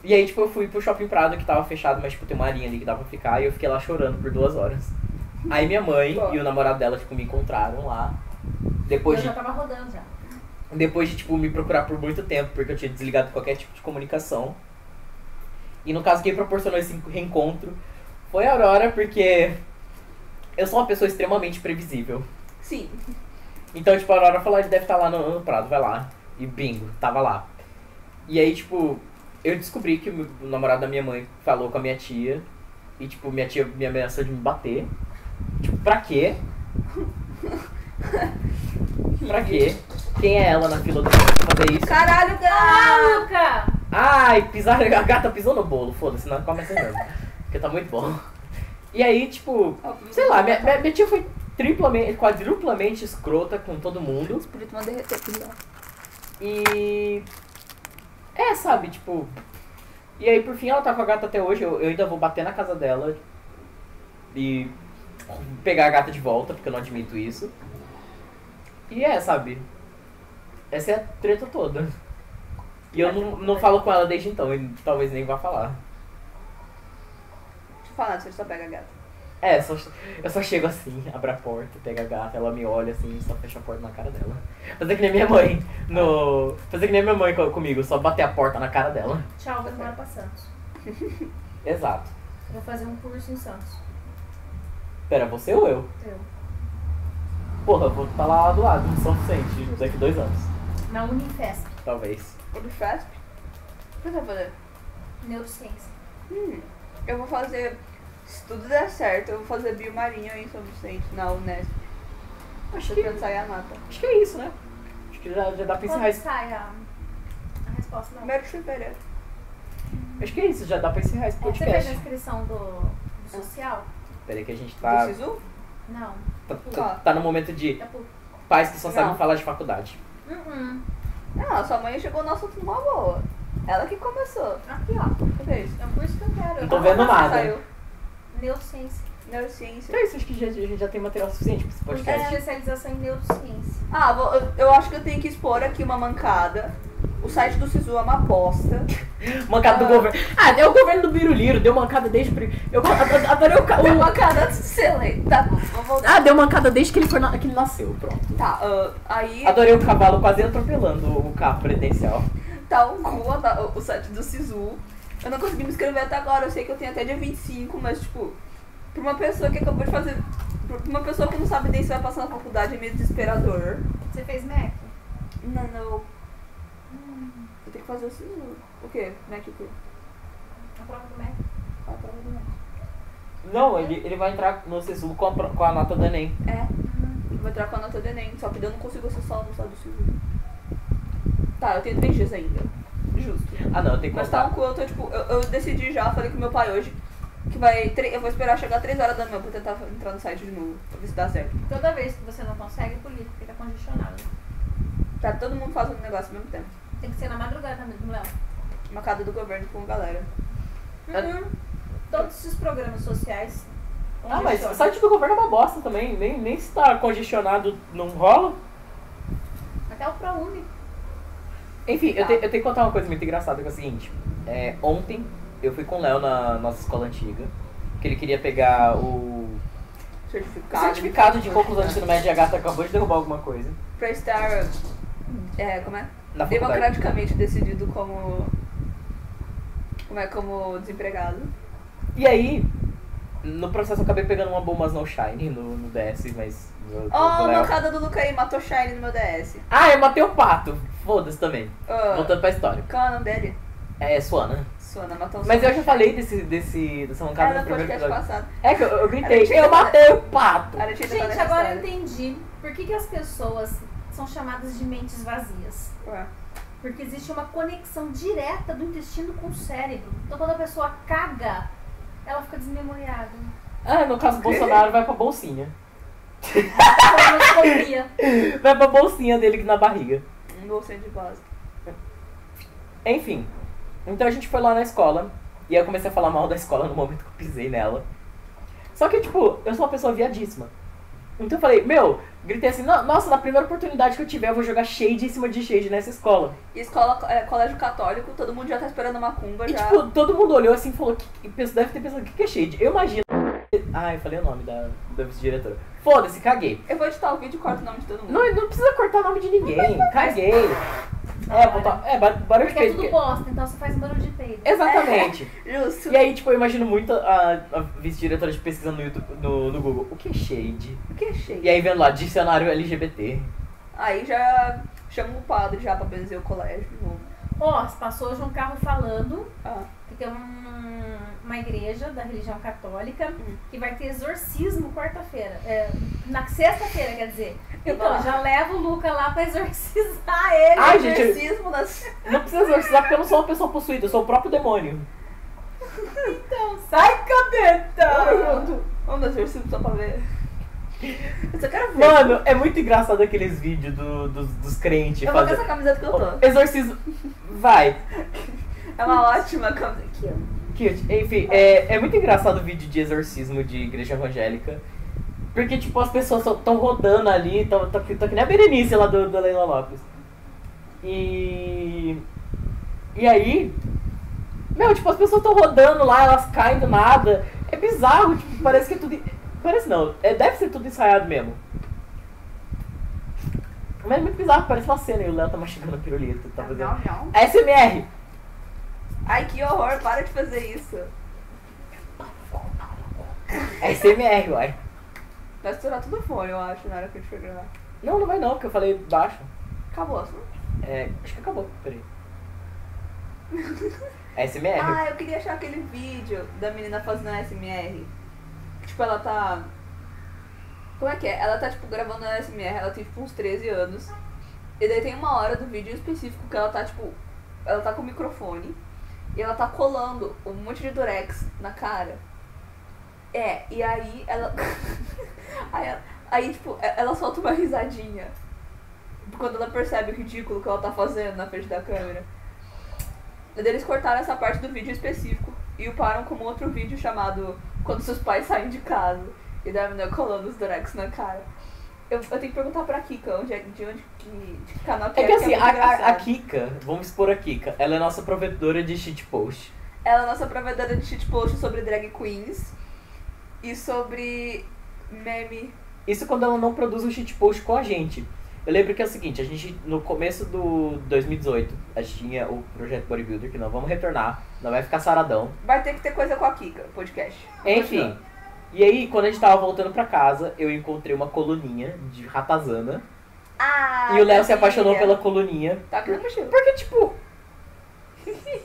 [SPEAKER 1] E aí, tipo, eu fui pro shopping Prado que tava fechado, mas, tipo, tem uma arinha ali que dava pra ficar, e eu fiquei lá chorando por duas horas. Aí minha mãe
[SPEAKER 2] Pô.
[SPEAKER 1] e o namorado dela, tipo, me encontraram lá. Depois
[SPEAKER 5] eu
[SPEAKER 4] Uhum.
[SPEAKER 1] de,
[SPEAKER 5] já tava rodando já.
[SPEAKER 1] depois de, tipo, me procurar por muito tempo, porque eu tinha desligado qualquer tipo de comunicação. E no caso, quem proporcionou esse reencontro foi a Aurora, porque eu sou uma pessoa extremamente previsível.
[SPEAKER 2] Sim.
[SPEAKER 1] Então, tipo, a Aurora falou, ele deve estar lá no, no Prado, vai lá. E bingo, tava lá. E aí, tipo, eu descobri que o, meu- o namorado da minha mãe falou com a minha tia. E, tipo, minha tia me ameaçou de me bater. Tipo, pra quê? pra quê? Quem é ela na fila do fazer isso?
[SPEAKER 2] Caralho,
[SPEAKER 1] Tá.
[SPEAKER 2] cara!
[SPEAKER 5] Luca!
[SPEAKER 1] Ai, pisar, a gata pisou no bolo, foda-se, não come essa merda. Porque tá muito bom. E aí, tipo, sei lá, minha, minha- minha tia foi triplamente, quadruplamente escrota com todo mundo.
[SPEAKER 2] O espírito manda derreter aqui, ó.
[SPEAKER 1] E. É, sabe, tipo. E aí, por fim, ela tá com a gata até hoje. Eu, eu ainda vou bater na casa dela e pegar a gata de volta, porque eu não admito isso. E é, sabe? Essa é a treta toda. E eu não, não falo com ela desde então, e talvez nem vá falar.
[SPEAKER 2] Deixa eu falar, você só pega a gata.
[SPEAKER 1] É, só, eu só chego assim, abro a porta, pego a gata, ela me olha assim, só fecho a porta na cara dela. Fazer que nem minha mãe. No, fazer que nem minha mãe co- comigo, só bater a porta na cara dela.
[SPEAKER 5] Tchau, vou embora pra Santos.
[SPEAKER 1] Exato.
[SPEAKER 5] Vou fazer um curso em Santos.
[SPEAKER 1] Pera, você ou eu?
[SPEAKER 5] Eu.
[SPEAKER 1] Porra, eu vou estar lá do lado, em São Vicente, daqui dois anos,
[SPEAKER 5] Na Unifesp.
[SPEAKER 1] talvez.
[SPEAKER 2] O do Fasp? O que você vai fazer?
[SPEAKER 5] Neurociência.
[SPEAKER 2] Hum, eu vou fazer. Se tudo der certo, eu vou fazer biomarinho em São Vicente, na Unesp.
[SPEAKER 1] Acho
[SPEAKER 2] Tô
[SPEAKER 1] que,
[SPEAKER 2] tentando sair a nata.
[SPEAKER 1] acho que é isso, né? Acho que já, já dá pra encerrar
[SPEAKER 5] Quando
[SPEAKER 1] esse.
[SPEAKER 5] sai a, a resposta? Não.
[SPEAKER 2] Primeiro de fevereiro.
[SPEAKER 1] Acho que é isso, já dá pra encerrar esse
[SPEAKER 5] É, você fez a
[SPEAKER 1] podcast.
[SPEAKER 5] inscrição do, do social?
[SPEAKER 1] Peraí que a gente
[SPEAKER 2] Tá.
[SPEAKER 1] tá.
[SPEAKER 2] Do Sisu?
[SPEAKER 5] Não. É
[SPEAKER 1] Tá, tá, tá no momento de
[SPEAKER 5] Da PUC.
[SPEAKER 1] pais que só sabem
[SPEAKER 2] Não.
[SPEAKER 1] falar de faculdade.
[SPEAKER 5] Uhum.
[SPEAKER 2] Não, sua mãe chegou no assunto numa boa. Ela que começou.
[SPEAKER 5] Aqui, ó.
[SPEAKER 2] Cadê isso?
[SPEAKER 5] É um curso que eu quero.
[SPEAKER 1] Não tô vendo nada.
[SPEAKER 2] Saiu.
[SPEAKER 5] Neurociência.
[SPEAKER 2] Neurociência.
[SPEAKER 1] Então é isso, acho que já, a gente já tem material suficiente pra esse
[SPEAKER 5] Porque é
[SPEAKER 1] podcast.
[SPEAKER 5] especialização em neurociência.
[SPEAKER 2] Ah, vou- eu, eu acho que eu tenho que expor aqui uma mancada. O site do Sisu é uma aposta.
[SPEAKER 1] Mancada do governo. Ah, é o governo do Biruliro, deu mancada desde. o prim- Eu a- a- adorei o. ca-
[SPEAKER 2] É
[SPEAKER 1] o-
[SPEAKER 2] uma mancada excelente. Tá bom, vou voltar.
[SPEAKER 1] Ah, deu mancada desde que ele, foi na- que ele nasceu, pronto.
[SPEAKER 2] Tá, ah, aí
[SPEAKER 1] Adorei o cavalo quase atropelando o carro presidencial.
[SPEAKER 2] tá o, Google, tá o- o site do Sisu. Eu não consegui me inscrever até agora. Eu sei que eu tenho até dia 25, mas tipo, pra uma pessoa que acabou de fazer. Pra uma pessoa que não sabe nem se vai passar na faculdade é meio desesperador.
[SPEAKER 5] Você fez MEC?
[SPEAKER 2] Não, não. Eu tenho que fazer o Sisu. O quê? Mac o quê?
[SPEAKER 5] A prova do MEC?
[SPEAKER 2] Ah, tá bom.
[SPEAKER 1] Não, ele, ele vai entrar no Sisu com a, pro- com a nota do Enem.
[SPEAKER 2] É.
[SPEAKER 5] Uh-huh.
[SPEAKER 2] Vou entrar com a nota do Enem, só que daí eu não consigo acessar o site do Sisu. Tá, eu tenho três dias ainda. Justo.
[SPEAKER 1] Ah não, eu tenho que
[SPEAKER 2] Mas tá
[SPEAKER 1] contar.
[SPEAKER 2] um cu, eu tô tipo, eu, eu decidi já, falei com meu pai hoje. Que vai. tre- Eu vou esperar chegar 3 horas da manhã pra tentar entrar no site de novo. Pra ver se dá certo.
[SPEAKER 5] Toda vez que você não consegue, polícia porque tá congestionado.
[SPEAKER 2] Pra todo mundo fazer um negócio ao mesmo tempo.
[SPEAKER 5] Tem que ser na madrugada mesmo, Léo.
[SPEAKER 2] Uma casa do governo com a galera.
[SPEAKER 1] É.
[SPEAKER 5] Uhum. Todos os programas sociais.
[SPEAKER 1] Ah, mas o
[SPEAKER 5] congestionam.
[SPEAKER 1] site do governo é uma bosta também. Nem, nem se tá congestionado, não rola.
[SPEAKER 5] Até o ProUni.
[SPEAKER 1] Enfim, eu,
[SPEAKER 2] Tá.
[SPEAKER 1] te- eu tenho que contar uma coisa muito engraçada, que é o seguinte. É, ontem eu fui com o Léo na nossa escola antiga, que ele queria pegar o
[SPEAKER 2] Certificado.
[SPEAKER 1] certificado de conclusão de ensino médio e a gata acabou de derrubar alguma coisa
[SPEAKER 2] Pra estar. É, como é?
[SPEAKER 1] na faculdade.
[SPEAKER 2] Democraticamente decidido como. Como é? Como desempregado.
[SPEAKER 1] E aí, no processo eu acabei pegando uma bombas no Shine no, no DS, mas... no- no
[SPEAKER 2] Ó, oh,
[SPEAKER 1] Léo.
[SPEAKER 2] nocada do Luca aí, matou Shine no meu DS.
[SPEAKER 1] Ah, eu matei o pato! Foda-se também.
[SPEAKER 2] Ah,
[SPEAKER 1] Voltando pra história.
[SPEAKER 2] qual é o nome dele?
[SPEAKER 1] É, Suana.
[SPEAKER 2] Sona, matou o
[SPEAKER 1] Mas eu
[SPEAKER 2] Sona.
[SPEAKER 1] já falei desse, desse, dessa
[SPEAKER 2] Era
[SPEAKER 1] mancada
[SPEAKER 2] É, no
[SPEAKER 1] no primeiro
[SPEAKER 2] podcast
[SPEAKER 1] episódio.
[SPEAKER 2] passado.
[SPEAKER 1] É que eu, eu gritei,
[SPEAKER 2] Era
[SPEAKER 1] eu
[SPEAKER 2] tipo-
[SPEAKER 1] matei o pato!
[SPEAKER 2] A Letícia tá
[SPEAKER 4] Gente,
[SPEAKER 2] nessa
[SPEAKER 4] agora eu
[SPEAKER 2] história.
[SPEAKER 4] entendi por que, que as pessoas são chamadas de mentes vazias.
[SPEAKER 2] Ué.
[SPEAKER 4] Porque existe uma conexão direta do intestino com o cérebro. Então quando a pessoa caga, ela fica desmemoriada.
[SPEAKER 1] Ah, no caso do Bolsonaro vai pra bolsinha.
[SPEAKER 4] Cronoscopia.
[SPEAKER 1] Vai pra bolsinha dele aqui na barriga.
[SPEAKER 2] Um bolsinho de base.
[SPEAKER 1] Enfim. Então a gente foi lá na escola. E eu comecei a falar mal da escola no momento que eu pisei nela. Só que, tipo, eu sou uma pessoa viadíssima. Então eu falei, meu, gritei assim, "No- nossa, na primeira oportunidade que eu tiver, eu vou jogar shade em cima de shade nessa escola.
[SPEAKER 2] E escola, é, colégio católico, todo mundo já tá esperando macumba
[SPEAKER 1] E
[SPEAKER 2] já.
[SPEAKER 1] tipo, todo mundo olhou assim e falou, que, que- pensa- deve ter pensado, o que, que é shade? Eu imagino. Ah, eu falei o nome da, da vice-diretora. Foda-se, caguei.
[SPEAKER 2] Eu vou editar o vídeo e corto o nome de todo mundo.
[SPEAKER 1] Não, não precisa cortar o nome de ninguém. Caguei. É, botar, é bar- barulho de
[SPEAKER 4] Porque é
[SPEAKER 1] peido. porque-
[SPEAKER 4] tudo bosta, então você faz barulho de peido.
[SPEAKER 2] né?
[SPEAKER 1] Exatamente.
[SPEAKER 2] Justo.
[SPEAKER 1] E aí, tipo, eu imagino muito a, a vice-diretora de pesquisa no, YouTube, no, no Google. O que é shade?
[SPEAKER 2] O que é cheio?
[SPEAKER 1] E aí vendo lá, dicionário LGBT.
[SPEAKER 2] Aí já chama o padre já pra benzer o colégio de novo.
[SPEAKER 4] Ó, passou hoje um carro falando
[SPEAKER 2] Ah.
[SPEAKER 4] que tem um- uma igreja da religião católica
[SPEAKER 1] Hum.
[SPEAKER 4] que vai ter exorcismo quarta-feira. É, na sexta-feira, quer dizer. Então,
[SPEAKER 2] lá.
[SPEAKER 4] já leva o Luca lá pra exorcizar ele.
[SPEAKER 1] Ai, gente, eu-
[SPEAKER 2] Exorcismo nas...
[SPEAKER 1] não precisa exorcizar porque eu não sou uma pessoa possuída, eu sou o próprio demônio.
[SPEAKER 4] Então,
[SPEAKER 2] Sai, cabeta! Vamos dar exorcismo só pra ver. Eu só quero ver.
[SPEAKER 1] Mano, é muito engraçado aqueles vídeos do- dos, dos crentes
[SPEAKER 2] eu vou com essa
[SPEAKER 1] fazendo.
[SPEAKER 2] camiseta que eu tô.
[SPEAKER 1] Exorcismo. Vai.
[SPEAKER 2] É uma ótima camiseta. Que eu-
[SPEAKER 1] Cute. Enfim, é, é muito engraçado o vídeo de exorcismo de igreja evangélica. Porque, tipo, as pessoas estão rodando ali, estão tão, que- tão que nem a Berenice lá do, do Leila Lopes. E. E aí. Meu, tipo, as pessoas estão rodando lá, elas caem do nada. É bizarro, tipo, parece que é tudo. Parece não, é, deve ser tudo ensaiado mesmo. Mas é muito bizarro, parece uma cena e o Léo tá mastigando a pirulita.
[SPEAKER 2] É
[SPEAKER 1] Tá fazendo.
[SPEAKER 2] não.
[SPEAKER 1] ASMR!
[SPEAKER 2] Ai, que horror. Para de fazer isso.
[SPEAKER 1] ASMR, uai.
[SPEAKER 2] Vai estourar tudo o fone, eu acho, na hora que a gente for gravar.
[SPEAKER 1] Não, não vai não, porque eu falei baixo.
[SPEAKER 2] Acabou o assunto.
[SPEAKER 1] É, acho que acabou, peraí. É SMR.
[SPEAKER 2] Ah, eu queria achar aquele vídeo da menina fazendo ASMR. Tipo, ela tá. Como é que é? Ela tá, tipo, gravando ASMR, ela tem, tipo, uns 13 anos. E daí tem uma hora do vídeo em específico que ela tá, tipo. Ela tá com o microfone e ela tá colando um monte de durex na cara. É, e aí ela. aí, ela- aí, tipo, e- ela solta uma risadinha. Quando ela percebe o ridículo que ela tá fazendo na frente da câmera. Daí Eles cortaram essa parte do vídeo específico e o param com outro vídeo chamado Quando seus pais saem de casa e da menina colando os durex na cara. Eu, eu tenho que perguntar pra Kika onde é, de onde que, de que canal que
[SPEAKER 1] É
[SPEAKER 2] é.
[SPEAKER 1] que assim,
[SPEAKER 2] muito
[SPEAKER 1] a, a, a
[SPEAKER 2] engraçado.
[SPEAKER 1] Kika, vamos expor a Kika, ela é nossa provedora de cheat post.
[SPEAKER 2] Ela é nossa provedora de shitpost sobre drag queens e sobre meme.
[SPEAKER 1] Isso quando ela não produz um cheat post com a gente. Eu lembro que é o seguinte, a gente, no começo do 2018, a gente tinha o projeto Bodybuilder, que não vamos retornar, não vai ficar saradão.
[SPEAKER 2] Vai ter que ter coisa com a Kika, podcast.
[SPEAKER 1] Enfim. E aí, quando a gente tava voltando pra casa, eu encontrei uma coluninha de ratazana.
[SPEAKER 2] Ah,
[SPEAKER 1] e o Léo se
[SPEAKER 2] maravilha.
[SPEAKER 1] apaixonou pela coluninha.
[SPEAKER 2] Tá aqui na mochila.
[SPEAKER 1] Porque, tipo.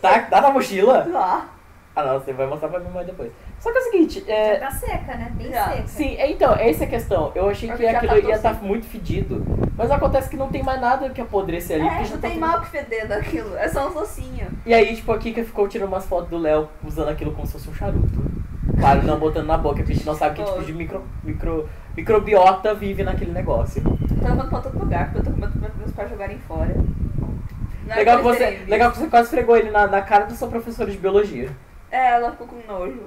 [SPEAKER 1] tá, tá na mochila?
[SPEAKER 2] Lá.
[SPEAKER 1] Ah, não, você vai mostrar pra minha mãe depois. Só que é o seguinte, é,
[SPEAKER 4] Já tá seca, né? Bem
[SPEAKER 2] Já.
[SPEAKER 4] seca.
[SPEAKER 1] sim, é, então, essa é a questão. Eu achei
[SPEAKER 2] Mas
[SPEAKER 1] que
[SPEAKER 2] já
[SPEAKER 1] aquilo
[SPEAKER 2] tá
[SPEAKER 1] ia estar
[SPEAKER 2] tossindo.
[SPEAKER 1] muito fedido, mas acontece que não tem mais nada que apodrecer ali. porque
[SPEAKER 2] É,
[SPEAKER 1] já
[SPEAKER 2] não
[SPEAKER 1] tá
[SPEAKER 2] tem
[SPEAKER 1] tudo-
[SPEAKER 2] mal que feder daquilo. É só um socinho.
[SPEAKER 1] E aí, tipo, a Kika ficou tirando umas fotos do Léo usando aquilo como se fosse um charuto. Claro, não botando na boca, porque a gente não sabe que
[SPEAKER 2] Boa.
[SPEAKER 1] tipo de micro, micro, microbiota vive naquele negócio.
[SPEAKER 2] Tô levando pra todo lugar, porque eu tô com medo dos meus pais jogarem fora. é Na
[SPEAKER 1] Legal que,
[SPEAKER 2] hora eles
[SPEAKER 1] você,
[SPEAKER 2] terem
[SPEAKER 1] legal que você quase fregou ele na, na cara da sua professora de biologia.
[SPEAKER 2] visto. É, ela ficou com nojo.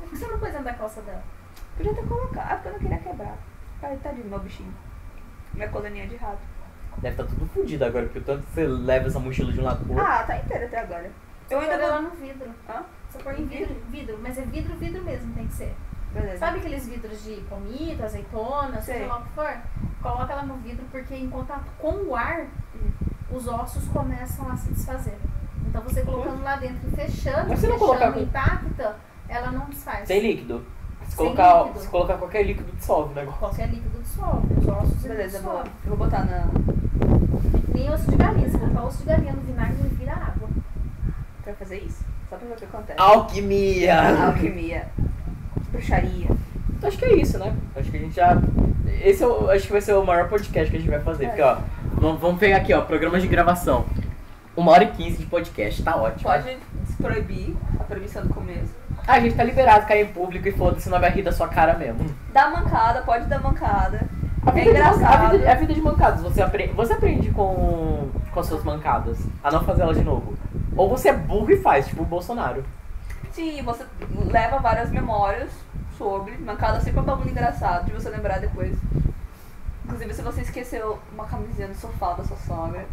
[SPEAKER 4] Por que você não pôs dentro da calça dela?
[SPEAKER 2] Podia ter colocado, ah, porque eu não queria quebrar. Ai, tadinho, meu bichinho. Minha colaninha de rato.
[SPEAKER 1] Deve estar tudo fodido agora, porque o tanto que você leva essa mochila de um lado pro outro.
[SPEAKER 2] Ah, tá inteira até agora. Eu
[SPEAKER 4] Você
[SPEAKER 2] ainda
[SPEAKER 4] põe
[SPEAKER 3] é
[SPEAKER 4] ela
[SPEAKER 3] um
[SPEAKER 2] vou...
[SPEAKER 4] no vidro.
[SPEAKER 2] Hã?
[SPEAKER 4] Você põe em vidro, vidro, mas é vidro, vidro mesmo, tem que ser.
[SPEAKER 2] Beleza.
[SPEAKER 4] Sabe aqueles vidros de palmito, azeitona,
[SPEAKER 2] Sei.
[SPEAKER 4] seja lá o que for? Coloca ela no vidro porque em contato com o ar,
[SPEAKER 2] Hum.
[SPEAKER 4] os ossos começam a se desfazer. Então você colocando lá dentro e fechando,
[SPEAKER 1] Mas você não
[SPEAKER 4] fechando
[SPEAKER 1] colocar com-
[SPEAKER 4] intacta, ela não desfaz.
[SPEAKER 1] Sem líquido. Se
[SPEAKER 4] Sem
[SPEAKER 1] colocar,
[SPEAKER 4] líquido.
[SPEAKER 1] se colocar qualquer líquido, dissolve o negócio.
[SPEAKER 4] Qualquer líquido dissolve, os ossos eles
[SPEAKER 2] Beleza, eu vou,
[SPEAKER 4] dissolvem.
[SPEAKER 2] eu vou botar na...
[SPEAKER 4] Nem osso de galinha, se colocar osso de galinha no vinagre, ele vira água.
[SPEAKER 2] Pra fazer isso. Só pra ver o que acontece.
[SPEAKER 1] Alquimia!
[SPEAKER 2] Alquimia. Bruxaria.
[SPEAKER 1] Acho que é isso, né? Acho que a gente já. Esse eu, acho que vai ser o maior podcast que a gente vai fazer.
[SPEAKER 2] É.
[SPEAKER 1] Porque, ó, vamos, vamos pegar aqui, ó, programas de gravação. Uma hora e quinze de podcast, tá ótimo.
[SPEAKER 2] Pode desproibir a proibição do começo.
[SPEAKER 1] Ah, a gente tá liberado, cair em público e foda-se, não vai rir da sua cara mesmo.
[SPEAKER 2] Dá mancada, pode dar mancada.
[SPEAKER 1] A
[SPEAKER 2] É
[SPEAKER 1] vida, de, manca- a
[SPEAKER 2] engraçado.
[SPEAKER 1] vida, a vida de mancadas, você aprende, você aprende com, com as suas mancadas a não fazer ela de novo. Ou você é burro e faz, tipo o Bolsonaro.
[SPEAKER 2] Sim, você leva várias memórias sobre. Mancada sempre é um bagulho engraçado de você lembrar depois. Inclusive, se você esqueceu uma camisinha no sofá da sua sogra,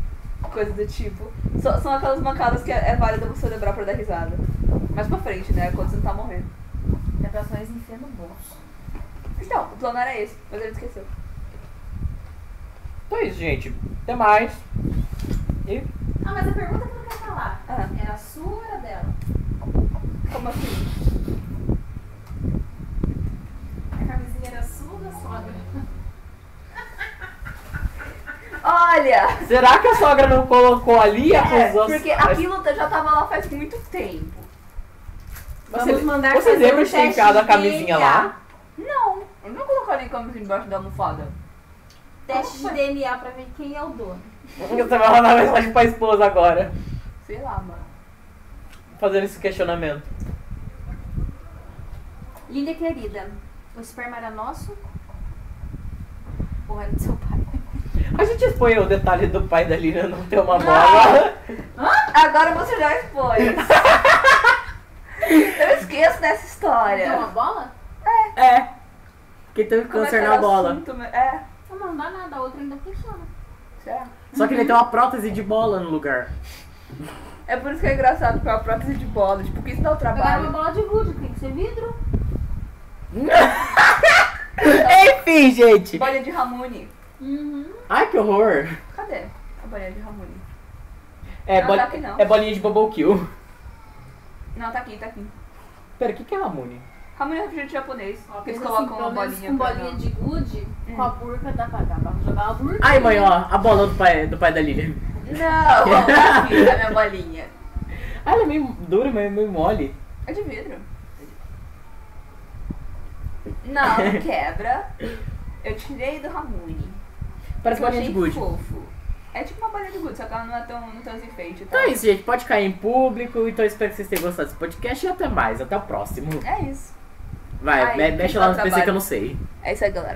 [SPEAKER 2] coisa do tipo. Só- são aquelas mancadas que é, é válido você lembrar pra dar risada. Mais pra frente, né? Quando você não tá morrendo.
[SPEAKER 4] É pra só eles enfiar no bolso.
[SPEAKER 2] Então, o plano era esse, mas ele esqueceu.
[SPEAKER 1] Então é isso, gente. Até mais. E
[SPEAKER 3] Ah, mas a pergunta que eu não quero falar
[SPEAKER 2] Ah,
[SPEAKER 3] era a sua ou era dela?
[SPEAKER 2] como assim?
[SPEAKER 3] A camisinha era sua ou da sogra?
[SPEAKER 2] Olha!
[SPEAKER 1] será que a sogra não colocou ali a
[SPEAKER 2] É,
[SPEAKER 1] coisa? assim?
[SPEAKER 2] porque aquilo já tava lá faz muito tempo.
[SPEAKER 1] Você,
[SPEAKER 3] mandar
[SPEAKER 1] você
[SPEAKER 3] fazer
[SPEAKER 1] lembra
[SPEAKER 3] um
[SPEAKER 1] de ter enfiado a
[SPEAKER 3] teste de
[SPEAKER 1] camisinha
[SPEAKER 3] DNA?
[SPEAKER 1] lá?
[SPEAKER 2] Não, eu não colocaria camisinha embaixo da almofada.
[SPEAKER 3] Teste de DNA pra ver quem é o dono.
[SPEAKER 1] Você vai mandar mensagem pra esposa agora,
[SPEAKER 2] Sei lá, mano.
[SPEAKER 1] fazendo esse questionamento.
[SPEAKER 3] Lília querida, o esperma era nosso? Ou era do seu pai?
[SPEAKER 1] A gente expõe o detalhe do pai da Lina não ter uma bola.
[SPEAKER 2] Agora você já expôs. eu esqueço dessa
[SPEAKER 3] Deu
[SPEAKER 2] história.
[SPEAKER 3] uma bola?
[SPEAKER 1] É. Porque teve
[SPEAKER 2] Como é que era o assunto, né? É,
[SPEAKER 3] Ah, Não, não dá nada, a outra ainda funciona.
[SPEAKER 2] será?
[SPEAKER 1] Só que ele tem uma prótese de bola no lugar.
[SPEAKER 2] É por isso que é engraçado com a prótese de bola. Tipo, que isso dá o
[SPEAKER 3] Agora é uma
[SPEAKER 2] trabalho.
[SPEAKER 3] bola de gude, tem que ser vidro.
[SPEAKER 1] Enfim, gente.
[SPEAKER 2] Bolha de Ramune.
[SPEAKER 3] Uhum.
[SPEAKER 1] Ai, que horror.
[SPEAKER 2] Cadê a bolha de Ramune?
[SPEAKER 1] É,
[SPEAKER 2] Não,
[SPEAKER 1] boli-
[SPEAKER 2] tá aqui não.
[SPEAKER 1] é bolinha de bubble kill.
[SPEAKER 2] Não, tá aqui, tá aqui.
[SPEAKER 1] Pera, o que, que é Ramune?
[SPEAKER 2] Ramune é refrigerante japonês.
[SPEAKER 3] Ó,
[SPEAKER 2] que eles
[SPEAKER 4] assim,
[SPEAKER 3] pensa
[SPEAKER 2] colocam
[SPEAKER 3] pelo
[SPEAKER 2] uma
[SPEAKER 3] menos
[SPEAKER 2] bolinha.
[SPEAKER 3] Com
[SPEAKER 2] pra-
[SPEAKER 3] bolinha de gude,
[SPEAKER 2] Hum.
[SPEAKER 3] com a burca dá pra, dá pra jogar a burca.
[SPEAKER 1] É. Ai, mãe, ó, a bola do pai, do pai da Lilian.
[SPEAKER 2] Não, ó, tá aqui a minha bolinha.
[SPEAKER 1] Ah, ela é meio dura, meio, meio mole.
[SPEAKER 2] É de vidro. Não, não quebra. Eu tirei do Ramune.
[SPEAKER 1] Parece
[SPEAKER 2] Eu
[SPEAKER 1] bolinha
[SPEAKER 2] achei
[SPEAKER 1] de gude.
[SPEAKER 2] fofo. É tipo uma bolinha de gude, só que ela não é tão, não tem os enfeites. e
[SPEAKER 1] Então
[SPEAKER 2] tal.
[SPEAKER 1] é isso, gente. Pode cair em público. Então eu espero que vocês tenham gostado desse podcast e até mais. Até o próximo.
[SPEAKER 2] É isso.
[SPEAKER 1] Vai,
[SPEAKER 2] Ai,
[SPEAKER 1] me-
[SPEAKER 2] que
[SPEAKER 1] mexe lá no
[SPEAKER 2] dá
[SPEAKER 1] PC que eu
[SPEAKER 2] trabalho.
[SPEAKER 1] não sei.
[SPEAKER 2] É isso aí, galera.